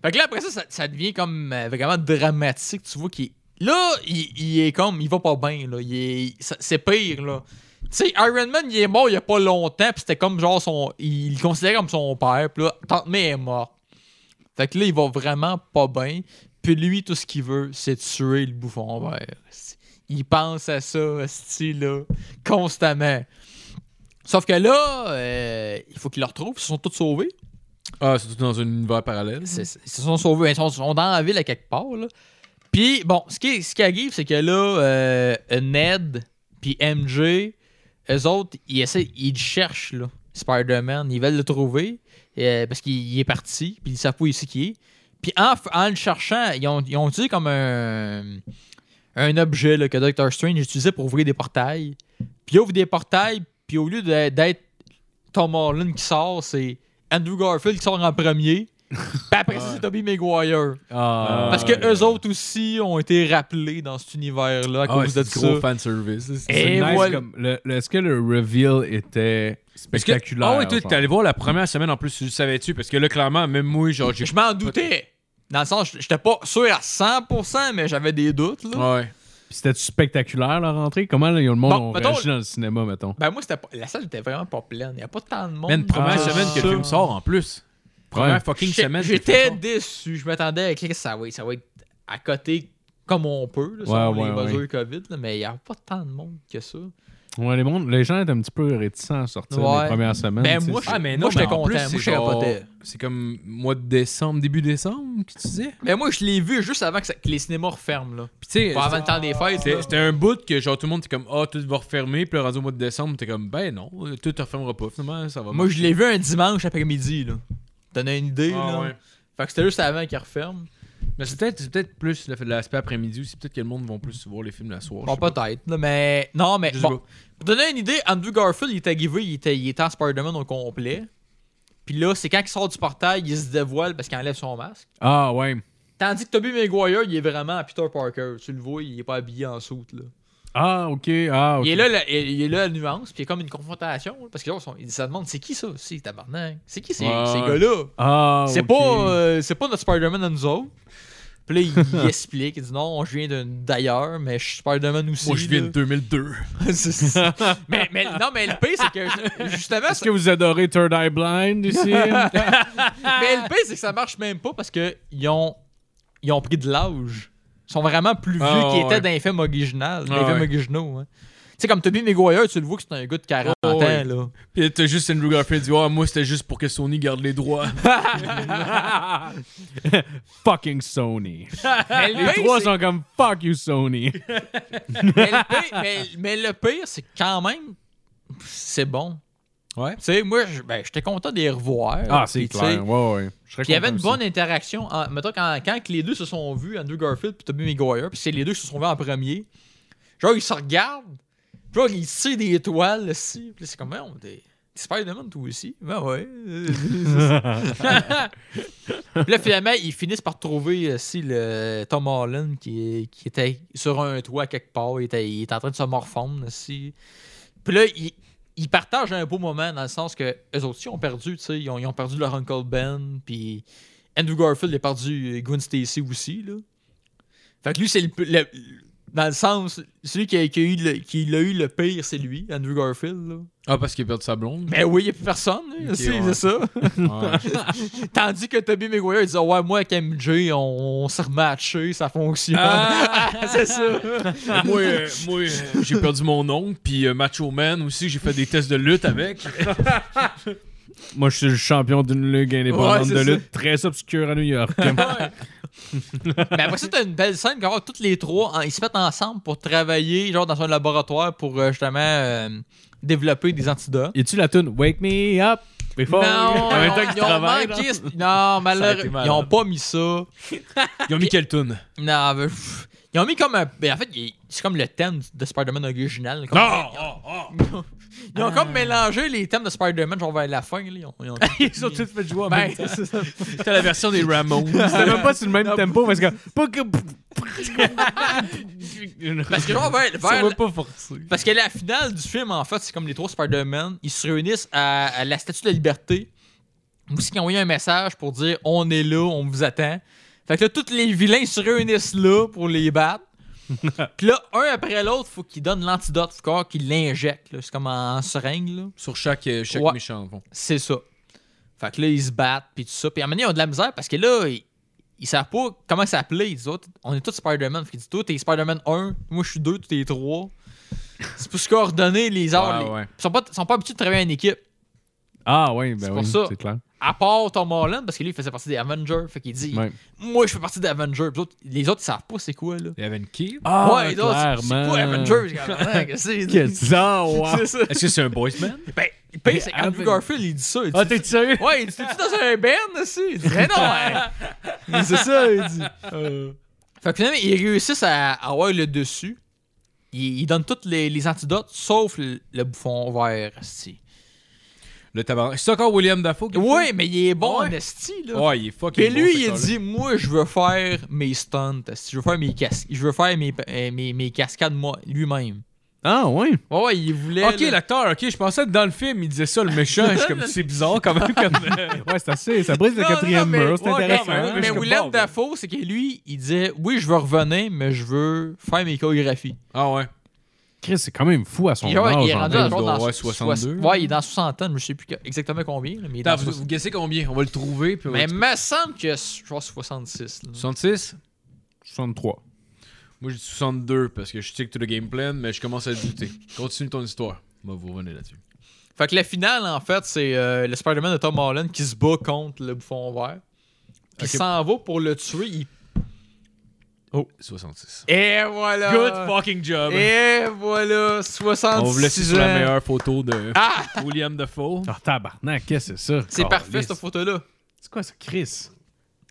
Speaker 5: Fait que là, après ça, ça, ça devient comme euh, vraiment dramatique. Tu vois qu'il. Là, il, il est comme. Il va pas bien, là. Il est- ça- C'est pire, là. Tu sais, Iron Man, il est mort il y a pas longtemps, puis c'était comme genre son. Il le considérait comme son père, puis là, Tante May est morte. Fait que là, il va vraiment pas bien. Puis lui, tout ce qu'il veut, c'est tuer le bouffon vert. Il pense à ça, style là, constamment. Sauf que là, euh, il faut qu'il le retrouve, ils sont tous sauvés.
Speaker 3: Ah, c'est tout dans un univers parallèle.
Speaker 5: C'est- c'est- Ils se sont sauvés. Ils sont, sont dans la ville à quelque part. là. Puis, bon, ce qui, ce qui arrive, c'est que là, euh, Ned puis MJ, eux autres, ils, essaient, ils cherchent là, Spider-Man. Ils veulent le trouver euh, parce qu'il il est parti. Puis ils savent pas ici qui est. Puis en, f- en le cherchant, ils ont, ils ont utilisé comme un, un objet là, que Doctor Strange utilisait pour ouvrir des portails. Puis il ouvre des portails. Puis au lieu de- d'être Tom Holland qui sort, c'est Andrew Garfield qui sort en premier. Puis Ben, après ça, c'est Tobey Maguire.
Speaker 3: Ah,
Speaker 5: Parce que
Speaker 3: ouais.
Speaker 5: eux autres aussi ont été rappelés dans cet univers-là à
Speaker 3: Ah,
Speaker 5: cause
Speaker 3: c'est
Speaker 5: de
Speaker 3: du
Speaker 5: ça.
Speaker 3: gros fanservice. là. C'est-
Speaker 5: Et
Speaker 4: C'est nice
Speaker 5: voilà.
Speaker 4: comme- le- le- Est-ce que le reveal était
Speaker 3: Parce que-
Speaker 4: spectaculaire?
Speaker 3: Ah ouais, toi,
Speaker 4: genre?
Speaker 3: t'es allé voir la première semaine en plus, tu le savais-tu? Parce que là, clairement, même moi, genre, j'ai.
Speaker 5: Je m'en doutais. Dans le sens, j'étais pas sûr à 100%, mais j'avais des doutes. Là.
Speaker 3: Ouais.
Speaker 4: Puis C'était-tu spectaculaire la rentrée? Comment là, le monde
Speaker 5: Bon,
Speaker 4: a
Speaker 5: mettons-
Speaker 4: réagi dans le cinéma, mettons?
Speaker 5: Ben moi, c'était pas- la salle était vraiment pas pleine. Il a pas tant de monde.
Speaker 3: Même première
Speaker 5: Ah,
Speaker 3: semaine que le
Speaker 5: ça.
Speaker 3: film sort en plus. Première
Speaker 4: Ouais.
Speaker 3: fucking
Speaker 5: J'ai-
Speaker 3: semaine. que le film
Speaker 5: J'étais
Speaker 3: sort.
Speaker 5: déçu. Je m'attendais à que ça va, être- ça va être à côté comme on peut, là, selon
Speaker 4: Ouais,
Speaker 5: les
Speaker 4: ouais,
Speaker 5: mesures COVID, là, mais il n'y a pas tant de monde que ça.
Speaker 4: Ouais, les, mondes- les gens étaient un petit peu réticents à sortir
Speaker 5: Ouais.
Speaker 4: les premières semaines.
Speaker 5: Ben,
Speaker 4: tu sais,
Speaker 5: moi,
Speaker 4: c'est-
Speaker 5: je-
Speaker 3: Ah, mais non,
Speaker 5: moi, j'étais
Speaker 3: mais en
Speaker 5: content.
Speaker 3: plus,
Speaker 5: Moi,
Speaker 3: c'est
Speaker 5: j'étais
Speaker 3: genre-
Speaker 5: capoté.
Speaker 3: C'est comme mois de décembre, début décembre, que tu disais?
Speaker 5: Mais moi, je l'ai vu juste avant que, ça- que les cinémas referment. Là.
Speaker 3: Puis tu sais,
Speaker 5: Pas avant le temps des fêtes.
Speaker 3: c'était-
Speaker 5: là.
Speaker 3: c'était un bout que genre tout le monde était comme, ah, tout va refermer. Puis le rendu au mois de décembre, t'es comme, ben non, euh, tout ne refermera pas. Finalement, ça va.
Speaker 5: Moi, je l'ai vu un dimanche après-midi. là. T'en as une idée?
Speaker 3: Ah,
Speaker 5: là?
Speaker 3: ouais.
Speaker 5: Fait que c'était juste avant qu'ils referment.
Speaker 3: Mais c'est peut-être c'est peut-être plus le fait de l'aspect après-midi aussi. Peut-être que le monde va plus voir les films la soirée.
Speaker 5: Bon, peut-être, là, mais. Non, mais.
Speaker 3: Je sais
Speaker 5: Bon,
Speaker 3: pas.
Speaker 5: pour donner une idée, Andrew Garfield, il était arrivé, il était, il était en Spider-Man au complet. Puis là, c'est quand il sort du portail, il se dévoile parce qu'il enlève son masque.
Speaker 4: Ah ouais.
Speaker 5: Tandis que Tobey Maguire, il est vraiment Peter Parker. Tu le vois, il est pas habillé en soute, là.
Speaker 4: Ah, ok. Ah, ok.
Speaker 5: Il, est là, la, il il est là la nuance, puis il y a comme une confrontation. là, Parce que là, on s'en- ils se demandent c'est qui ça C'est tabarnak. C'est qui ces,
Speaker 3: Ouais,
Speaker 5: ces
Speaker 3: ouais.
Speaker 5: gars-là
Speaker 4: Ah,
Speaker 5: C'est
Speaker 4: ok.
Speaker 5: pas, euh, c'est pas notre Spider-Man à nous autres. Puis là, il, il explique, il dit non, je viens d'un- d'ailleurs, mais je suis Spider-Man aussi.
Speaker 3: Moi, je viens de
Speaker 5: là.
Speaker 3: 2002.
Speaker 5: C'est- c'est- mais, mais- non, mais le pire, c'est que justement,
Speaker 4: Est-ce que vous adorez Third Eye Blind ici?
Speaker 3: Ah.
Speaker 5: mais le pire, c'est que ça marche même pas parce que ils ont, ils ont pris de l'âge. Ils sont vraiment plus vieux
Speaker 3: Ah,
Speaker 5: qu'ils étaient
Speaker 3: ouais.
Speaker 5: dans les films originaux. Dans les
Speaker 3: Ah,
Speaker 5: films
Speaker 3: ouais.
Speaker 5: originaux, hein. Tu sais, comme Tobey Maguire, tu le vois que c'est un gars de 40
Speaker 3: Oh,
Speaker 5: ans,
Speaker 3: ouais.
Speaker 5: là.
Speaker 3: Pis t'as juste Andrew Garfield dit, ah, moi, c'était juste pour que Sony garde les droits.
Speaker 4: Fucking Sony.
Speaker 5: Mais le
Speaker 4: Les
Speaker 5: pire,
Speaker 4: trois
Speaker 5: c'est-
Speaker 4: sont comme fuck you Sony.
Speaker 5: mais le pire- mais- mais le pire, c'est que quand même, c'est bon.
Speaker 3: Ouais.
Speaker 5: Tu sais, moi, je- ben, j'étais content de les revoir.
Speaker 4: Ah, c'est
Speaker 5: Puis, tu sais,
Speaker 4: clair. Ouais, ouais. Je serais
Speaker 5: Puis il y avait une
Speaker 4: content
Speaker 5: bonne interaction. en- mettons, quand, quand que les deux se sont vus, Andrew Garfield puis Tobey Maguire, puis c'est les deux qui se sont vus en premier, genre, ils se regardent, puis genre, ils se tirent des étoiles, aussi. Puis là, c'est comme, on t'es t'es Spider-Man, toi aussi? Ben ouais. puis là, finalement, ils finissent par trouver aussi le Tom Holland qui, est- qui était sur un toit quelque part. Il était, il était en train de se morfondre aussi. Puis là, ils ils partagent un beau moment dans le sens que eux autres aussi ont perdu, tu sais, ils ont, ils ont perdu leur Uncle Ben, puis Andrew Garfield a perdu euh, Gwen Stacy aussi, là. Fait que lui, c'est le, p- le- Dans le sens, celui qui a, qui a eu, le, qui l'a eu le pire, c'est lui, Andrew Garfield, là.
Speaker 3: Ah, parce qu'il a perdu sa blonde.
Speaker 5: Ben oui, il n'y a plus personne, là,
Speaker 3: Ok,
Speaker 5: c'est,
Speaker 3: ouais.
Speaker 5: c'est ça.
Speaker 3: Ouais.
Speaker 5: Tandis que Toby Maguire, il dit Ouais, moi, avec MJ, on, on s'est rematché, ça fonctionne. Ah, c'est ça.
Speaker 3: moi, euh, moi, euh, j'ai perdu mon oncle, puis euh, Macho Man aussi, j'ai fait des tests de lutte avec.
Speaker 4: de ça. Moi, je suis le champion d'une ligue
Speaker 5: Ouais,
Speaker 4: indépendante
Speaker 5: c'est
Speaker 4: de
Speaker 5: ça.
Speaker 4: lutte très obscure à New York.
Speaker 5: Mais Ben, après ça, t'as une belle scène quand toutes les trois, en- ils se mettent ensemble pour travailler genre dans un laboratoire pour euh, justement euh, développer des antidotes.
Speaker 4: Et tu la tune Wake Me Up
Speaker 5: Non,
Speaker 4: Before You- en même temps
Speaker 5: ils ont-
Speaker 4: qu'ils
Speaker 5: ils ont
Speaker 4: travaillent,
Speaker 5: manqué ce- non, malheureux-
Speaker 3: été
Speaker 5: ils
Speaker 3: malade.
Speaker 5: ont pas mis ça.
Speaker 3: Ils ont mis quelle tune?
Speaker 5: Non, mais, pff, ils ont mis comme un, ben, en fait, ils- c'est comme le thème de Spider-Man original. comme-
Speaker 3: Non! Ah, ah.
Speaker 5: Ils ont comme mélangé les thèmes de Spider-Man genre vers la fin. là, Ils ont, ils ont-
Speaker 4: Ils ont tous fait jouer en
Speaker 5: Ben,
Speaker 4: même temps.
Speaker 3: C'était la version des Ramones.
Speaker 4: C'était même pas sur le même tempo parce que.
Speaker 5: parce que genre vers, vers
Speaker 4: Ça
Speaker 5: la-
Speaker 4: va pas forcer.
Speaker 5: Parce que la finale du film, en fait, c'est comme les trois Spider-Man. Ils se réunissent à, à la Statue de la Liberté. Vous qui envoyé un message pour dire on est là, on vous attend. Fait que là, tous les vilains se réunissent là pour les battre. Puis là, un après l'autre, faut qu'ils donnent l'antidote, faut encore qu'ils l'injectent. là. C'est comme en, en seringue. là.
Speaker 3: Sur chaque, euh, chaque
Speaker 5: Ouais.
Speaker 3: méchant. Bon.
Speaker 5: C'est ça. Fait que là, ils se battent, puis tout ça. Puis à un moment donné, ils ont de la misère parce que là, ils, ils savent pas comment s'appeler. Ils disent, Oh, t- on est tous Spider-Man. Fait qu'ils disent, toi, t'es Spider-Man 1, moi, je suis 2, toi, t'es 3. C'est pour se coordonner les heures.
Speaker 3: Ouais,
Speaker 5: les-
Speaker 3: ouais.
Speaker 5: Ils sont pas, ils sont pas habitués de travailler en équipe.
Speaker 4: Ah ouais,
Speaker 5: C'est
Speaker 4: ben
Speaker 5: pour
Speaker 4: oui,
Speaker 5: ça.
Speaker 4: c'est clair.
Speaker 5: À part Tom Holland, parce que lui, il faisait partie des Avengers. Fait qu'il dit,
Speaker 4: Ouais.
Speaker 5: moi, je fais partie des Avengers. Puis les autres- les autres, ils savent pas c'est quoi, là.
Speaker 3: Il y avait une qui?
Speaker 4: Ah,
Speaker 5: ouais, les autres, c'est- c'est quoi Avengers? Comment, qu'est-ce que c'est?
Speaker 4: Qu'est-ce que c'est?
Speaker 5: C'est ça.
Speaker 3: Est-ce que c'est un boys man?
Speaker 5: Ben, le pire, c'est qu'Andrew
Speaker 4: Mais-
Speaker 5: Garfield, il dit ça. Il dit,
Speaker 4: Ah, t'es sérieux?
Speaker 5: ouais, il dit, t'es-tu dans un band, aussi? Il dit, mais non, hein.
Speaker 4: C'est ça, il dit. Euh.
Speaker 5: Fait que finalement, ils réussissent à à avoir le dessus. Ils, ils donnent tous les, les antidotes, sauf le, le bouffon vert, esti.
Speaker 3: Le tabarnak. C'est encore William Dafoe qui le
Speaker 5: Oui, mais il est bon
Speaker 3: Ouais.
Speaker 5: en esti,
Speaker 3: fait?
Speaker 5: là.
Speaker 3: Ouais, il est fucking.
Speaker 5: Et lui,
Speaker 3: bon, ce
Speaker 5: il
Speaker 3: gars-là.
Speaker 5: dit, moi, je veux faire mes stunts, esti. je veux faire mes, cas- je veux faire mes, euh, mes, mes cascades moi, lui-même.
Speaker 4: Ah ouais.
Speaker 5: Ouais, ouais, il voulait...
Speaker 3: Ok,
Speaker 5: là-
Speaker 3: l'acteur, ok, je pensais que dans le film, il disait ça, le méchant. Je suis comme, c'est bizarre quand même. Comme... euh.
Speaker 4: Ouais, c'est assez. Ça brise le
Speaker 5: Non, non,
Speaker 4: quatrième
Speaker 5: mais-
Speaker 4: mur. C'est
Speaker 5: ouais,
Speaker 4: intéressant.
Speaker 5: mais- Mais,
Speaker 4: Je suis comme,
Speaker 5: Willem
Speaker 4: bon, ben.
Speaker 5: Dafoe, c'est que lui, il disait, oui, je veux revenir, mais je veux faire mes chorégraphies.
Speaker 3: Ah ouais.
Speaker 4: Chris, c'est quand même fou à son
Speaker 5: Il, ouais, il
Speaker 4: âge.
Speaker 5: est
Speaker 4: en
Speaker 5: rendu
Speaker 4: fait.
Speaker 5: à
Speaker 3: il doit
Speaker 5: dans
Speaker 3: avoir
Speaker 5: so-
Speaker 3: 62.
Speaker 5: soix- Ouais, il est dans 60 ans, mais je sais plus que- exactement combien. là, mais il est dans
Speaker 3: Attends, vous, vous guessez combien On va le trouver. Puis on va
Speaker 5: Mais
Speaker 3: le-
Speaker 5: me semble que je pense 66. là.
Speaker 3: 66
Speaker 4: 63.
Speaker 3: Moi, j'ai dit 62 parce que je stick to the game plan, mais je commence à douter. Continue ton histoire. Moi, vous revenez là-dessus.
Speaker 5: Fait que la finale, en fait, c'est euh, le Spider-Man de Tom Holland qui se bat contre le bouffon vert. Puis
Speaker 3: Ok.
Speaker 5: il s'en va pour le tuer. il-
Speaker 3: 66.
Speaker 5: Et voilà!
Speaker 3: fucking job.
Speaker 5: Euh, Et voilà! 66
Speaker 3: On vous laisse sur la
Speaker 5: ans.
Speaker 3: meilleure photo de
Speaker 5: Ah!
Speaker 3: William Dafoe.
Speaker 4: Ah, tabarnak, qu'est-ce que c'est ça?
Speaker 5: C'est parfait,
Speaker 4: Calisse.
Speaker 5: cette photo-là.
Speaker 4: C'est quoi ça, Chris?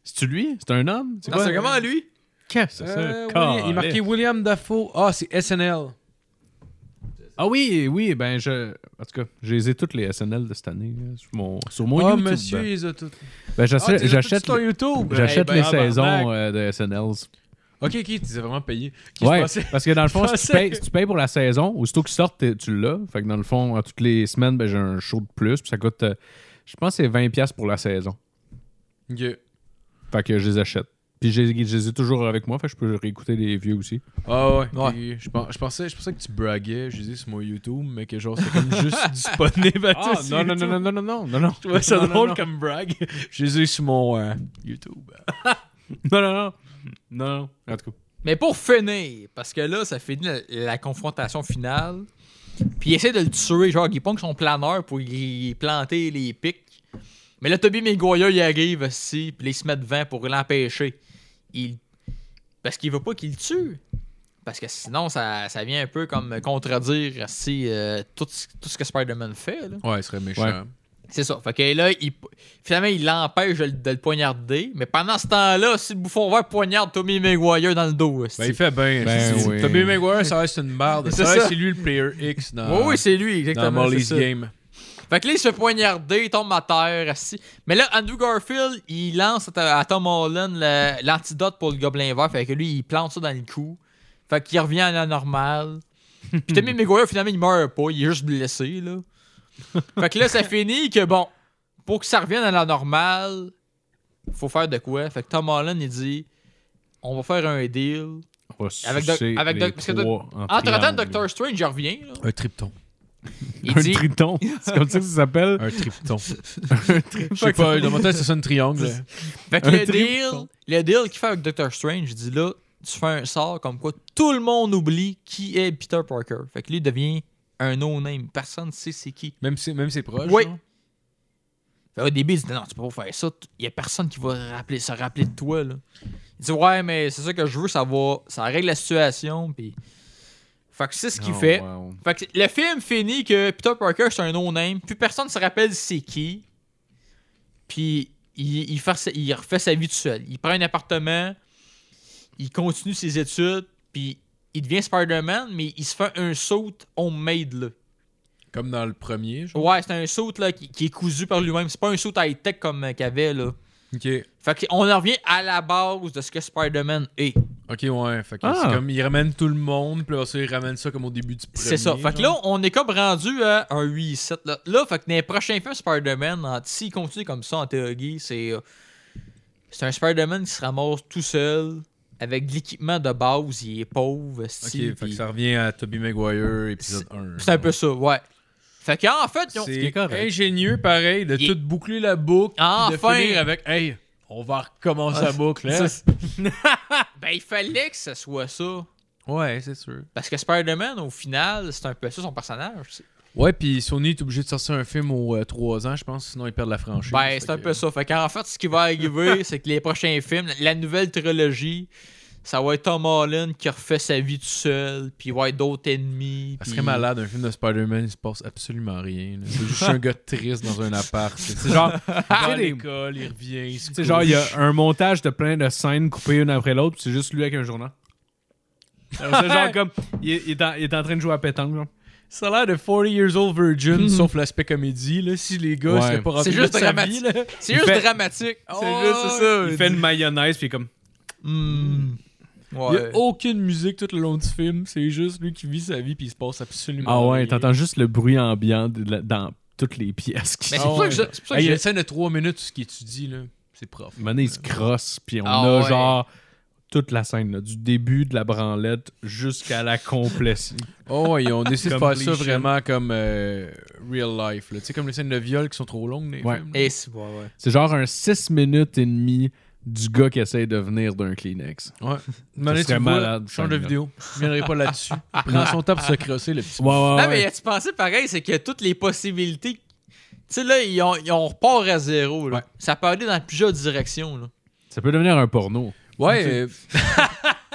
Speaker 4: C'est-tu lui? C'est un homme?
Speaker 5: Non, c'est comment, lui?
Speaker 4: Qu'est-ce que
Speaker 3: Euh,
Speaker 4: c'est ça?
Speaker 3: William- il est marqué William Dafoe. Ah, c'est SNL.
Speaker 4: Ah oui, oui, ben je. En tout cas, je les ai toutes les SNL de cette année. là, sur mon, sur mon
Speaker 3: Ah,
Speaker 4: YouTube.
Speaker 3: monsieur, ils ont tout.
Speaker 4: Ben,
Speaker 3: Ah,
Speaker 4: j'achète
Speaker 3: tu les as
Speaker 4: j'achète
Speaker 3: tous sur
Speaker 4: les-
Speaker 3: YouTube.
Speaker 4: j'achète
Speaker 3: Eh ben,
Speaker 4: les
Speaker 3: ah, ben,
Speaker 4: saisons
Speaker 3: ben.
Speaker 4: euh, de SNLs.
Speaker 3: Ok, ok, tu les as vraiment payé.
Speaker 4: ouais, parce que dans le fond,
Speaker 3: je
Speaker 4: si tu,
Speaker 3: pensais-
Speaker 4: payes, si tu payes pour la saison, aussitôt qu'ils sortent, t'es- tu l'as. Fait que dans le fond, à toutes les semaines, ben, j'ai un show de plus. Puis ça coûte, euh, je pense, que c'est 20$ pour la saison. Fait que je les achète. Puis je, les- je les ai toujours avec moi. Fait que je peux réécouter les vieux aussi.
Speaker 3: Ah ouais. ok,
Speaker 5: Ouais.
Speaker 3: Je, pens- je pensais, je pensais que tu braguais, je disais sur mon YouTube, mais que genre c'était comme juste disponible à tous. sur YouTube.
Speaker 4: Ah, non, non, non, non, non.
Speaker 3: Je trouvais ça
Speaker 4: Non, non,
Speaker 3: drôle
Speaker 4: non.
Speaker 3: comme brag. Je les ai sur mon euh, YouTube.
Speaker 4: Non, non, non. Non, non. En tout cas.
Speaker 5: Mais pour finir, parce que là, ça finit la, la confrontation finale. Puis il essaie de le tuer, genre, il pongue son planeur pour y planter les pics. Mais là, Toby Maguire, il arrive aussi, puis il se met devant pour l'empêcher. Il... Parce qu'il veut pas qu'il le tue. Parce que sinon, ça, ça vient un peu comme contredire esti, euh, tout, ce- tout ce que Spider-Man fait. là.
Speaker 3: Ouais, il serait méchant.
Speaker 4: Ouais.
Speaker 5: C'est ça. Fait que là, il- finalement, il l'empêche de, le- de le poignarder. Mais pendant ce temps-là, si le bouffon vert poignarde Tommy Maguire dans le dos. esti.
Speaker 3: Ben, il fait bien.
Speaker 4: Ben
Speaker 3: c'est-
Speaker 4: oui.
Speaker 3: Tobey Maguire, ça reste une barde.
Speaker 5: C'est
Speaker 3: Ça, reste-
Speaker 5: ça.
Speaker 3: c'est lui le player X
Speaker 5: Oui,
Speaker 3: dans,
Speaker 5: oui, c'est lui,
Speaker 3: Euh, dans
Speaker 5: exactement. c'est
Speaker 3: Molly's
Speaker 5: ça.
Speaker 3: Game.
Speaker 5: Fait que là, il se fait poignarder, il tombe à terre, assis. Mais là, Andrew Garfield, il lance à, à Tom Holland le- l'antidote pour le gobelin vert. Fait que lui, il plante ça dans le cou. Fait qu'il revient à la normale. Puis Tommy Maguire, finalement, il meurt pas. Il est juste blessé, là. Fait que là, ça finit que, bon, pour que ça revienne à la normale, faut faire de quoi. Fait que Tom Holland, il dit, on va faire un deal.
Speaker 4: On va
Speaker 5: Avec Doc-
Speaker 4: sucer
Speaker 5: avec
Speaker 4: les
Speaker 5: Doc- parce que Doc- Ah,
Speaker 4: trois en
Speaker 5: Entre-temps,
Speaker 4: triangle.
Speaker 5: Doctor Strange, il revient, là.
Speaker 3: Un tripton.
Speaker 5: Il
Speaker 4: Un
Speaker 5: dit...
Speaker 4: triton. C'est comme ça que ça s'appelle.
Speaker 3: Un tripton. Je sais pas, dans mon tête, c'est ça une triangle.
Speaker 5: Fait que
Speaker 4: Un
Speaker 5: le
Speaker 4: trip,
Speaker 5: deal, le deal qu'il fait avec Doctor Strange, il dit là, tu fais un sort comme quoi tout le monde oublie qui est Peter Parker. Fait que lui il devient un no-name. Personne ne sait c'est qui.
Speaker 3: Même si, même ses proches.
Speaker 5: Oui.
Speaker 3: genre.
Speaker 5: Fait au début, il dit non, tu peux pas faire ça. Il y a personne qui va rappeler, se rappeler de toi. Là. Il dit ouais, mais c'est ça que je veux, ça va. Ça règle la situation. Puis... Fait que c'est ce qu'il
Speaker 4: Oh,
Speaker 5: fait.
Speaker 4: wow.
Speaker 5: Fait que le film finit que Peter Parker, c'est un no-name. Plus personne se rappelle c'est qui. Puis il, il, fait sa- il refait sa vie tout seul. Il prend un appartement. Il continue ses études. Puis il devient Spider-Man, mais il se fait un saut homemade. Là.
Speaker 3: Comme dans le premier. Genre.
Speaker 5: Ouais, c'est un saut là, qui, qui est cousu par lui-même. C'est pas un saut high-tech comme euh, qu'il y avait. Là.
Speaker 3: Ok.
Speaker 5: Fait qu'on en revient à la base de ce que Spider-Man est.
Speaker 3: Ok, ouais. Fait que
Speaker 4: Ah.
Speaker 3: c'est comme, il ramène tout le monde, puis là, ça, il ramène ça comme au début du premier.
Speaker 5: C'est ça. Fait que là,
Speaker 3: genre.
Speaker 5: on est comme rendu à un 8-7. Là. Là, fait que dans les prochains films Spider-Man, en- s'il continue comme ça en théorie, c'est. euh, c'est un Spider-Man qui se ramasse tout seul, avec de l'équipement de base, il est pauvre.
Speaker 3: Ok,
Speaker 5: esti,
Speaker 3: fait que
Speaker 5: pis-
Speaker 3: ça revient à Tobey Maguire, épisode 1.
Speaker 5: C'est un peu ça, ouais. Fait qu'en fait, ils ont-
Speaker 3: C'est ingénieux, pareil, de
Speaker 5: Il- Ah,
Speaker 3: tout boucler la boucle, puis
Speaker 5: Enfin! Ah,
Speaker 3: de finir avec « Hey, on va recommencer la boucle, hein?
Speaker 5: Ça, ben, il fallait que ce soit ça.
Speaker 3: Ouais, c'est sûr.
Speaker 5: Parce que Spider-Man, au final, c'est un peu ça son personnage. c'est-
Speaker 3: Ouais, puis Sony est obligé de sortir un film aux 3 ans, je pense, sinon ils perdent la franchise.
Speaker 5: Ben,
Speaker 3: Fait
Speaker 5: c'est un
Speaker 3: que-
Speaker 5: peu ça. Fait qu'en fait, ce qui va arriver, c'est que les prochains films, la nouvelle trilogie, ça va être Tom Holland qui refait sa vie tout seul, puis il va y avoir d'autres ennemis.
Speaker 3: Ça
Speaker 5: puis-
Speaker 3: serait malade, un film de Spider-Man, il se passe absolument rien. là. C'est juste un gars triste dans un appart. C'est c'est genre, il va à
Speaker 4: des-
Speaker 3: l'école, il revient, il se
Speaker 4: C'est genre, il y
Speaker 3: couche.
Speaker 4: a un montage de plein de scènes coupées une après l'autre, puis c'est juste lui avec un journal. Alors, C'est genre comme, il est, il est en, il est en train de jouer à pétanque, genre. Mm.
Speaker 3: Ça a l'air de 40 years old virgin, sauf l'aspect comédie. Là, si les gars
Speaker 4: Mhm. Ouais.
Speaker 3: seraient pas
Speaker 5: C'est
Speaker 3: remplis
Speaker 5: juste
Speaker 3: de sa
Speaker 5: dramatique.
Speaker 3: vie, là.
Speaker 5: C'est juste
Speaker 4: fait-
Speaker 5: dramatique.
Speaker 3: Oh,
Speaker 5: ça.
Speaker 4: Il fait une mayonnaise, puis il est comme,
Speaker 5: Hmm.
Speaker 3: Il y a
Speaker 5: Ouais.
Speaker 3: aucune musique tout le long du film. C'est juste lui qui vit sa vie puis il se passe absolument
Speaker 4: ah ouais,
Speaker 3: rien.
Speaker 4: t'entends juste le bruit ambiant de la- dans toutes les pièces qui
Speaker 5: Mais c'est
Speaker 3: Ah
Speaker 4: sont.
Speaker 5: pour ça que
Speaker 3: ouais.
Speaker 5: je- c'est pour ça que
Speaker 3: Hey, Il y a
Speaker 5: j'ai-
Speaker 3: une scène de 3 minutes, ce qu'il étudie, là. C'est prof.
Speaker 4: Mané, il se crosse, puis on
Speaker 5: Ah
Speaker 4: a
Speaker 5: ouais.
Speaker 4: genre toute la scène, là, du début de la branlette jusqu'à la complétion.
Speaker 3: Oh, ouais, ils ont décidé de
Speaker 4: Comme
Speaker 3: faire ça
Speaker 4: cliché.
Speaker 3: vraiment comme euh, real life. là. Tu sais, comme les scènes de viol qui sont trop longues. les
Speaker 4: Ouais.
Speaker 3: films, là.
Speaker 5: Eh, c'est- ouais, ouais.
Speaker 4: C'est genre un 6 minutes et demie du gars qui essaye de venir d'un Kleenex.
Speaker 3: Ouais. Mané, tu
Speaker 4: serait
Speaker 3: vois,
Speaker 4: malade,
Speaker 3: change de
Speaker 4: ça, là.
Speaker 3: vidéo. Je viendrai pas là-dessus. Prends son temps pour se crosser, le petit.
Speaker 4: Ouais, ouais,
Speaker 5: Non, mais tu pensé pareil, c'est que toutes les possibilités. Tu sais, là, ils ont, ils ont repart à zéro. là.
Speaker 3: Ouais.
Speaker 5: Ça peut aller dans plusieurs directions. Là.
Speaker 4: Ça peut devenir un porno.
Speaker 3: Ouais, euh,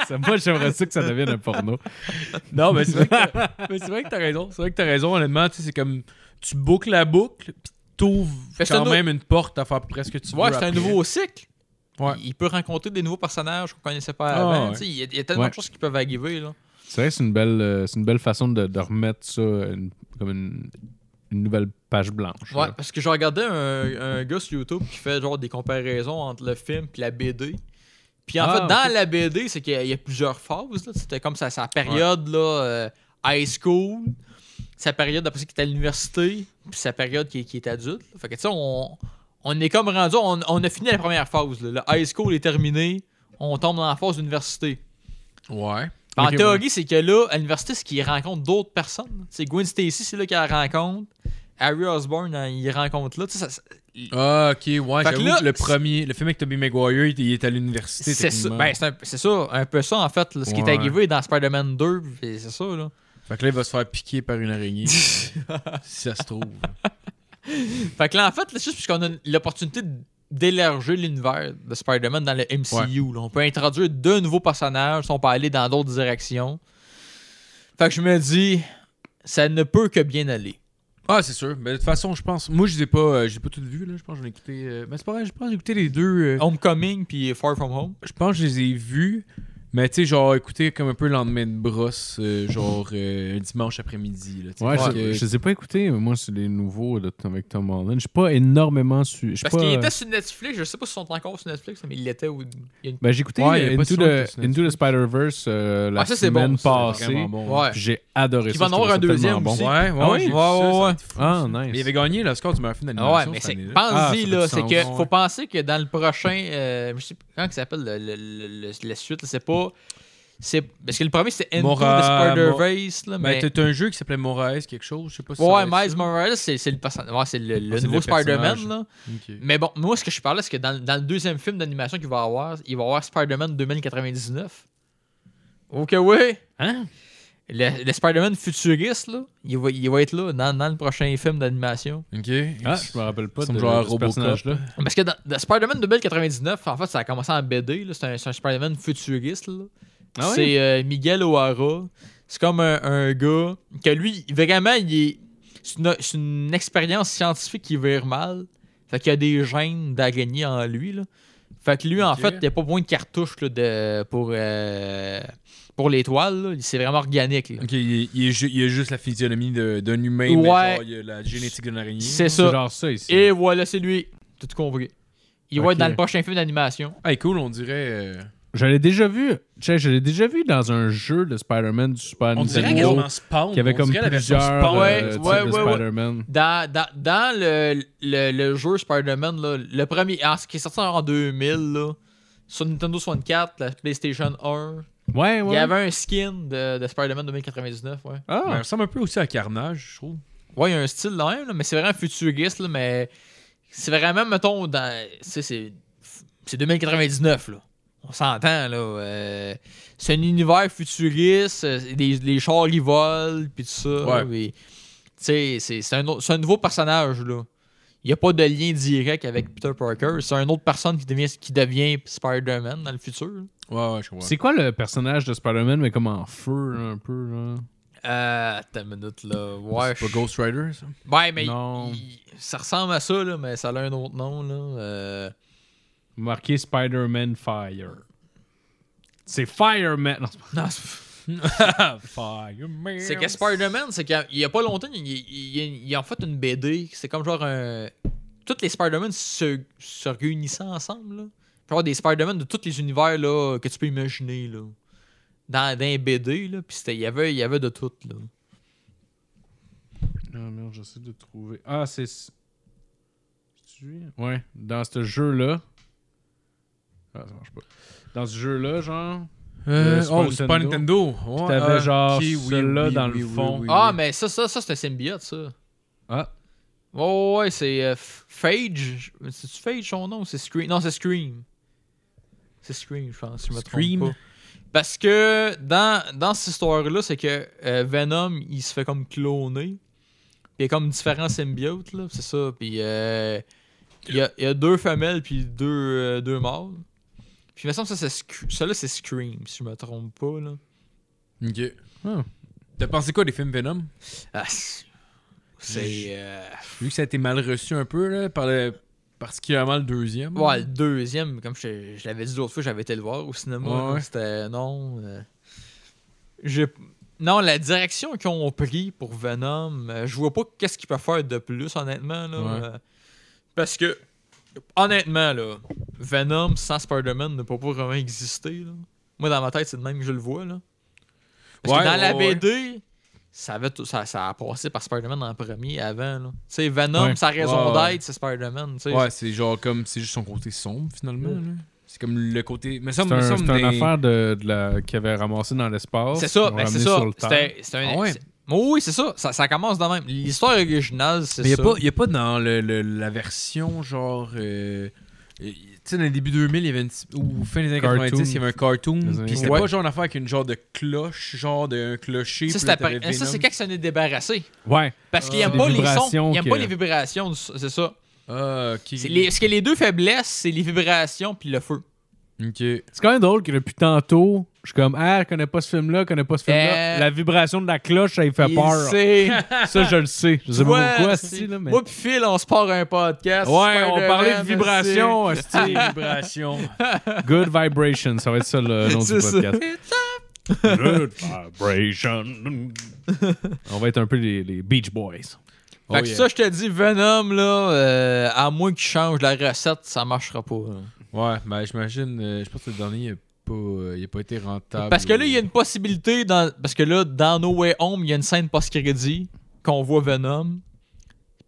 Speaker 4: Ça, moi, j'aimerais ça que ça devienne un porno.
Speaker 3: Non, mais c'est vrai que t'as- mais c'est vrai que t'as raison. C'est vrai que t'as raison, honnêtement. Tu sais, c'est comme tu boucles la boucle, puis t'ouvres
Speaker 5: Fait que c'est
Speaker 3: quand
Speaker 5: un
Speaker 3: même une porte à faire à peu près ce que tu veux.
Speaker 5: Ouais, c'est un
Speaker 3: après.
Speaker 5: nouveau cycle.
Speaker 3: Ouais.
Speaker 5: Il il peut rencontrer des nouveaux personnages qu'on connaissait pas
Speaker 3: Ah,
Speaker 5: avant.
Speaker 3: ouais.
Speaker 5: Tu sais, Il y, a- il y a tellement
Speaker 4: Ouais.
Speaker 5: de choses qui peuvent arriver. Là.
Speaker 4: C'est vrai que c'est une belle, euh, c'est une belle façon de, de remettre ça euh, une- comme une, une nouvelle page blanche.
Speaker 5: Ouais,
Speaker 4: là.
Speaker 5: parce que je regardais un, un gars sur YouTube qui fait genre des comparaisons entre le film et la BD. Puis en
Speaker 4: Ah,
Speaker 5: fait, dans la BD, c'est qu'il y, a- il y a plusieurs phases. là. C'était comme sa, sa période là, euh, high school, sa période après ça qui était à l'université, puis sa période qui, qui est adulte. là. Fait que tu sais, on, on est comme rendu, on, on a fini la première phase. là. Le high school est terminé, on tombe dans la phase d'université.
Speaker 3: Ouais.
Speaker 5: Ben, En
Speaker 3: Ok,
Speaker 5: théorie, c'est que là, à l'université, c'est qu'il rencontre d'autres personnes. C'est Gwen Stacy, c'est là qu'elle rencontre. Harry Osborn, hein, il rencontre là. Tu sais, ça- ça-
Speaker 3: Ah, ok, ouais.
Speaker 5: Fait que
Speaker 3: J'avoue
Speaker 5: là,
Speaker 3: que le
Speaker 5: c'est-
Speaker 3: premier, le film avec Tobey Maguire, il, il est à l'université.
Speaker 5: C'est ça,
Speaker 3: techniquement.
Speaker 5: ben, c'est un- c'est ça, un peu ça en fait, là, ce qui est
Speaker 3: Ouais.
Speaker 5: arrivé dans Spider-Man 2, puis c'est ça là.
Speaker 3: Fait que là, il va se faire piquer par une araignée. si ça se trouve.
Speaker 5: Fait que là en fait, là, c'est juste parce qu'on a l'opportunité de d'élargir l'univers de Spider-Man dans le MCU. là. On peut introduire deux nouveaux personnages, on peut aller dans d'autres directions. Fait que je me dis, ça ne peut que bien aller.
Speaker 3: Ah, c'est sûr. Mais de toute façon, je pense. Moi, je les ai pas, euh, je les ai pas toutes vues. Là. Je pense que j'en ai écouté. euh, Mais c'est pas vrai, je pense que j'ai écouté les deux. euh,
Speaker 5: Homecoming puis Far From Home.
Speaker 3: Je pense que je les ai vus. Mais tu sais, genre, écouté comme un peu le lendemain de brosse, euh, genre euh, un dimanche après-midi. là, tu sais,
Speaker 4: Ouais,
Speaker 3: parce
Speaker 4: je,
Speaker 3: que-
Speaker 4: je les ai pas écoutés, mais moi, c'est les nouveaux là, avec Tom Holland. Je suis pas énormément su. je suis
Speaker 5: Parce
Speaker 4: pas,
Speaker 5: qu'il
Speaker 4: euh,
Speaker 5: était sur Netflix, je sais pas s'ils sont encore sur Netflix, mais il l'était ou il y a une-
Speaker 4: Ben, j'ai écouté
Speaker 3: Ouais, il y avait pas
Speaker 4: Into,
Speaker 3: si longtemps
Speaker 4: the,
Speaker 3: sur
Speaker 4: Into the
Speaker 3: Netflix.
Speaker 4: Spider-Verse euh, la
Speaker 5: Ah, ça, c'est
Speaker 4: semaine
Speaker 5: bon, ça,
Speaker 3: c'est
Speaker 4: passée.
Speaker 3: vraiment bon.
Speaker 5: Ouais.
Speaker 4: puis J'ai adoré
Speaker 5: Qui
Speaker 4: ça.
Speaker 5: va en avoir
Speaker 4: je
Speaker 5: un
Speaker 4: trouvais ça tellement
Speaker 5: deuxième
Speaker 4: bon.
Speaker 5: aussi.
Speaker 3: Ouais, ouais,
Speaker 4: Ah
Speaker 3: ouais,
Speaker 4: oui?
Speaker 3: j'ai vu
Speaker 4: Ouais,
Speaker 3: ça,
Speaker 4: ouais,
Speaker 3: ça a
Speaker 4: ouais.
Speaker 3: été fou,
Speaker 4: Ah,
Speaker 3: ça.
Speaker 4: nice.
Speaker 3: Mais Il avait gagné l'Oscar du meilleur film
Speaker 5: Ah ouais,
Speaker 3: d'animation.
Speaker 5: mais
Speaker 3: cette
Speaker 5: c'est.
Speaker 3: année-là.
Speaker 4: Ah, ça
Speaker 5: Pense-y,
Speaker 4: fait du
Speaker 5: là. C'est
Speaker 4: sens,
Speaker 5: que
Speaker 4: ouais.
Speaker 5: faut penser que dans le prochain. euh, je sais plus comment ça s'appelle le- le- le- le- la suite, là, c'est pas. C'est, parce que le premier c'était Into
Speaker 3: Mora-
Speaker 5: the Spider-Verse, là,
Speaker 3: Ben,
Speaker 5: mais.
Speaker 3: t'as un jeu qui s'appelait Moraes quelque chose, je sais pas si ça
Speaker 5: ouais,
Speaker 3: va être
Speaker 5: Miles Morales, c'est, c'est le, perso- ouais, c'est le, le
Speaker 4: c'est
Speaker 5: nouveau
Speaker 4: le
Speaker 5: Spider-Man,
Speaker 4: personnage.
Speaker 5: là.
Speaker 3: ça. Ok.
Speaker 5: Mais bon, moi, ce que je parlais, c'est que dans, dans le deuxième film d'animation qu'il va avoir, il va avoir Spider-Man 2099. Ok, oui.
Speaker 4: Hein?
Speaker 5: Le, le Spider-Man futuriste, là, il va, il va être là dans, dans le prochain film d'animation.
Speaker 3: Ok.
Speaker 4: Ah, je me rappelle pas
Speaker 3: Ça
Speaker 4: de,
Speaker 3: me jouait à
Speaker 4: de ce
Speaker 3: Robocop.
Speaker 4: personnage-là.
Speaker 5: Parce que dans, dans Spider-Man 2099, en fait, ça a commencé en BD. là. C'est un, c'est un Spider-Man futuriste. là.
Speaker 4: Ah ouais?
Speaker 5: c'est euh, Miguel O'Hara. C'est comme un, un gars que lui, vraiment, il est. C'est une, c'est une expérience scientifique qui vire mal. Fait qu'il y a des gènes d'araignée en lui. Là. Fait que lui, en
Speaker 3: Ok.
Speaker 5: fait, il n'y a pas besoin de cartouche là, de, pour, euh, pour l'étoile. là. C'est vraiment organique. là.
Speaker 3: Ok, il, est- il est ju- il a juste la physionomie de- d'un humain, mais
Speaker 5: Ouais.
Speaker 3: genre, il a la génétique d'une araignée.
Speaker 5: C'est
Speaker 4: C'est
Speaker 5: ça.
Speaker 4: genre ça ici.
Speaker 5: Et voilà, c'est lui. Tout compris. Il va
Speaker 4: Ok.
Speaker 5: être dans le prochain film d'animation.
Speaker 3: Ah, cool, on dirait. euh,
Speaker 4: Je l'ai déjà vu. Tu sais, je l'ai déjà vu dans un jeu de Spider-Man du Super
Speaker 3: On dirait
Speaker 4: Nintendo.
Speaker 3: quasiment Spawn.
Speaker 4: Qui avait
Speaker 3: on
Speaker 4: comme
Speaker 3: dirait la version
Speaker 4: plusieurs
Speaker 3: Spawn.
Speaker 5: Ouais,
Speaker 4: euh, types
Speaker 5: ouais,
Speaker 4: de
Speaker 5: ouais, ouais.
Speaker 4: Spider-Man.
Speaker 5: Dans, dans, dans le, le, le jeu Spider-Man, là, le premier, en ce qui est sorti en 2000, là, sur Nintendo 64, la PlayStation 1,
Speaker 4: Ouais,
Speaker 5: il y
Speaker 4: ouais.
Speaker 5: avait un skin de, de Spider-man 2099. Ouais,
Speaker 3: Ouais,
Speaker 4: Ah,
Speaker 3: il ressemble un peu aussi à Carnage, je trouve.
Speaker 5: ouais il y a un style là même, là, mais c'est vraiment futuriste, là, mais c'est vraiment, mettons, dans, tu sais, c'est c'est 2099. Là. On s'entend, là. euh, c'est un univers futuriste, euh, les, les chars ils volent, puis tout
Speaker 3: Ouais.
Speaker 5: ça. puis, tu sais, c'est c'est un, autre- c'est un nouveau personnage, là. Il n'y a pas de lien direct avec Peter Parker. C'est une autre personne qui devient, qui devient Spider-Man dans le futur.
Speaker 3: Ouais, ouais, je comprends.
Speaker 4: c'est quoi le personnage de Spider-Man, mais comme en feu, là, un peu, là?
Speaker 5: Euh, attends une minute, là. Ouais,
Speaker 3: C'est pas Ghost Rider, ça
Speaker 5: Ouais, mais
Speaker 4: Non.
Speaker 5: il- il- ça ressemble à ça, là, mais ça a un autre nom. Là. Euh,
Speaker 4: Marqué Spider-Man Fire. C'est Fireman. Non, c'est pas-
Speaker 5: non, c'est-
Speaker 4: Fireman.
Speaker 5: c'est que Spider-Man, c'est qu'il n'y a pas longtemps, il, il- il- il a en fait une BD. C'est comme genre un. Toutes les Spider-Man se, se réunissant ensemble. Là. Tu peux avoir des Spider-Man de tous les univers là, que tu peux imaginer. Là. Dans, dans un BD, là, puis c'était- il y avait, il y avait de tout. Là.
Speaker 4: Ah merde, j'essaie de trouver. Ah, c'est. c'est-tu lui? Ouais, dans ce jeu-là. Ah, ça marche pas. Dans ce jeu-là, genre.
Speaker 3: Euh,
Speaker 4: Le
Speaker 3: oh,
Speaker 4: Super
Speaker 3: Super Nintendo. Ouais,
Speaker 4: t'avais
Speaker 3: ah,
Speaker 4: genre
Speaker 3: ok, oui,
Speaker 4: celui-là
Speaker 3: oui,
Speaker 4: dans
Speaker 3: oui,
Speaker 4: le
Speaker 3: oui,
Speaker 4: fond.
Speaker 3: oui, oui.
Speaker 5: ah, mais ça, ça, ça c'est un symbiote, ça.
Speaker 4: Ah,
Speaker 5: Ouais, ouais, ouais, c'est euh, F- Phage. C'est-tu Phage son nom ou c'est Scream Non, c'est Scream. C'est Scream, je pense, si je me
Speaker 3: Scream.
Speaker 5: trompe pas. Parce que dans, dans cette histoire-là, c'est que euh, Venom, il se fait comme cloner. Puis il y a comme différents symbiotes, là, c'est ça. Puis euh, il, y a, il y a deux femelles, puis deux, euh, deux mâles. Puis il me semble que ça, c'est Sc- celui-là, c'est Scream, si je me trompe pas, là.
Speaker 3: Ok.
Speaker 4: Ah.
Speaker 3: T'as pensé quoi des films Venom
Speaker 5: Ah, c'est- c'est. euh,
Speaker 3: Vu que ça a été mal reçu un peu, là, par le- particulièrement le deuxième.
Speaker 5: Ouais, le deuxième, comme je, je l'avais dit l'autre fois, j'avais été le voir au cinéma.
Speaker 3: Ouais,
Speaker 5: là,
Speaker 3: ouais.
Speaker 5: C'était non. euh, j'ai- non, la direction qu'ils ont pris pour Venom, euh, je vois pas qu'est-ce qu'ils peuvent faire de plus, honnêtement. Là,
Speaker 3: Ouais.
Speaker 5: euh, parce que, honnêtement, là, Venom sans Spider-Man ne peut pas vraiment exister. là. Moi, dans ma tête, c'est le même que je le vois. Là. Parce
Speaker 3: Ouais,
Speaker 5: que dans la
Speaker 3: ouais, ouais.
Speaker 5: BD, ça, avait tout- ça, ça a passé par Spider-Man en premier avant. là. Tu sais, Venom,
Speaker 4: Ouais.
Speaker 5: sa raison
Speaker 3: Ouais, ouais.
Speaker 5: d'être, c'est Spider-Man. tu sais.
Speaker 3: Ouais, c'est genre comme. C'est juste son côté sombre, finalement. là. C'est comme le côté. Mais ça
Speaker 4: c'est
Speaker 3: me
Speaker 4: un-
Speaker 3: ça me
Speaker 4: c'est une
Speaker 3: des-
Speaker 4: affaire de, de la... qu'il avait ramassé dans l'espace.
Speaker 5: C'est ça,
Speaker 4: qu'ils ont
Speaker 5: ben c'est
Speaker 4: ramené
Speaker 5: ça.
Speaker 4: sur le temps.
Speaker 5: C'était- C'était un.
Speaker 3: Ah ouais.
Speaker 5: c'est- Oh oui, c'est ça. ça. ça commence dans même. L'histoire originale, c'est
Speaker 3: Mais y a
Speaker 5: ça.
Speaker 3: pas, y a pas dans le, le- la version genre. euh, euh, tu sais, dans les débuts 2000, il y avait une, petite- ou fin des années
Speaker 4: Cartoon.
Speaker 3: 90, il y avait un cartoon.
Speaker 4: Les années
Speaker 3: Puis c'était
Speaker 4: ouais.
Speaker 3: pas genre une affaire avec une genre de cloche, genre d'un clocher.
Speaker 5: Ça,
Speaker 3: puis
Speaker 5: c'est
Speaker 3: là,
Speaker 5: après-
Speaker 3: t'avais
Speaker 5: ça,
Speaker 3: Venom.
Speaker 5: c'est quand ça s'en est débarrassé.
Speaker 4: Ouais.
Speaker 5: Parce qu'il
Speaker 3: Ah.
Speaker 5: aime
Speaker 4: C'est
Speaker 5: pas
Speaker 4: des
Speaker 5: les sons.
Speaker 4: vibrations
Speaker 5: Il aime
Speaker 4: que-
Speaker 5: pas les vibrations, du- c'est ça.
Speaker 3: Ah, ok.
Speaker 5: C'est les- parce que les deux faiblesses, c'est les vibrations puis le feu.
Speaker 3: Ok.
Speaker 4: C'est quand même drôle que depuis tantôt, je suis comme, ah, je connais pas ce film-là, je connais pas ce film-là.
Speaker 5: Euh,
Speaker 4: La vibration de la cloche, ça, il fait
Speaker 5: Il
Speaker 4: peur.
Speaker 5: sait.
Speaker 4: Ça, je le sais. Je sais
Speaker 5: Ouais,
Speaker 4: pas pourquoi,
Speaker 5: c'est-
Speaker 4: c'est là, mais.
Speaker 5: Moi pis Phil, on se part un podcast.
Speaker 4: Ouais, on
Speaker 5: Spider-Man,
Speaker 4: parlait de
Speaker 5: c'est-
Speaker 4: vibration, hostie.
Speaker 3: Vibration.
Speaker 4: Good vibration, ça va être ça le nom du
Speaker 5: C'est ça.
Speaker 4: podcast. Good vibration. On va être un peu les, les Beach Boys.
Speaker 3: Oh,
Speaker 5: Fait
Speaker 4: Oh,
Speaker 5: que ça, je te dis, Venom, là, euh, à moins qu'il change la recette, ça marchera pas. là.
Speaker 3: Ouais, ben j'imagine, euh, je pense que le dernier, il a pas, euh, il a pas été rentable.
Speaker 5: Parce que là, il y a une possibilité, dans... parce que là, dans No Way Home, il y a une scène post-crédit qu'on voit Venom,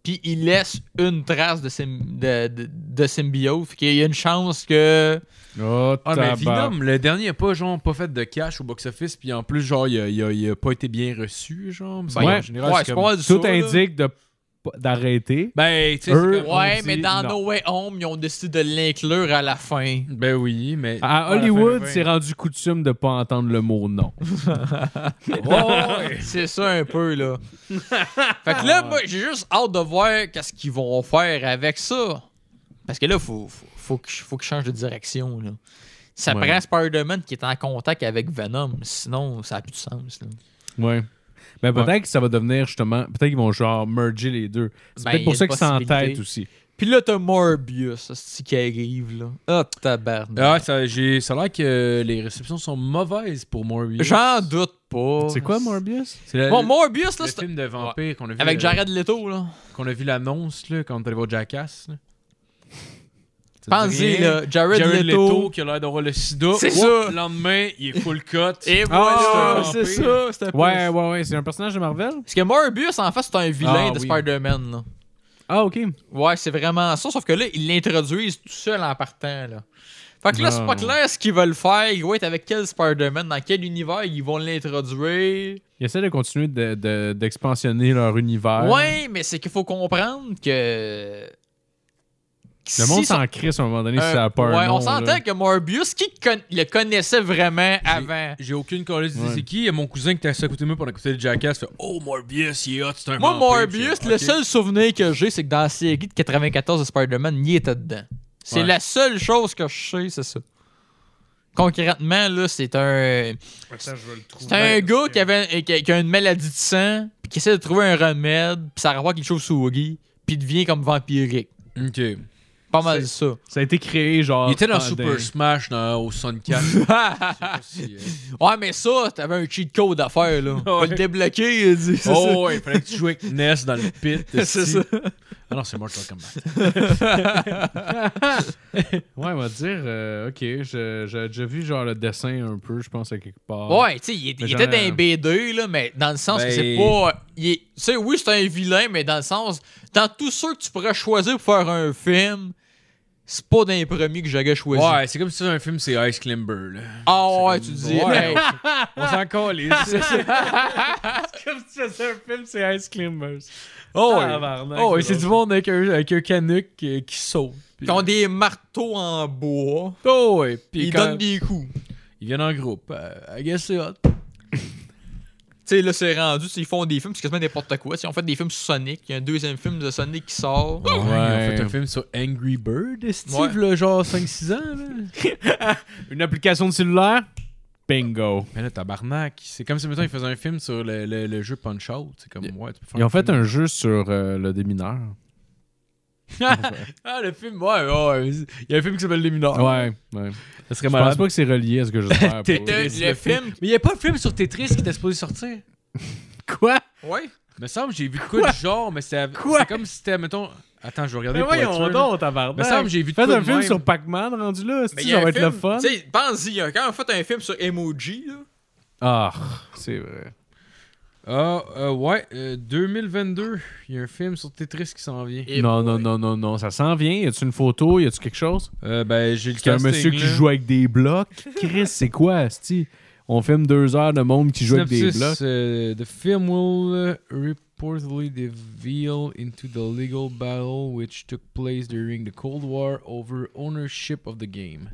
Speaker 5: puis il laisse une trace de, sym... de, de, de symbiote. Fait qu'il y a une chance que.
Speaker 4: Oh,
Speaker 3: Ah, mais
Speaker 4: tabac.
Speaker 3: Venom, le dernier a pas, genre, pas fait de cash au box-office, puis en plus, genre, il a, il a- il a pas été bien reçu, genre. me semble,
Speaker 4: Ouais.
Speaker 3: en général,
Speaker 5: Ouais,
Speaker 3: Ben, c'est
Speaker 5: c'est
Speaker 3: comme-
Speaker 5: pas mal du
Speaker 4: Tout
Speaker 5: ça, là.
Speaker 4: indique de- d'arrêter.
Speaker 3: Ben, tu sais,
Speaker 4: Eux-
Speaker 3: c'est comme-
Speaker 5: Ouais,
Speaker 4: On
Speaker 5: mais
Speaker 4: dit
Speaker 5: dans
Speaker 4: non.
Speaker 5: No Way Home, ils ont décidé de l'inclure à la fin.
Speaker 3: Ben oui, mais.
Speaker 4: À
Speaker 3: Ouais,
Speaker 4: Hollywood,
Speaker 3: fin, fin.
Speaker 4: c'est rendu coutume de pas entendre le mot non.
Speaker 5: Ouais, c'est ça un peu, là. fait que là, moi, j'ai juste hâte de voir qu'est-ce qu'ils vont faire avec ça. Parce que là, faut, faut, faut que- faut qu'ils changent de direction, là. Ça
Speaker 4: Ouais.
Speaker 5: prend Spider-Man qui est en contact avec Venom, sinon ça n'a plus de sens. là.
Speaker 4: Ouais. Mais
Speaker 3: Ouais.
Speaker 4: peut-être que ça va devenir justement. Peut-être qu'ils vont genre merger les deux. C'est
Speaker 5: Ben,
Speaker 4: peut-être
Speaker 5: il y
Speaker 4: pour
Speaker 5: a
Speaker 4: ça
Speaker 5: une
Speaker 4: qu'ils s'entêtent
Speaker 5: possibilité.
Speaker 4: aussi.
Speaker 5: Puis là, t'as Morbius, c'est qui arrive, là. Ah, tabarnak.
Speaker 3: Ah, ça, j'ai, ça a l'air que les réceptions sont mauvaises pour Morbius.
Speaker 5: Ah, J'en doute pas.
Speaker 4: C'est quoi Morbius
Speaker 3: C'est le,
Speaker 5: Bon, Morbius, là,
Speaker 3: le
Speaker 5: c'est-
Speaker 3: film de vampire qu'on a vu.
Speaker 5: Avec
Speaker 3: euh,
Speaker 5: Jared Leto, là.
Speaker 3: Qu'on a vu l'annonce, là, quand on est allé voir Jackass. là. Ça te dit
Speaker 5: Pensez,
Speaker 3: rien?
Speaker 5: là, Jared,
Speaker 3: Jared
Speaker 5: Leto.
Speaker 3: Leto. qui a l'air d'avoir le sida.
Speaker 5: C'est
Speaker 3: Oups,
Speaker 5: ça.
Speaker 3: Le lendemain, il est full cut.
Speaker 5: Et
Speaker 4: Ah,
Speaker 5: voilà,
Speaker 4: c'est
Speaker 5: c'est ça, c'était
Speaker 4: Ouais, ouais, ouais. C'est un personnage de Marvel
Speaker 5: Parce que Morbius, en fait, c'est un vilain
Speaker 3: Ah,
Speaker 5: de
Speaker 3: oui.
Speaker 5: Spider-Man, là.
Speaker 4: Ah, ok.
Speaker 5: Ouais, c'est vraiment ça. Sauf que là, ils l'introduisent tout seul en partant. Là. Fait que là, c'est
Speaker 4: Ah,
Speaker 5: pas
Speaker 4: ouais.
Speaker 5: clair ce qu'ils veulent faire. Ils vont être avec quel Spider-Man, dans quel univers ils vont l'introduire.
Speaker 4: Ils essaient de continuer de- de- d'expansionner leur univers.
Speaker 5: Ouais, mais c'est qu'il faut comprendre que.
Speaker 4: Le
Speaker 5: Si
Speaker 4: monde
Speaker 5: ça-
Speaker 4: s'en crisse à un moment donné
Speaker 5: euh,
Speaker 4: si ça a peur.
Speaker 5: ouais,
Speaker 4: non,
Speaker 5: on s'entend
Speaker 4: là.
Speaker 5: que Morbius, qui con- le connaissait vraiment avant?
Speaker 3: J'ai aucune collègue d'idée
Speaker 4: Ouais.
Speaker 3: c'est qui. Et mon cousin qui était assis à côté de moi pendant écouter le Jackass fait Oh, Morbius, il est hot, c'est un
Speaker 5: Moi,
Speaker 3: vampire.
Speaker 5: Morbius,
Speaker 3: Je fais,
Speaker 5: le
Speaker 3: euh, Ok.
Speaker 5: seul souvenir que j'ai, c'est que dans la série de 94 de Spider-Man, il était dedans. C'est
Speaker 3: Ouais.
Speaker 5: la seule chose que je sais, c'est ça. Concrètement, là, c'est un. C'est un
Speaker 3: Ben,
Speaker 5: gars qui, avait, euh, qui, qui a une maladie de sang, puis qui essaie de trouver un remède, puis ça renvoie quelque chose souris, puis devient comme vampirique.
Speaker 3: Ok. Il
Speaker 5: Pas mal ça.
Speaker 4: Ça a été créé genre.
Speaker 3: était dans
Speaker 4: pendant-
Speaker 3: Super Smash dans, au Sun 4. hein.
Speaker 5: Ouais, mais ça, t'avais un cheat code à faire, là. On va le débloquer, il dit. c'est ça.
Speaker 3: Oh, ouais, il fallait que tu joues avec Ness dans le pit.
Speaker 5: C'est
Speaker 3: esti.
Speaker 5: ça.
Speaker 3: Ah non, c'est Mortal Kombat.
Speaker 4: Ouais, on va dire. euh, ok, je- j'ai déjà vu genre le dessin un peu, je pense, à quelque part.
Speaker 5: Ouais, tu sais, il, est-
Speaker 4: Mais
Speaker 5: il était
Speaker 4: j'en
Speaker 5: dans
Speaker 4: ai-
Speaker 5: un B2, là, mais dans le sens que c'est
Speaker 3: Ben-
Speaker 5: pas. il est- Tu sais, oui, c'est un vilain, mais dans le sens. Dans tous ceux que tu pourrais choisir pour faire un film, c'est pas d'un premier que j'aurais choisi.
Speaker 3: Ouais, c'est comme si c'était un film, c'est Ice Climber. Là.
Speaker 5: Ah ouais,
Speaker 3: C'est
Speaker 5: tu
Speaker 3: comme-
Speaker 5: dis.
Speaker 3: Ouais.
Speaker 5: hey,
Speaker 3: On s'en calisse.
Speaker 4: Comme si c'était un film, c'est Ice Climbers.
Speaker 3: Oh,
Speaker 4: Tabarnak,
Speaker 3: oh, et
Speaker 4: c'est
Speaker 3: c'est du monde avec un, avec un canuc euh, qui saute. Puis-
Speaker 5: qui ont des marteaux en bois.
Speaker 3: Oh, ouais, puis
Speaker 5: Puis ils
Speaker 3: quand-
Speaker 5: donnent des coups.
Speaker 3: ils viennent en groupe. Euh, I guess c'est hot.
Speaker 5: Tu sais, là, c'est rendu, tu sais, ils font des films, c'est quasiment n'importe quoi. Tu sais, ils ont fait des films sur Sonic, il y a un deuxième film de Sonic qui sort.
Speaker 3: Ouais,
Speaker 4: Ouais.
Speaker 3: Ils ont fait un film sur Angry Bird, Steve,
Speaker 5: Ouais.
Speaker 3: là, genre 5-6 ans. Là.
Speaker 4: Une application de cellulaire Bingo.
Speaker 3: Mais là, tabarnak. C'est comme si, mettons, ils faisaient un film sur le, le- le jeu Punch Out. C'est comme, ouais, tu peux faire
Speaker 4: Ils ont fait
Speaker 3: film.
Speaker 4: un jeu sur euh, le démineur.
Speaker 3: Ah, le film, ouais, ouais. Il y a un film qui s'appelle Les Mineurs.
Speaker 4: Ouais, ouais.
Speaker 3: Ça serait
Speaker 4: Je pense
Speaker 3: malade.
Speaker 4: pas que c'est relié à ce que j'espère.
Speaker 3: T'es-
Speaker 4: pour-
Speaker 5: Le,
Speaker 3: t'es-
Speaker 5: le film.
Speaker 3: Mais il n'y a pas de film sur Tetris qui était supposé sortir.
Speaker 4: Quoi
Speaker 5: Ouais.
Speaker 3: Me semble, j'ai vu de quoi du genre, mais c'était
Speaker 4: Quoi?
Speaker 3: c'était comme si c'était, mettons. Attends, je vais regarder. pour être sûr, là.
Speaker 4: tabarnak.
Speaker 3: Me semble, j'ai vu de
Speaker 4: Faites
Speaker 3: quoi
Speaker 4: un
Speaker 3: de
Speaker 4: film
Speaker 3: même.
Speaker 4: sur Pac-Man rendu là,
Speaker 5: Mais
Speaker 4: si
Speaker 5: il y a
Speaker 4: ça
Speaker 5: un
Speaker 4: va être le
Speaker 5: film-
Speaker 4: fun.
Speaker 5: Tu sais, pense-y, il y a quand même fait un film sur Emoji, là.
Speaker 4: Ah, c'est vrai.
Speaker 3: Ah, euh, ouais, euh, 2022. Il y a un film sur Tetris qui s'en vient.
Speaker 5: Et
Speaker 4: non, non,
Speaker 5: boy.
Speaker 4: non, non, non, ça s'en vient. Y a-tu une photo Y a-tu quelque chose
Speaker 3: Euh, ben, j'ai le
Speaker 4: C'est un
Speaker 3: casting,
Speaker 4: monsieur qui
Speaker 3: là.
Speaker 4: joue avec des blocs. Chris, c'est quoi, Asti On filme deux heures de monde qui joue avec des
Speaker 3: Synopsis,
Speaker 4: blocs.
Speaker 3: euh, the film will uh, reportedly reveal into the legal battle which took place during the Cold War over ownership of the game.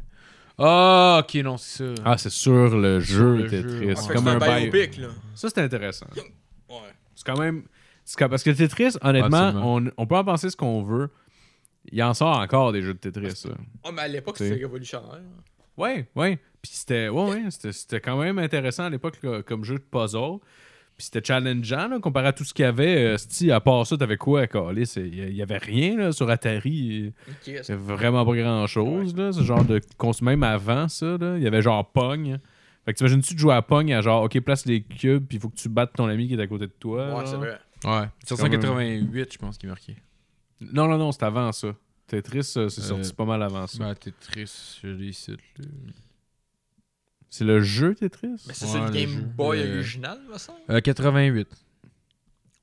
Speaker 3: Ah, ok, non, c'est ça.
Speaker 4: Ah, c'est sur le jeu
Speaker 3: le
Speaker 4: Tetris.
Speaker 3: jeu. Ah,
Speaker 5: Fait
Speaker 4: C'est
Speaker 5: que
Speaker 4: comme
Speaker 5: c'est
Speaker 4: un
Speaker 5: un
Speaker 4: bio-
Speaker 5: biopic, là.
Speaker 4: Ça, c'est intéressant.
Speaker 5: Ouais.
Speaker 4: C'est quand même. c'est quand- Parce que Tetris, honnêtement,
Speaker 3: Absolument.
Speaker 4: on, on peut en penser ce qu'on veut. Il en sort encore des jeux de Tetris. là.
Speaker 5: Ah, mais à l'époque,
Speaker 4: Tu sais.
Speaker 5: c'était révolutionnaire.
Speaker 4: Ouais, ouais. Puis c'était ouais, ouais, c'était- c'était quand même intéressant à l'époque là, comme jeu de puzzle. Puis c'était challengeant là, comparé à tout ce qu'il y avait. euh, c'ti, à part ça, t'avais quoi à caler? C'est- Il y- il y avait rien là, sur Atari.
Speaker 5: Ok,
Speaker 4: C'est vraiment pas grand chose. Là, ce genre de. cons- Même avant ça, là, il y avait genre Pong. Fait que t'imagines-tu de jouer à Pong à genre, OK, place les cubes, puis il faut que tu battes ton ami qui est à côté de toi.
Speaker 5: Ouais,
Speaker 4: là.
Speaker 5: c'est vrai.
Speaker 3: Ouais.
Speaker 4: quand même-
Speaker 3: 188, je pense qu'il est marqué.
Speaker 4: Non, non, non, c'est avant ça. Tetris, euh, c'est sorti
Speaker 3: Euh,
Speaker 4: pas mal avant ça.
Speaker 3: Bah, t'es triste, je les cite. là.
Speaker 4: C'est le jeu Tetris?
Speaker 5: Mais ça,
Speaker 3: Ouais,
Speaker 5: c'est le
Speaker 3: le
Speaker 5: Game
Speaker 3: jeu.
Speaker 5: Boy
Speaker 3: Euh,
Speaker 5: original, me semble.
Speaker 3: Euh, 88.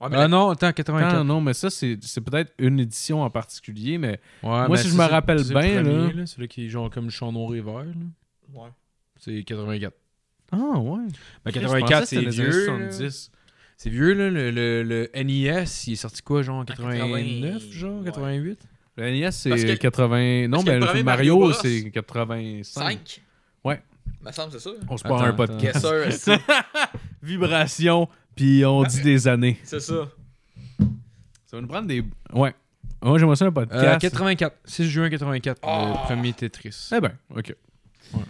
Speaker 5: Ouais, mais
Speaker 3: Ah
Speaker 5: la-
Speaker 3: non, attends,
Speaker 4: Ah
Speaker 3: 84.
Speaker 4: non, mais ça, c'est c'est peut-être une édition en particulier, mais
Speaker 3: Ouais,
Speaker 4: Moi,
Speaker 3: mais
Speaker 4: si je
Speaker 3: ça,
Speaker 4: me
Speaker 3: c'est-
Speaker 4: rappelle
Speaker 3: c'est le
Speaker 4: bien, là.
Speaker 3: premier, Celui qui est genre comme le champ noir et vert. là.
Speaker 5: Ouais.
Speaker 3: C'est 84.
Speaker 4: Ah ouais.
Speaker 3: Ben,
Speaker 4: Chris,
Speaker 3: 84, c'est
Speaker 4: je pensais que c'était
Speaker 3: vieux.
Speaker 4: les années
Speaker 3: là.
Speaker 4: 70.
Speaker 3: C'est vieux, là. Le, le- le NES, il est sorti quoi, genre 89,
Speaker 5: 80,
Speaker 3: genre
Speaker 5: Ah, ouais.
Speaker 3: 88
Speaker 4: Le NES,
Speaker 5: Parce que-
Speaker 4: c'est 80. Non,
Speaker 5: parce que
Speaker 4: mais
Speaker 5: le
Speaker 4: le
Speaker 5: premier Mario
Speaker 4: Mario,
Speaker 5: Bros.
Speaker 4: c'est 85.
Speaker 5: 5
Speaker 4: Ouais.
Speaker 5: Me semble, c'est ça.
Speaker 4: On se prend
Speaker 3: Attends,
Speaker 4: un podcast.
Speaker 5: Yes, sir, c'est-
Speaker 4: Vibration, puis on dit des années.
Speaker 5: c'est ça.
Speaker 4: Ça va nous prendre des. Ouais. Moi, j'aimerais ça un
Speaker 3: Euh,
Speaker 4: podcast.
Speaker 3: 84. 6 juin 84,
Speaker 5: Ah.
Speaker 3: le premier Tetris.
Speaker 4: Eh ben, OK. Ouais.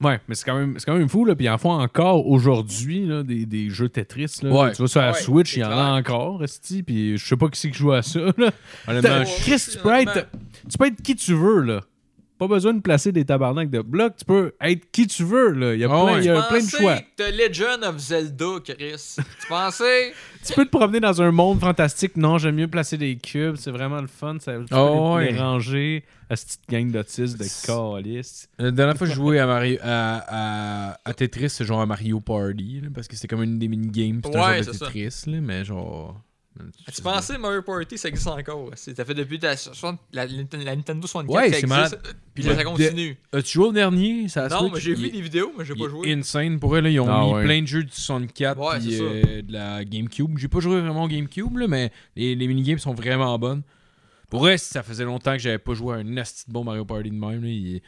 Speaker 4: Ouais, mais c'est quand, même- c'est quand même fou, là. Puis il en font encore aujourd'hui, là, des, des jeux Tetris. Là.
Speaker 3: Ouais.
Speaker 4: Tu vas sur la
Speaker 5: Ouais,
Speaker 4: Switch,
Speaker 5: c'est
Speaker 4: il y en
Speaker 5: clair.
Speaker 4: a encore, Esti. Puis je sais pas qui c'est qui joue à ça, là.
Speaker 3: Honnêtement,
Speaker 5: Ouais.
Speaker 3: je-
Speaker 4: Chris, tu peux être, tu peux être qui tu veux, là. Pas besoin de placer des tabarnaks de blocs. Tu peux être qui tu veux, là. Il y a,
Speaker 3: Ah
Speaker 4: plein,
Speaker 3: ouais.
Speaker 4: il y a plein de choix.
Speaker 5: The Legend of Zelda, Chris. tu pensais?
Speaker 4: Tu peux te promener dans un monde fantastique. Non, j'aime mieux placer des cubes. C'est vraiment le fun. Ça, tu peux
Speaker 3: Ah
Speaker 4: les,
Speaker 3: ouais.
Speaker 4: les ranger à cette petite gang d'autistes de calice.
Speaker 3: La dernière fois que je jouais à, Mario, à, à, à Tetris, c'est genre à Mario Party, là, parce que c'est comme une des mini-games, c'est
Speaker 5: Ouais,
Speaker 3: un genre
Speaker 5: c'est
Speaker 3: de
Speaker 5: ça. Ah,
Speaker 3: Tetris, là, mais genre...
Speaker 5: tu pensais Mario Party, ça existe encore. C'est- Ça fait depuis la, soixante- la- la Nintendo 64
Speaker 3: Ouais,
Speaker 5: que ça
Speaker 3: c'est
Speaker 5: existe.
Speaker 3: malade.
Speaker 5: Puis
Speaker 3: Ouais.
Speaker 5: là, ça continue.
Speaker 3: As-tu joué au dernier? Ça
Speaker 5: non, mais j'ai vu des vidéos, mais j'ai pas joué.
Speaker 3: Insane pour eux, là, ils ont
Speaker 4: Ah
Speaker 3: mis
Speaker 4: ouais.
Speaker 3: plein de jeux du 64
Speaker 5: Ouais,
Speaker 3: puis
Speaker 5: c'est ça.
Speaker 3: euh, de la GameCube. J'ai pas joué vraiment au GameCube, là, mais les, les minigames sont vraiment bonnes. Pour eux, ça faisait longtemps que j'avais pas joué à un nasty de bon Mario Party de même. là. Il-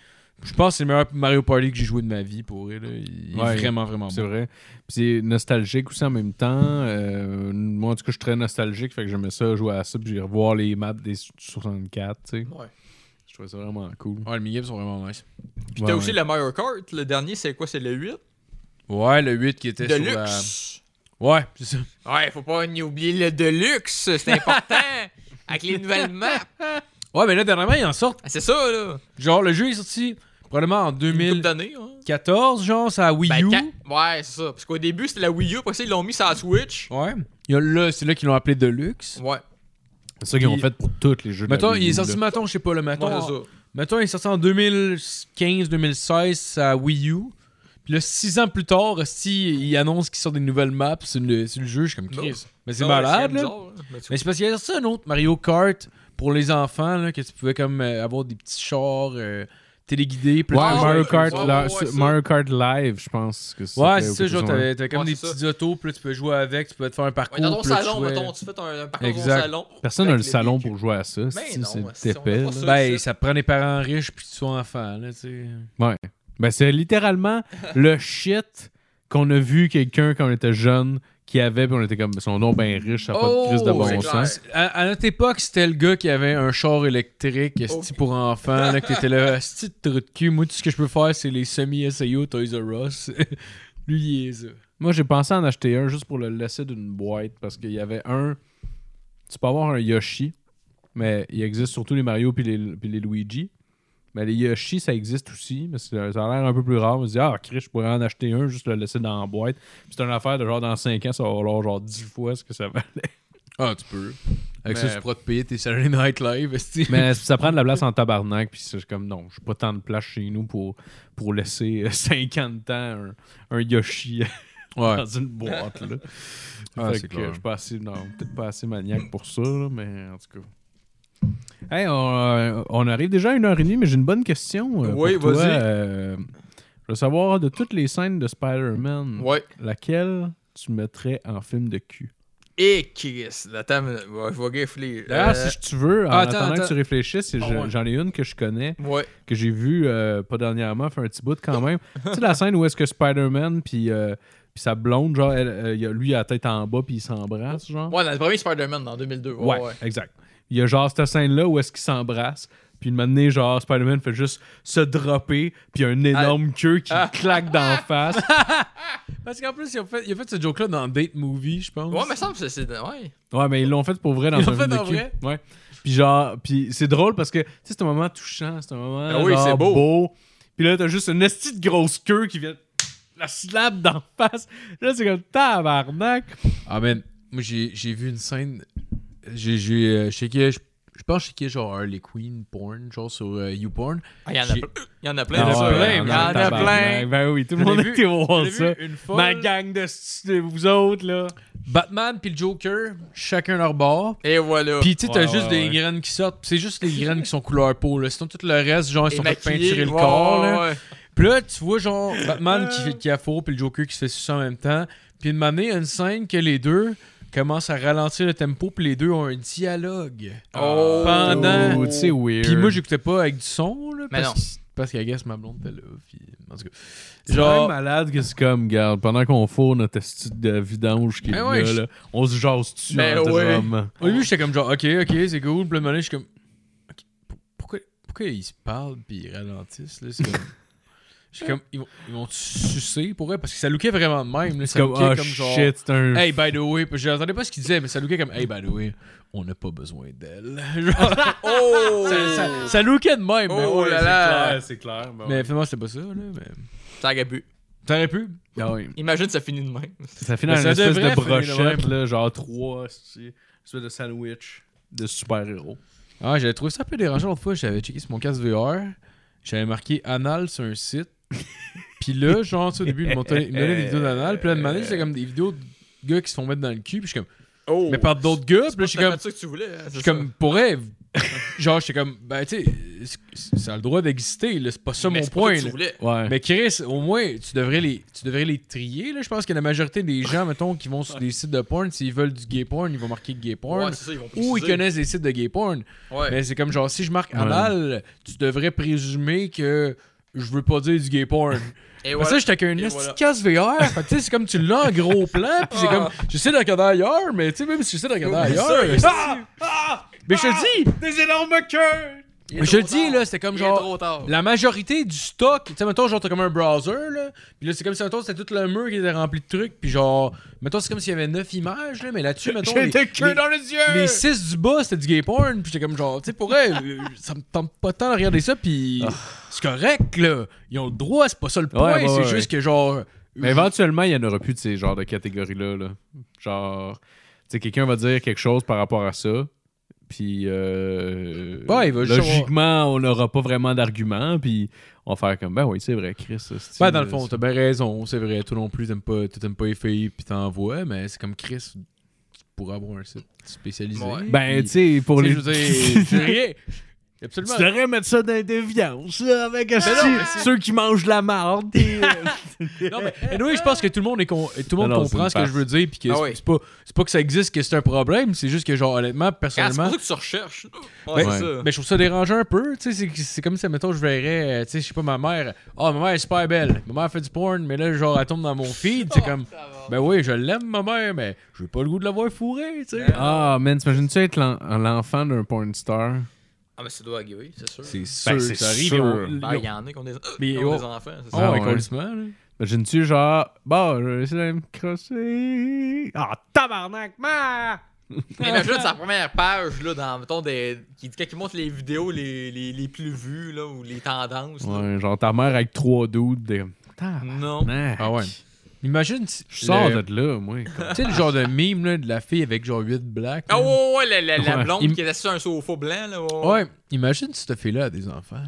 Speaker 3: Je pense que c'est le meilleur Mario Party que j'ai joué de ma vie pour eux. là. Il
Speaker 4: Ouais.
Speaker 3: est vraiment, vraiment bon.
Speaker 4: C'est vrai. Puis c'est nostalgique aussi en même temps. Euh, moi, en tout cas, je suis très nostalgique. Fait que j'aimais ça, jouer à ça. Puis revoir les maps des 64. Tu sais.
Speaker 5: Ouais.
Speaker 4: Je trouvais ça vraiment cool.
Speaker 3: Ouais, les minigames sont vraiment nice.
Speaker 5: Puis
Speaker 4: Ouais,
Speaker 5: t'as aussi
Speaker 4: ouais.
Speaker 5: le Mario Kart. Le dernier, c'est quoi? C'est le 8?
Speaker 3: Ouais, le 8 qui était sur la...
Speaker 5: Deluxe.
Speaker 3: Ouais, c'est ça.
Speaker 5: Ouais, faut pas ni oublier le Deluxe. C'est important. avec les nouvelles maps.
Speaker 3: Ouais, mais là, dernièrement, ils en sortent.
Speaker 5: Ah, C'est ça, là.
Speaker 3: Genre, le jeu est sorti probablement en
Speaker 5: Une couple
Speaker 3: 2014,
Speaker 5: d'années, hein.
Speaker 3: genre, ça Wii
Speaker 5: Ben,
Speaker 3: U.
Speaker 5: quand- Ouais, c'est ça. Parce qu'au début, c'était la Wii U. Après ça, ils l'ont mis sur la Switch.
Speaker 3: Ouais. Il y a là, c'est là qu'ils l'ont appelé Deluxe.
Speaker 5: Ouais.
Speaker 4: C'est ça qu'ils ont
Speaker 3: Puis-
Speaker 4: fait pour tous les jeux de la
Speaker 3: Mettons,
Speaker 4: Wii
Speaker 3: il est
Speaker 4: U,
Speaker 3: sorti,
Speaker 4: là.
Speaker 3: mettons, je sais pas, le mettons,
Speaker 5: Ouais, c'est ça.
Speaker 3: mettons, il est sorti en 2015-2016 à Wii U. Puis là, six ans plus tard, si il annonce qu'il sort des nouvelles maps sur le, sur le jeu, je suis comme
Speaker 5: Non.
Speaker 3: Chris. Mais c'est
Speaker 5: Non,
Speaker 3: malade,
Speaker 5: c'est
Speaker 3: là.
Speaker 5: bizarre, hein. Mais tu-
Speaker 3: Mais c'est parce qu'il y a sorti un autre Mario Kart pour les enfants, là, que tu pouvais comme euh, avoir des petits chars euh, téléguidés. puis
Speaker 4: Ouais,
Speaker 3: là, tu-
Speaker 4: Mario, Kart,
Speaker 5: ouais,
Speaker 4: la-
Speaker 5: ouais, ouais, ça.
Speaker 4: Mario Kart Live, je pense que c'est.
Speaker 3: Ouais, c'est ça, genre, t'avais t'avais comme
Speaker 5: Ouais,
Speaker 3: des
Speaker 5: c'est ça.
Speaker 3: petits autos, puis là, tu pouvais jouler avec, tu pouvais te faire un parcours.
Speaker 5: Ouais, dans ton
Speaker 3: puis là, tu
Speaker 5: salon,
Speaker 3: jouais-
Speaker 5: mettons, tu fais un, un parcours dans ton
Speaker 3: Exact.
Speaker 5: salon.
Speaker 4: Personne n'a
Speaker 5: Avec
Speaker 4: le
Speaker 5: les
Speaker 4: salon
Speaker 5: véhicules.
Speaker 4: pour jouer à ça. c'est-
Speaker 5: non, si
Speaker 4: C'est
Speaker 5: on
Speaker 4: épais.
Speaker 5: a pas
Speaker 4: là.
Speaker 5: ça.
Speaker 3: Ben,
Speaker 5: c'est-
Speaker 3: ça prend des parents riches, puis tu sois enfant, là, tu sais.
Speaker 4: Ouais. Ben, c'est littéralement le shit qu'on a vu quelqu'un quand on était jeune qui avait, puis on était comme son nom ben riche, ça n'a pas de crise de
Speaker 5: Oh, c'est
Speaker 4: bon
Speaker 5: clair.
Speaker 4: sens.
Speaker 3: À, à notre époque, c'était le gars qui avait un char électrique, esti pour enfants, là, que t'étais là, esti de trou de cul. Moi, tout ce que je peux faire, c'est les semi-SAO Toys R Us. Lui, il est ça.
Speaker 4: Moi, j'ai pensé en acheter un juste pour le laisser d'une boîte parce qu'il y avait un. Tu peux avoir un Yoshi, mais il existe surtout les Mario puis les, puis les Luigi. Mais les Yoshi, ça existe aussi, mais c'est- ça a l'air un peu plus rare. On se dit, ah, Chris, je pourrais en acheter un, juste le laisser dans la boîte. Puis c'est une affaire de genre dans 5 ans, ça va valoir genre 10 fois ce que ça valait.
Speaker 3: Ah, tu peux. Avec
Speaker 4: Mais-
Speaker 3: ça, tu pourras te payer tes Saturday Night Live, esti.
Speaker 4: Mais ça prend de la place en tabarnak, puis c'est comme non, j'ai pas tant de place chez nous pour, pour laisser euh, 50 ans un, un Yoshi
Speaker 3: Ouais.
Speaker 4: dans une boîte. Là.
Speaker 3: Ah,
Speaker 4: fait
Speaker 3: c'est
Speaker 4: que
Speaker 3: clair.
Speaker 4: je suis pas assez, non, peut-être pas assez maniaque pour ça, là, mais en tout cas. Hey, on, euh, on arrive déjà à une heure et demie, mais j'ai une bonne question. euh,
Speaker 5: Oui,
Speaker 4: pour toi.
Speaker 5: vas-y.
Speaker 4: Euh, je veux savoir de toutes les scènes de Spider-Man,
Speaker 5: Ouais.
Speaker 4: laquelle tu mettrais en film de cul
Speaker 5: Et Chris, la table, ouais, je vais Euh, gaffer.
Speaker 4: D'ailleurs, si tu veux,
Speaker 3: Euh,
Speaker 4: en
Speaker 3: ah, attends,
Speaker 4: attendant
Speaker 3: attends.
Speaker 4: que tu réfléchisses, et
Speaker 3: Ah,
Speaker 4: je-
Speaker 3: ouais.
Speaker 4: j'en ai une que je connais.
Speaker 5: Ouais.
Speaker 4: que j'ai vu euh, pas dernièrement, fait un petit bout quand même. tu sais, la scène où est-ce que Spider-Man puis euh, puis sa blonde, genre, elle, euh, il a- lui, il a la tête en bas puis il s'embrasse, genre.
Speaker 5: Ouais, dans le premier Spider-Man, en 2002. Ouais. ouais.
Speaker 4: exact. Il y a genre cette scène-là où est-ce qu'ils s'embrassent. Puis une moment donné, genre, Spider-Man fait juste se dropper, puis il y a un énorme queue qui
Speaker 5: Ah.
Speaker 4: claque d'en face.
Speaker 3: Parce qu'en plus, il a fait, il a fait ce joke-là dans Date Movie, je pense.
Speaker 5: Ouais, mais ça me semble que c'est. Ouais.
Speaker 4: Ouais, mais ils l'ont fait pour vrai dans
Speaker 3: Ils
Speaker 4: un
Speaker 3: l'ont fait
Speaker 4: film de
Speaker 3: en
Speaker 4: cul.
Speaker 3: vrai?
Speaker 4: Ouais. Puis genre, puis c'est drôle parce que tu sais, c'est un moment touchant, c'est un moment
Speaker 5: Ah oui,
Speaker 4: genre,
Speaker 5: c'est beau.
Speaker 4: Puis là, t'as juste une esti de grosse queue qui vient la slap d'en face. Là, c'est comme tabarnak.
Speaker 3: Ah, man. Moi, j'ai j'ai vu une scène. J'ai. j'ai, euh, Je sais que. Je je pense que je sais qu'il y a genre Harley Queen porn, genre sur euh, YouPorn.
Speaker 5: Ah, il y en a
Speaker 3: J'ai-
Speaker 5: plein. Il y en a
Speaker 4: Il y
Speaker 5: plein.
Speaker 4: Ah en a
Speaker 5: de ça.
Speaker 4: plein,
Speaker 5: Il y
Speaker 4: man,
Speaker 5: en a
Speaker 4: tabarnak.
Speaker 5: plein.
Speaker 4: Ben oui, tout le
Speaker 3: Je l'ai
Speaker 4: monde
Speaker 3: vu-
Speaker 4: était au voir
Speaker 3: J'ai
Speaker 4: ça.
Speaker 3: vu une fois.
Speaker 4: Ma gang de, sti- de vous autres, là.
Speaker 3: Batman puis le Joker, chacun leur bord.
Speaker 5: Et voilà.
Speaker 3: Puis tu sais, t'as
Speaker 4: Ouais,
Speaker 3: juste
Speaker 4: ouais,
Speaker 3: des graines qui sortent. pis C'est juste les graines qui sont couleur peau. Là. Sinon, tout le reste, genre, ils
Speaker 5: Et
Speaker 3: sont fait
Speaker 5: maquillé,
Speaker 3: peinturer le
Speaker 5: ouais,
Speaker 3: corps. Là.
Speaker 5: ouais, ouais.
Speaker 3: Puis là, tu vois, genre,
Speaker 4: Euh.
Speaker 3: Batman qui, fait- qui a faux, puis le Joker qui se fait sucer en même temps. Puis de manière, il y a une scène que les deux commencent à ralentir le tempo, puis les deux ont un dialogue.
Speaker 5: Oh.
Speaker 3: Pendant-
Speaker 4: Dude, c'est weird.
Speaker 3: Puis moi, j'écoutais pas avec du son, là.
Speaker 5: Mais
Speaker 3: parce
Speaker 5: non.
Speaker 3: que- Parce qu'à guess, ma blonde était là. Puis, en tout cas.
Speaker 4: C'est même
Speaker 3: Genre.
Speaker 4: malade que c'est comme, garde, pendant qu'on fourre notre esti de vidange qui est
Speaker 3: Ben
Speaker 4: là,
Speaker 3: ouais, je-
Speaker 4: là, on se jase dessus
Speaker 5: Ben
Speaker 4: en
Speaker 5: ouais.
Speaker 4: drum.
Speaker 3: Au début, j'étais comme genre, ok, ok, c'est cool. Puis le moment, je suis comme, ok, pour- pourquoi, pourquoi ils se parlent puis ils ralentissent là C'est comme, j'étais comme, ils vont, ils vont sucer pour vrai parce que ça lookait vraiment de même. Là,
Speaker 4: C'est
Speaker 3: ça
Speaker 4: comme,
Speaker 3: lookait
Speaker 4: ah
Speaker 3: comme genre,
Speaker 4: shit, c'est un
Speaker 5: Mm.
Speaker 3: hey by the way, Puis j'entendais pas ce qu'ils disaient, mais ça lookait comme, hey by the way, on n'a pas besoin d'elle. Genre,
Speaker 5: Oh!
Speaker 3: ça, ça, ça lookait de même. mais
Speaker 5: Oh
Speaker 3: ouais,
Speaker 5: là
Speaker 3: c'est-
Speaker 5: là!
Speaker 4: c'est clair. ben
Speaker 3: Mais
Speaker 4: ouais.
Speaker 3: finalement, c'était pas ça là. Mais...
Speaker 5: Ça aurait pu.
Speaker 3: T'aurais pu.
Speaker 5: Imagine, ça finit de même.
Speaker 4: Ça finit
Speaker 3: Mais
Speaker 4: dans une
Speaker 3: Ben, ça
Speaker 4: espèce
Speaker 3: devrait
Speaker 4: de
Speaker 3: finir de
Speaker 4: brochette, là, genre trois, c'est- une espèce de sandwich de super-héros.
Speaker 3: Ah, j'avais trouvé ça un peu dérangeant l'autre fois. J'avais checké sur mon casque VR. J'avais marqué anal sur un site. puis là, genre, tu sais, au début, ils me donnaient des vidéos d'anal. Puis là, de manière, c'était comme des vidéos de gars qui se font mettre dans le cul. Puis je suis comme,
Speaker 5: Oh!
Speaker 3: mais par d'autres gars. Puis là, je suis
Speaker 5: C'est
Speaker 3: comme,
Speaker 5: pas ça que tu voulais. hein, c'est
Speaker 3: je suis
Speaker 5: ça.
Speaker 3: comme, pourrais. Genre, j'étais comme, ben, tu sais, c'est- ça a le droit d'exister. là, C'est pas ça
Speaker 5: Mais
Speaker 3: mon
Speaker 5: c'est pas ça
Speaker 3: point.
Speaker 5: que tu
Speaker 3: là.
Speaker 5: voulais.
Speaker 4: Ouais.
Speaker 3: Mais Chris, au moins, tu devrais les, tu devrais les trier. Là. Je pense que la majorité des gens, mettons, qui vont sur des sites de porn, s'ils veulent du gay porn, ils vont marquer gay porn.
Speaker 5: Ouais, c'est ça, ils vont
Speaker 3: ou ils
Speaker 5: préciser.
Speaker 3: connaissent des sites de gay porn.
Speaker 5: Ouais.
Speaker 3: Mais c'est comme genre, si je marque anal, tu devrais présumer que je veux pas dire du gay porn.
Speaker 5: Et
Speaker 3: Mais
Speaker 5: voilà.
Speaker 3: ça, j'étais qu'un
Speaker 5: Et
Speaker 3: esti
Speaker 5: voilà.
Speaker 3: de casse VR. Fait que tu sais, c'est comme tu l'as en gros plan, pis c'est comme, j'essaie de regarder ailleurs, mais tu sais, même si j'essaie de regarder
Speaker 5: Oublie ça,
Speaker 3: ailleurs.
Speaker 5: esti.
Speaker 3: Ah! Ah! Mais je te dis,
Speaker 4: Des énormes queues!
Speaker 5: Il est
Speaker 3: mais je te
Speaker 5: trop
Speaker 3: dis,
Speaker 5: tard.
Speaker 3: là, c'était comme
Speaker 5: Il est
Speaker 3: genre.
Speaker 5: trop tard.
Speaker 3: La majorité du stock, tu sais, mettons, genre, t'as comme un browser, là, pis là, c'est comme si, mettons, c'était tout le mur qui était rempli de trucs, pis genre, mettons, c'est comme s'il y avait 9 images, là, mais là-dessus, mettons, les, les-
Speaker 4: dans les yeux!
Speaker 3: les 6 du bas, c'était du gay porn, pis j'étais comme genre, tu sais, pour elle, euh, ça me tente pas tant de regarder ça, pis c'est correct, là, ils ont le droit, c'est pas ça le point,
Speaker 4: Ah. ouais,
Speaker 3: c'est
Speaker 4: ouais.
Speaker 3: juste que genre,
Speaker 4: Mais éventuellement, il n'y en aura plus de ces genres de catégories-là. là. Genre, tu sais, quelqu'un va dire quelque chose par rapport à ça. Puis, euh,
Speaker 3: Ouais, il va juste
Speaker 4: logiquement, on n'aura pas vraiment d'argument. Puis, on va faire comme, ben oui, c'est vrai, Chris. euh, c'est-
Speaker 3: ouais, dans le fond, t'as bien raison, c'est vrai, toi non plus, t'aimes pas, t'aimes pas les filles, pis t'en vois, mais c'est comme Chris, pour avoir un site spécialisé.
Speaker 5: Ouais.
Speaker 4: Ben,
Speaker 3: pis-
Speaker 4: tu sais, pour
Speaker 3: Tu sais,
Speaker 4: les.
Speaker 3: je veux dire, j'ai rien. Absolument.
Speaker 4: Tu devrais mettre ça dans les déviances, là, avec esti,
Speaker 3: non, mais c'est-
Speaker 4: ceux qui mangent la marde. puis, euh,
Speaker 3: Non, mais anyway, je pense que tout le monde, est con- tout le monde
Speaker 4: Non, non,
Speaker 3: comprend
Speaker 4: c'est
Speaker 3: ce
Speaker 4: une
Speaker 3: que je veux dire, puis que
Speaker 5: Ah
Speaker 3: c'est-
Speaker 5: oui.
Speaker 3: c'est pas, c'est pas que ça existe, que c'est un problème, c'est juste que, genre, honnêtement,
Speaker 5: Ah, C'est pour
Speaker 3: personnellement.
Speaker 5: ça que tu recherches.
Speaker 3: Ben,
Speaker 5: Ouais, c'est ça.
Speaker 3: Mais je trouve ça dérangeant un peu, tu sais, c'est- c'est comme si, mettons, je verrais, euh, tu sais, je sais pas, ma mère, oh, ma mère est super belle, ma mère fait du porn, mais là, genre, elle tombe dans mon feed,
Speaker 5: Ah.
Speaker 3: c'est comme, ben oui, je l'aime, ma mère, mais j'ai pas le goût de la voir fourrée, tu sais.
Speaker 5: Ben,
Speaker 4: Ah, man, t'imagines-tu être l'en- l'enfant d'un porn star?
Speaker 5: Ah, mais ça doit arriver, c'est sûr.
Speaker 3: C'est sûr,
Speaker 4: c'est
Speaker 3: ça arrive.
Speaker 4: sûr.
Speaker 3: on-
Speaker 5: Ben, il y en a qui ont des,
Speaker 3: Mais,
Speaker 5: qui ont
Speaker 3: oh.
Speaker 5: des enfants, c'est
Speaker 3: Oh,
Speaker 5: ça.
Speaker 4: Ah, ouais.
Speaker 3: incroyablement, là.
Speaker 4: Imagines-tu, genre, bon, je vais essayer de me crosser. Ah, tabarnak, ma!
Speaker 5: Mais Imagine sa première page, là, dans, mettons, des, qui, quand il montre les vidéos les, les, les plus vues, là, ou les tendances. là.
Speaker 4: Ouais, genre ta mère avec trois dudes. Des... hein.
Speaker 5: Non.
Speaker 3: Ah ouais. Imagine, si-
Speaker 4: Je sors
Speaker 3: le-
Speaker 4: de là, moi.
Speaker 3: tu sais, le genre de mime, là, de la fille avec genre 8 blacks.
Speaker 5: Ah
Speaker 3: là.
Speaker 5: ouais, ouais, ouais, la, la, la
Speaker 4: Ouais.
Speaker 5: blonde
Speaker 3: Il-
Speaker 5: qui était sur un sofa blanc, là.
Speaker 3: Ouais, imagine si cette fille-là a des enfants.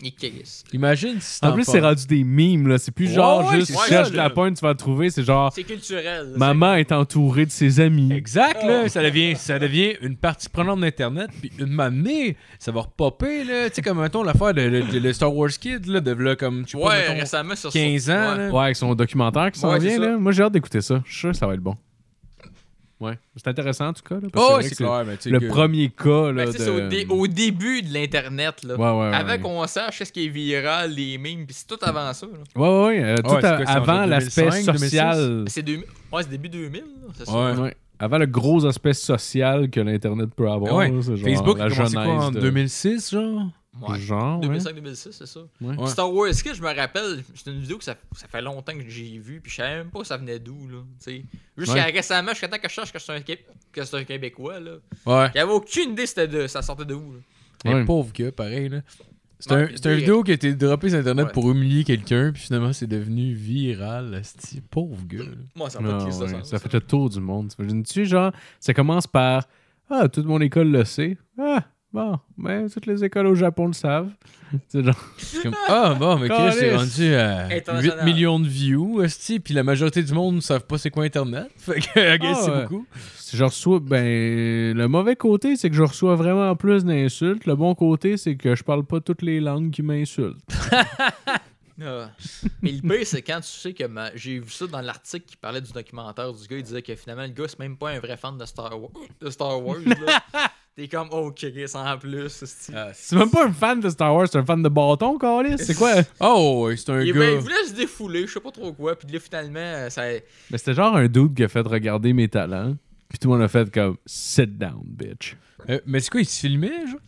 Speaker 5: Il caisse.
Speaker 3: Imagine si
Speaker 4: En plus, c'est rendu des mimes, là. C'est plus
Speaker 3: Ouais,
Speaker 4: genre
Speaker 3: ouais,
Speaker 4: juste
Speaker 3: c'est
Speaker 4: tu
Speaker 5: ça,
Speaker 4: cherches de
Speaker 5: là.
Speaker 4: la pointe, tu vas le trouver. C'est genre
Speaker 5: C'est culturel. là,
Speaker 4: maman est entourée de ses amis. Oh.
Speaker 3: Exact, là. Ça devient, ça devient une partie prenante d'Internet, puis une manée, ça va repopper, là. Tu sais, comme, mettons, l'affaire de, de- de- le Star Wars Kid, là, de là, comme, tu
Speaker 5: c'est-
Speaker 3: sais pas,
Speaker 5: Ouais,
Speaker 3: mettons,
Speaker 5: récemment sur
Speaker 3: 15 ans,
Speaker 5: Ouais.
Speaker 3: là.
Speaker 4: Ouais, avec son documentaire qui s'en
Speaker 5: Ouais, c'est
Speaker 4: vient,
Speaker 5: ça.
Speaker 4: là. Moi, j'ai hâte d'écouter ça. Je suis sûr que ça va être bon. Ouais. C'est intéressant, en tout cas. Là, parce que
Speaker 3: Oh,
Speaker 4: vrai
Speaker 3: c'est
Speaker 4: que c'est
Speaker 3: clair, mais tu sais.
Speaker 4: Le
Speaker 3: que-
Speaker 4: premier cas, là.
Speaker 5: Ben, tu sais, c'est au,
Speaker 4: de-
Speaker 5: dé- au début de l'Internet, là.
Speaker 4: Ouais, ouais, ouais.
Speaker 5: Avant qu'on sache ce qui est viral, les mimes, pis c'est tout avant ça. Là.
Speaker 4: Ouais, ouais, ouais. euh, tout
Speaker 3: c'est
Speaker 4: à-
Speaker 3: quoi, c'est en
Speaker 4: avant l'aspect
Speaker 3: 2005, 2006?
Speaker 4: social.
Speaker 5: C'est 2000 ouais, c'est début 2000. là, c'est ça.
Speaker 3: Ouais.
Speaker 4: Ouais. avant le gros aspect social que l'Internet peut avoir.
Speaker 3: Ouais,
Speaker 4: là, c'est genre
Speaker 3: Facebook
Speaker 4: la
Speaker 3: a commencé quoi,
Speaker 4: genèse
Speaker 3: en
Speaker 4: de-
Speaker 3: 2006, genre?
Speaker 5: Ouais.
Speaker 4: Genre, ouais.
Speaker 5: 2005-2006, c'est ça.
Speaker 4: Ouais.
Speaker 3: Ouais.
Speaker 5: Star Wars Kids, je me rappelle, c'est une vidéo que ça, ça fait longtemps que j'ai vue, puis je savais même pas ça venait d'où, là. tu sais. Jusqu'à
Speaker 4: Ouais.
Speaker 5: récemment, jusqu'à temps que je cherche que c'est un, Qué- que c'est un Québécois, là.
Speaker 3: Ouais.
Speaker 5: J'avais aucune idée c'était de, ça sortait de où, là.
Speaker 3: Un
Speaker 4: Ouais.
Speaker 3: pauvre gars, pareil, là. C'est
Speaker 5: Ouais,
Speaker 3: un,
Speaker 5: puis
Speaker 3: c'est un
Speaker 5: direct.
Speaker 3: vidéo qui a été droppée sur Internet
Speaker 5: Ouais.
Speaker 3: pour humilier quelqu'un, puis finalement, c'est devenu viral. asti. pauvre gars. là.
Speaker 5: Moi, ça
Speaker 4: Ah,
Speaker 5: m'a pas de
Speaker 4: ouais,
Speaker 5: crise de
Speaker 4: Ça,
Speaker 5: sens,
Speaker 4: fait le tour du monde. T'imagines-tu, genre, ça commence par Ah, toute mon école le sait. Ah, bon, mais toutes les écoles au Japon le savent. C'est genre,
Speaker 3: C'est comme, ah, bon, mais Chris, c'est
Speaker 4: Calisse.
Speaker 3: rendu à 8
Speaker 5: International.
Speaker 3: millions de views, esti, puis la majorité du monde ne savent pas c'est quoi Internet. Fait que, I guess,
Speaker 4: Ah,
Speaker 3: c'est
Speaker 4: ouais.
Speaker 3: beaucoup.
Speaker 4: si je reçois, ben, le mauvais côté, c'est que je reçois vraiment plus d'insultes. Le bon côté, c'est que je parle pas toutes les langues qui m'insultent.
Speaker 5: Ah. Mais le pire, c'est quand tu sais que ma- j'ai vu ça dans l'article qui parlait du documentaire du gars, il disait que finalement, le gars, c'est même pas un vrai fan de Star, Wa- de Star Wars. là. T'es comme, oh, Chris, en plus. c'est-tu.
Speaker 4: C'est même pas un fan de Star Wars, c'est un fan de bâton, Carlis. C'est quoi
Speaker 3: Oh, ouais, c'est un
Speaker 5: il,
Speaker 3: gars.
Speaker 5: ben, il voulait se défouler, je sais pas trop quoi, puis là, finalement, euh, ça.
Speaker 4: Mais Ben, c'était genre un dude qui a fait regarder mes talents. Puis tout le monde a fait comme Sit down, bitch.
Speaker 3: Euh, mais c'est quoi, il se filmait, genre?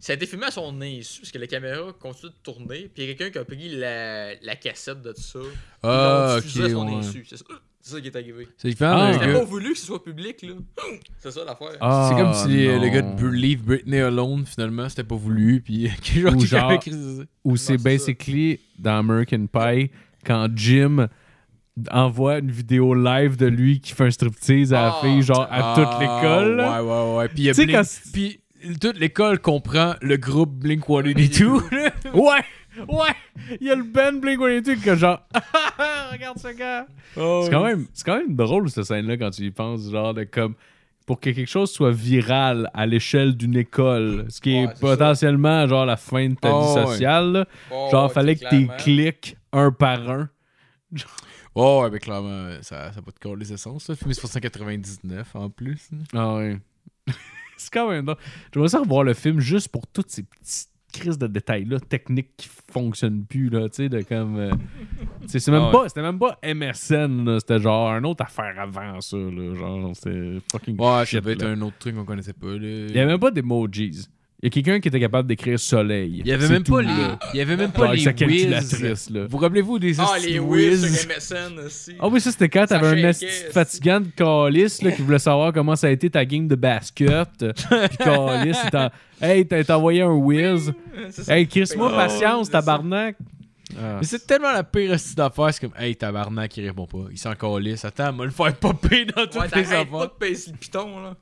Speaker 5: Ça a été filmé à son insu, parce que la caméra continue de tourner, puis il y a quelqu'un qui a pris la, la cassette de tout ça. puis
Speaker 3: Ah,
Speaker 5: ils l'ont
Speaker 3: ok,
Speaker 5: diffusé à son
Speaker 3: ouais.
Speaker 5: insu. C'est ça, c'est ça qui est arrivé.
Speaker 3: C'est différent
Speaker 4: Ah,
Speaker 3: d'un
Speaker 5: C'était
Speaker 4: Le-
Speaker 3: gars-
Speaker 5: pas voulu que ce soit public, là. C'est ça l'affaire.
Speaker 4: Ah,
Speaker 3: C'est comme si euh,
Speaker 4: non.
Speaker 3: le gars de Br- Leave Britney Alone, finalement, c'était pas voulu, puis genre,
Speaker 4: Ou
Speaker 3: quelqu'un
Speaker 4: genre-
Speaker 3: avait critiqué.
Speaker 4: Ou c'est
Speaker 5: c'est ça.
Speaker 4: basically dans American Pie quand Jim envoie une vidéo live de lui qui fait un striptease à la
Speaker 5: Ah.
Speaker 4: fille, genre à
Speaker 3: Ah,
Speaker 4: toute l'école. là.
Speaker 3: Ouais, ouais, ouais. Puis, il y a
Speaker 4: Tu sais,
Speaker 3: Blink-
Speaker 4: quand c'est-
Speaker 3: puis toute l'école comprend le groupe Blink 182.
Speaker 4: Ouais! Ouais! Il y a le Ben Blink-182 qui est genre Ah, ah, ah, Regarde ce gars! C'est quand, même- c'est quand même drôle cette scène-là quand tu y penses, genre de comme pour que quelque chose soit viral à l'échelle d'une école, ce qui
Speaker 5: Ouais,
Speaker 4: est
Speaker 5: c'est ça. Ah
Speaker 4: potentiellement genre la fin de ta
Speaker 3: Oh, ouais.
Speaker 4: vie sociale, là.
Speaker 5: Oh,
Speaker 4: genre fallait que tu cliques un par un.
Speaker 3: Oh, ouais, mais clairement, ça n'a pas de corps les essences. Là. Filmé sur 199 en plus. là.
Speaker 4: Ah oui. c'est quand même drôle. J'aimerais ça revoir le film juste pour toutes ces petites crises de détails-là, techniques qui fonctionnent plus, là, tu sais, de comme... euh, tu sais, c'est même,
Speaker 3: Ah ouais.
Speaker 4: pas- c'était même pas MSN, là, c'était genre un autre affaire avant ça, là, genre, c'était fucking
Speaker 3: Ouais, ça
Speaker 4: shit,
Speaker 3: devait être
Speaker 4: là.
Speaker 3: un autre truc qu'on connaissait pas. Là.
Speaker 4: Il y avait même pas d'emojis. Il y a quelqu'un qui était capable d'écrire « soleil ».
Speaker 3: Il y avait
Speaker 4: C'est
Speaker 3: même
Speaker 4: tout,
Speaker 3: pas les,
Speaker 4: là.
Speaker 3: il y avait même
Speaker 4: Genre,
Speaker 3: pas
Speaker 4: avec
Speaker 3: les
Speaker 4: sa
Speaker 3: whiz.
Speaker 4: calculatrice, là.
Speaker 3: Vous rappelez-vous des
Speaker 5: Ah,
Speaker 3: estis
Speaker 5: les
Speaker 3: de
Speaker 5: Wiz
Speaker 3: whiz?
Speaker 5: sur MSN aussi.
Speaker 4: Ah oui, ça c'était quand
Speaker 5: Ça
Speaker 4: t'avais un
Speaker 5: shakeait,
Speaker 4: esti de fatigant de Calis là, qui voulait savoir comment ça a été ta game de basket. euh, Puis Calis, il t'a hey, t'as t'as envoyé un whiz.
Speaker 5: C'est ça.
Speaker 4: Hey, Chris-moi
Speaker 5: Oh,
Speaker 4: patience,
Speaker 5: c'est ça.
Speaker 4: tabarnak.
Speaker 3: Mais c'est tellement la pire estie d'affaires. C'est comme, hey, tabarnak, il répond pas. Il s'en calisse. Attends, moi le faire popper dans toutes
Speaker 5: Ouais,
Speaker 3: les
Speaker 5: t'arrêtes pas
Speaker 3: affaires.
Speaker 5: de pincer le piton, là.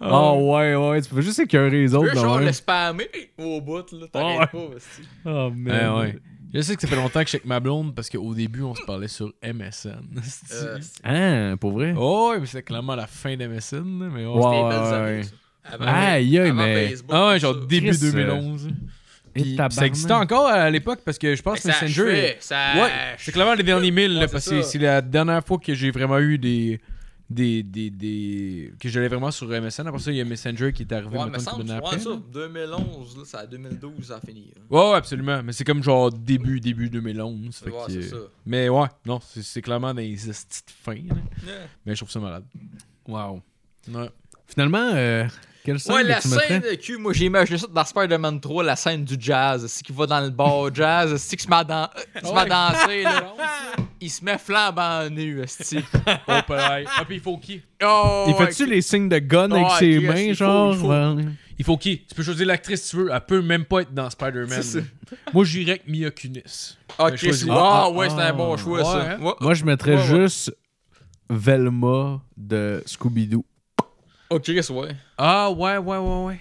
Speaker 4: Ah ouais, ouais, tu peux juste écœurer les
Speaker 5: Oh. Tu
Speaker 4: autres. ben
Speaker 5: veux genre
Speaker 4: de même.
Speaker 5: le spammer au bout, là. T'arrêtes pas, aussi.
Speaker 4: Oh,
Speaker 3: Ouais,
Speaker 4: man.
Speaker 3: ouais. Je sais que ça fait longtemps que je suis avec ma blonde parce qu'au début, on se parlait sur MSN. esti.
Speaker 5: Euh,
Speaker 4: Hein, pour vrai?
Speaker 3: Oh, ouais, mais c'est clairement la fin d'MSN. Mais ouais.
Speaker 4: Wow.
Speaker 5: C'était les
Speaker 4: ouais,
Speaker 5: belles années,
Speaker 4: ouais.
Speaker 5: ça. Avant-
Speaker 4: Aïe, aïe,
Speaker 5: avant
Speaker 4: mais-
Speaker 5: Facebook,
Speaker 3: Ah ouais,
Speaker 5: tout
Speaker 3: genre
Speaker 5: ça.
Speaker 3: début
Speaker 4: Chris, euh,
Speaker 3: 2011.
Speaker 4: Et
Speaker 3: Puis-
Speaker 4: tabarnak.
Speaker 3: ça existait encore à l'époque parce que je pense que
Speaker 5: Mais ça
Speaker 3: Messenger.
Speaker 5: achevait, ça
Speaker 3: Ouais, c'est
Speaker 5: achevait.
Speaker 3: clairement les derniers mille là,
Speaker 5: Ouais, c'est
Speaker 3: parce que
Speaker 5: ça.
Speaker 3: c'est la dernière fois que j'ai vraiment eu des. Des, des, des- que j'allais vraiment sur MSN. Après ça, il y a Messenger qui est arrivé
Speaker 5: Ouais,
Speaker 3: mettons,
Speaker 5: me
Speaker 3: une
Speaker 5: semble,
Speaker 3: semaine
Speaker 5: ouais,
Speaker 3: après.
Speaker 5: ça, 2011, là, c'est à 2012, ça a fini. là.
Speaker 3: Ouais, ouais, absolument. Mais c'est comme genre début, début 2011. fait
Speaker 5: Ouais,
Speaker 3: que- euh,
Speaker 5: c'est ça.
Speaker 3: Mais ouais, non, c'est c'est clairement des estis de fin. là.
Speaker 5: Yeah.
Speaker 3: Mais je trouve ça malade.
Speaker 4: Wow.
Speaker 3: Ouais.
Speaker 4: Finalement, euh, quelle scène
Speaker 5: Ouais,
Speaker 4: que
Speaker 5: la
Speaker 4: tu mettrais?
Speaker 5: scène de cul, moi j'ai imaginé ça dans Spider-Man 3, la scène du jazz. C'est qui va dans le bar jazz, c'est qui se met à, dan- euh, se met à danser, là. Il se met flambant nu, esti.
Speaker 3: Oh, pareil. Ah, puis il faut qui
Speaker 5: Oh,
Speaker 4: Il fait-tu les signes de gun avec
Speaker 5: Ouais,
Speaker 4: ses
Speaker 5: Ah, Chris,
Speaker 4: mains,
Speaker 5: il faut,
Speaker 4: genre?
Speaker 5: il faut.
Speaker 4: Ouais.
Speaker 3: Il faut qui Tu peux choisir l'actrice si tu veux. Elle peut même pas être dans Spider-Man.
Speaker 5: C'est ça.
Speaker 3: Moi, j'irais avec Mia Kunis.
Speaker 5: Ah,
Speaker 3: Ben,
Speaker 5: Chris,
Speaker 3: choisis.
Speaker 5: ouais,
Speaker 4: Ah,
Speaker 5: ouais, c'est
Speaker 4: ah,
Speaker 5: un bon choix,
Speaker 3: ouais,
Speaker 5: ça.
Speaker 3: hein.
Speaker 5: Ouais.
Speaker 4: Moi, je mettrais
Speaker 5: Ouais, ouais.
Speaker 4: juste Velma de Scooby-Doo.
Speaker 5: Oh, Chris, ouais.
Speaker 3: Ah, ouais, ouais, ouais, ouais.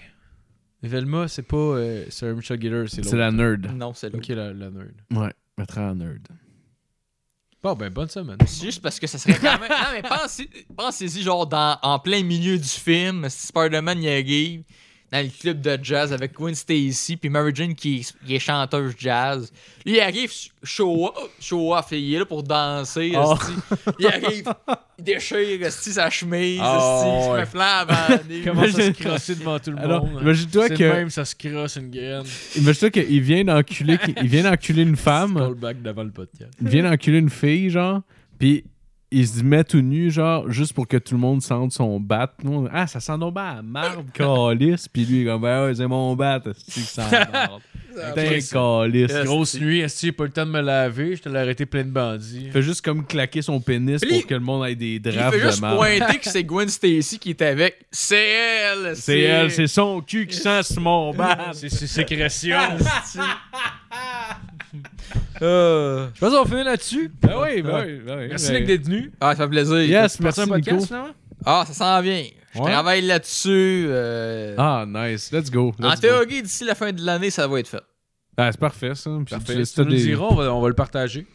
Speaker 3: Velma, c'est pas euh, Sarah Michelle Gellar, c'est l'autre.
Speaker 4: C'est la nerd.
Speaker 5: Non, c'est là.
Speaker 3: Ok, la, la nerd.
Speaker 4: Ouais, je mettrais la nerd.
Speaker 3: Bon, ben, bonne semaine.
Speaker 5: C'est juste parce que ça serait quand même. non, mais pensez- pensez-y, genre, dans, en plein milieu du film, si Spider-Man y arrive, dans le club de jazz avec Gwen Stacy, puis Mary Jane qui, est- qui est chanteuse jazz. Lui, il arrive, show off, show off, il est là pour danser,
Speaker 3: Ah.
Speaker 4: Oh.
Speaker 5: esti. Il arrive, il déchire, esti, sa chemise,
Speaker 3: Ah,
Speaker 5: esti, il se
Speaker 3: ouais.
Speaker 5: fait flambe en nez.
Speaker 4: Comment
Speaker 3: ça se
Speaker 4: j'ai-
Speaker 3: crosser devant tout le
Speaker 4: Alors,
Speaker 3: monde. hein.
Speaker 4: imagine-toi
Speaker 3: C'est
Speaker 4: que-
Speaker 3: le même, ça se crosse une graine.
Speaker 4: Imagine-toi qu'il vient d'enculer, qu'il- il vient d'enculer une
Speaker 3: C'est
Speaker 4: femme.
Speaker 3: callback d'avant le podcast.
Speaker 4: Il vient d'enculer une fille, genre. Puis il se met tout nu, genre, juste pour que tout le monde sente son bat. Nous, on- ah, ça sent donc bien la marde, calice. Puis lui, il est comme, ben ouais, c'est mon bat, c'est que ça sent la marde. Putain, calice.
Speaker 5: Yes.
Speaker 4: Gros,
Speaker 3: Grosse nuit, est-ce que j'ai pas eu le temps de me laver? Je te l'ai arrêté plein de bandits.
Speaker 4: il fait juste comme claquer son pénis
Speaker 5: Puis-
Speaker 4: pour que le monde ait des
Speaker 5: Il fait
Speaker 4: drapes de
Speaker 5: juste
Speaker 4: marde.
Speaker 5: pointer que c'est Gwen Stacy qui est avec. C'est elle!
Speaker 4: C'est elle, c'est son cul qui sent sur mon bat. Ah,
Speaker 3: C'est c'est sécrétion.
Speaker 4: Ah.
Speaker 5: Euh,
Speaker 3: Je pense qu'on finit là-dessus.
Speaker 4: Ben oui, ben oui, ben oui.
Speaker 3: Merci,
Speaker 4: ben-
Speaker 3: Nick, d'être venu.
Speaker 5: Ah, ça fait plaisir.
Speaker 4: Yes,
Speaker 3: Merci,
Speaker 4: merci,
Speaker 3: un
Speaker 4: Nico.
Speaker 3: podcast, finalement.
Speaker 5: Ah, ça s'en vient. Je
Speaker 4: Ouais.
Speaker 5: travaille là-dessus. euh,
Speaker 4: Ah, nice. Let's go.
Speaker 5: en
Speaker 4: Let's go.
Speaker 5: théorie, d'ici la fin de l'année, ça va être fait.
Speaker 4: Ah, c'est parfait, ça. Puis
Speaker 3: Parfait.
Speaker 4: tu-
Speaker 3: Si
Speaker 4: si
Speaker 3: tu
Speaker 4: t'as
Speaker 3: nous le
Speaker 4: des-
Speaker 3: diras, on va, on va le partager.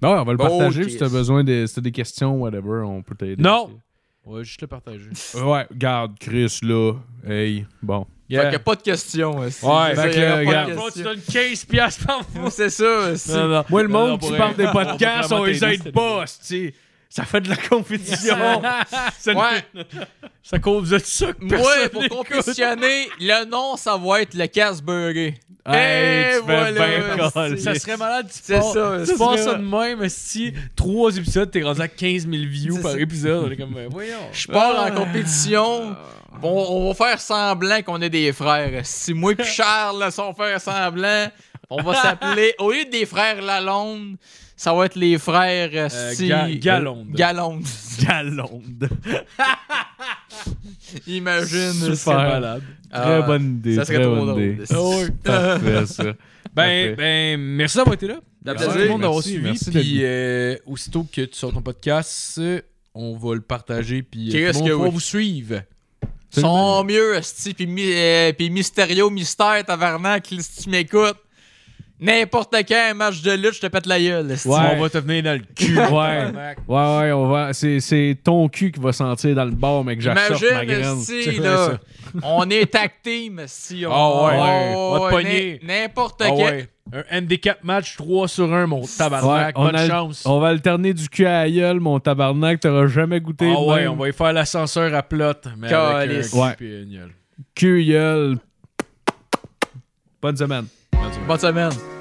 Speaker 4: Ben ouais, on va le
Speaker 5: Bon,
Speaker 4: partager.
Speaker 5: Chris.
Speaker 4: Si t'as besoin de, si t'as des questions, whatever, on peut t'aider.
Speaker 3: Non! On va juste le partager.
Speaker 4: Ouais, garde Chris là. Hey, bon.
Speaker 5: Fait qu'il n'y a pas de questions. euh, si-
Speaker 4: Ouais,
Speaker 5: c'est ça,
Speaker 4: fait que,
Speaker 5: il y aura pas
Speaker 4: regarde.
Speaker 5: de
Speaker 3: Bon, tu
Speaker 5: questions.
Speaker 3: donnes 15 piastres par mois.
Speaker 5: C'est ça. c'est-
Speaker 4: Moi, le
Speaker 3: non,
Speaker 4: monde
Speaker 3: pour
Speaker 4: qui
Speaker 3: vrai.
Speaker 4: parle des
Speaker 3: On peut
Speaker 4: podcasts,
Speaker 3: vraiment
Speaker 4: on les
Speaker 3: t'aider,
Speaker 4: aide pas, tu Ça fait de la compétition. Ça nous-
Speaker 5: Ouais,
Speaker 3: Ça cause de ça que
Speaker 5: moi,
Speaker 3: personne
Speaker 5: pour
Speaker 3: n'écoute.
Speaker 5: compétitionner, le nom, ça va être le casse beurré.
Speaker 4: Hey,
Speaker 5: Eh,
Speaker 4: tu fais
Speaker 5: voilà,
Speaker 4: bien
Speaker 5: c'est-
Speaker 4: coller.
Speaker 3: Ça serait malade, tu
Speaker 5: C'est
Speaker 3: pars-
Speaker 5: ça,
Speaker 3: Tu
Speaker 5: c'est
Speaker 3: pars
Speaker 5: ça.
Speaker 3: ça de même, si trois épisodes, t'es rendu à 15 000 views
Speaker 5: C'est
Speaker 3: par
Speaker 5: ça.
Speaker 3: épisode. On est comme, euh, voyons.
Speaker 5: Je pars en compétition. Bon, on va faire semblant qu'on est des frères. Si moi et Charles là, si on fait semblant, on va s'appeler. Au lieu des frères Lalonde, ça va être les frères euh,
Speaker 3: Euh,
Speaker 5: si-
Speaker 3: Ga- Galonde.
Speaker 5: Galonde.
Speaker 4: Galonde.
Speaker 5: Imagine.
Speaker 3: C'est malade.
Speaker 5: Ah,
Speaker 4: très bonne idée.
Speaker 5: Ça serait
Speaker 4: très
Speaker 5: trop
Speaker 4: bonne
Speaker 5: drôle.
Speaker 4: idée.
Speaker 3: Oh, oui.
Speaker 4: Parfait, ça.
Speaker 3: Ben,
Speaker 4: Parfait.
Speaker 3: ben, merci d'avoir été là. Merci à tout le
Speaker 5: plaisir.
Speaker 3: monde d'avoir
Speaker 4: Merci,
Speaker 3: suivi.
Speaker 4: merci d'être
Speaker 3: puis, euh, aussitôt que tu sors ton podcast, euh, on va le partager. Puis, euh, tout
Speaker 5: Qu'est-ce
Speaker 3: le monde
Speaker 5: que
Speaker 3: pourra
Speaker 5: oui.
Speaker 3: vous suivre.
Speaker 5: Sont mieux, Esti, puis mi- euh, puis Mysterio, Mystère, Tavernacle, si tu m'écoutes. N'importe quand, un match de lutte, je te pète la gueule, Esti.
Speaker 4: Ouais.
Speaker 3: On va te venir dans le cul.
Speaker 4: Ouais.
Speaker 3: Ah
Speaker 4: Ouais, ouais, on va. C'est, c'est ton cul qui va sentir dans le bar, mais que j'achète ma
Speaker 5: Imagine,
Speaker 4: graine.
Speaker 5: si,
Speaker 4: C'est
Speaker 5: là,
Speaker 4: ça.
Speaker 5: on est tag team, si on
Speaker 3: Ah ouais,
Speaker 5: ouais,
Speaker 3: on va te
Speaker 5: ouais,
Speaker 3: pogner.
Speaker 5: n- N'importe
Speaker 3: Ah
Speaker 5: quel.
Speaker 3: ouais. Un handicap match 3 sur 1, mon
Speaker 4: Ouais,
Speaker 3: tabarnak.
Speaker 4: on,
Speaker 3: Bonne
Speaker 4: a-
Speaker 3: chance.
Speaker 4: on va alterner du cul à la gueule, mon tabarnak, t'auras jamais goûté.
Speaker 3: Ah
Speaker 4: de
Speaker 3: ouais,
Speaker 4: même.
Speaker 3: on va y faire l'ascenseur à plot. Mais avec
Speaker 5: Calice.
Speaker 3: un cul
Speaker 4: Ouais.
Speaker 3: puis une gueule.
Speaker 4: Cul, gueule. Bonne semaine.
Speaker 5: Bonne semaine.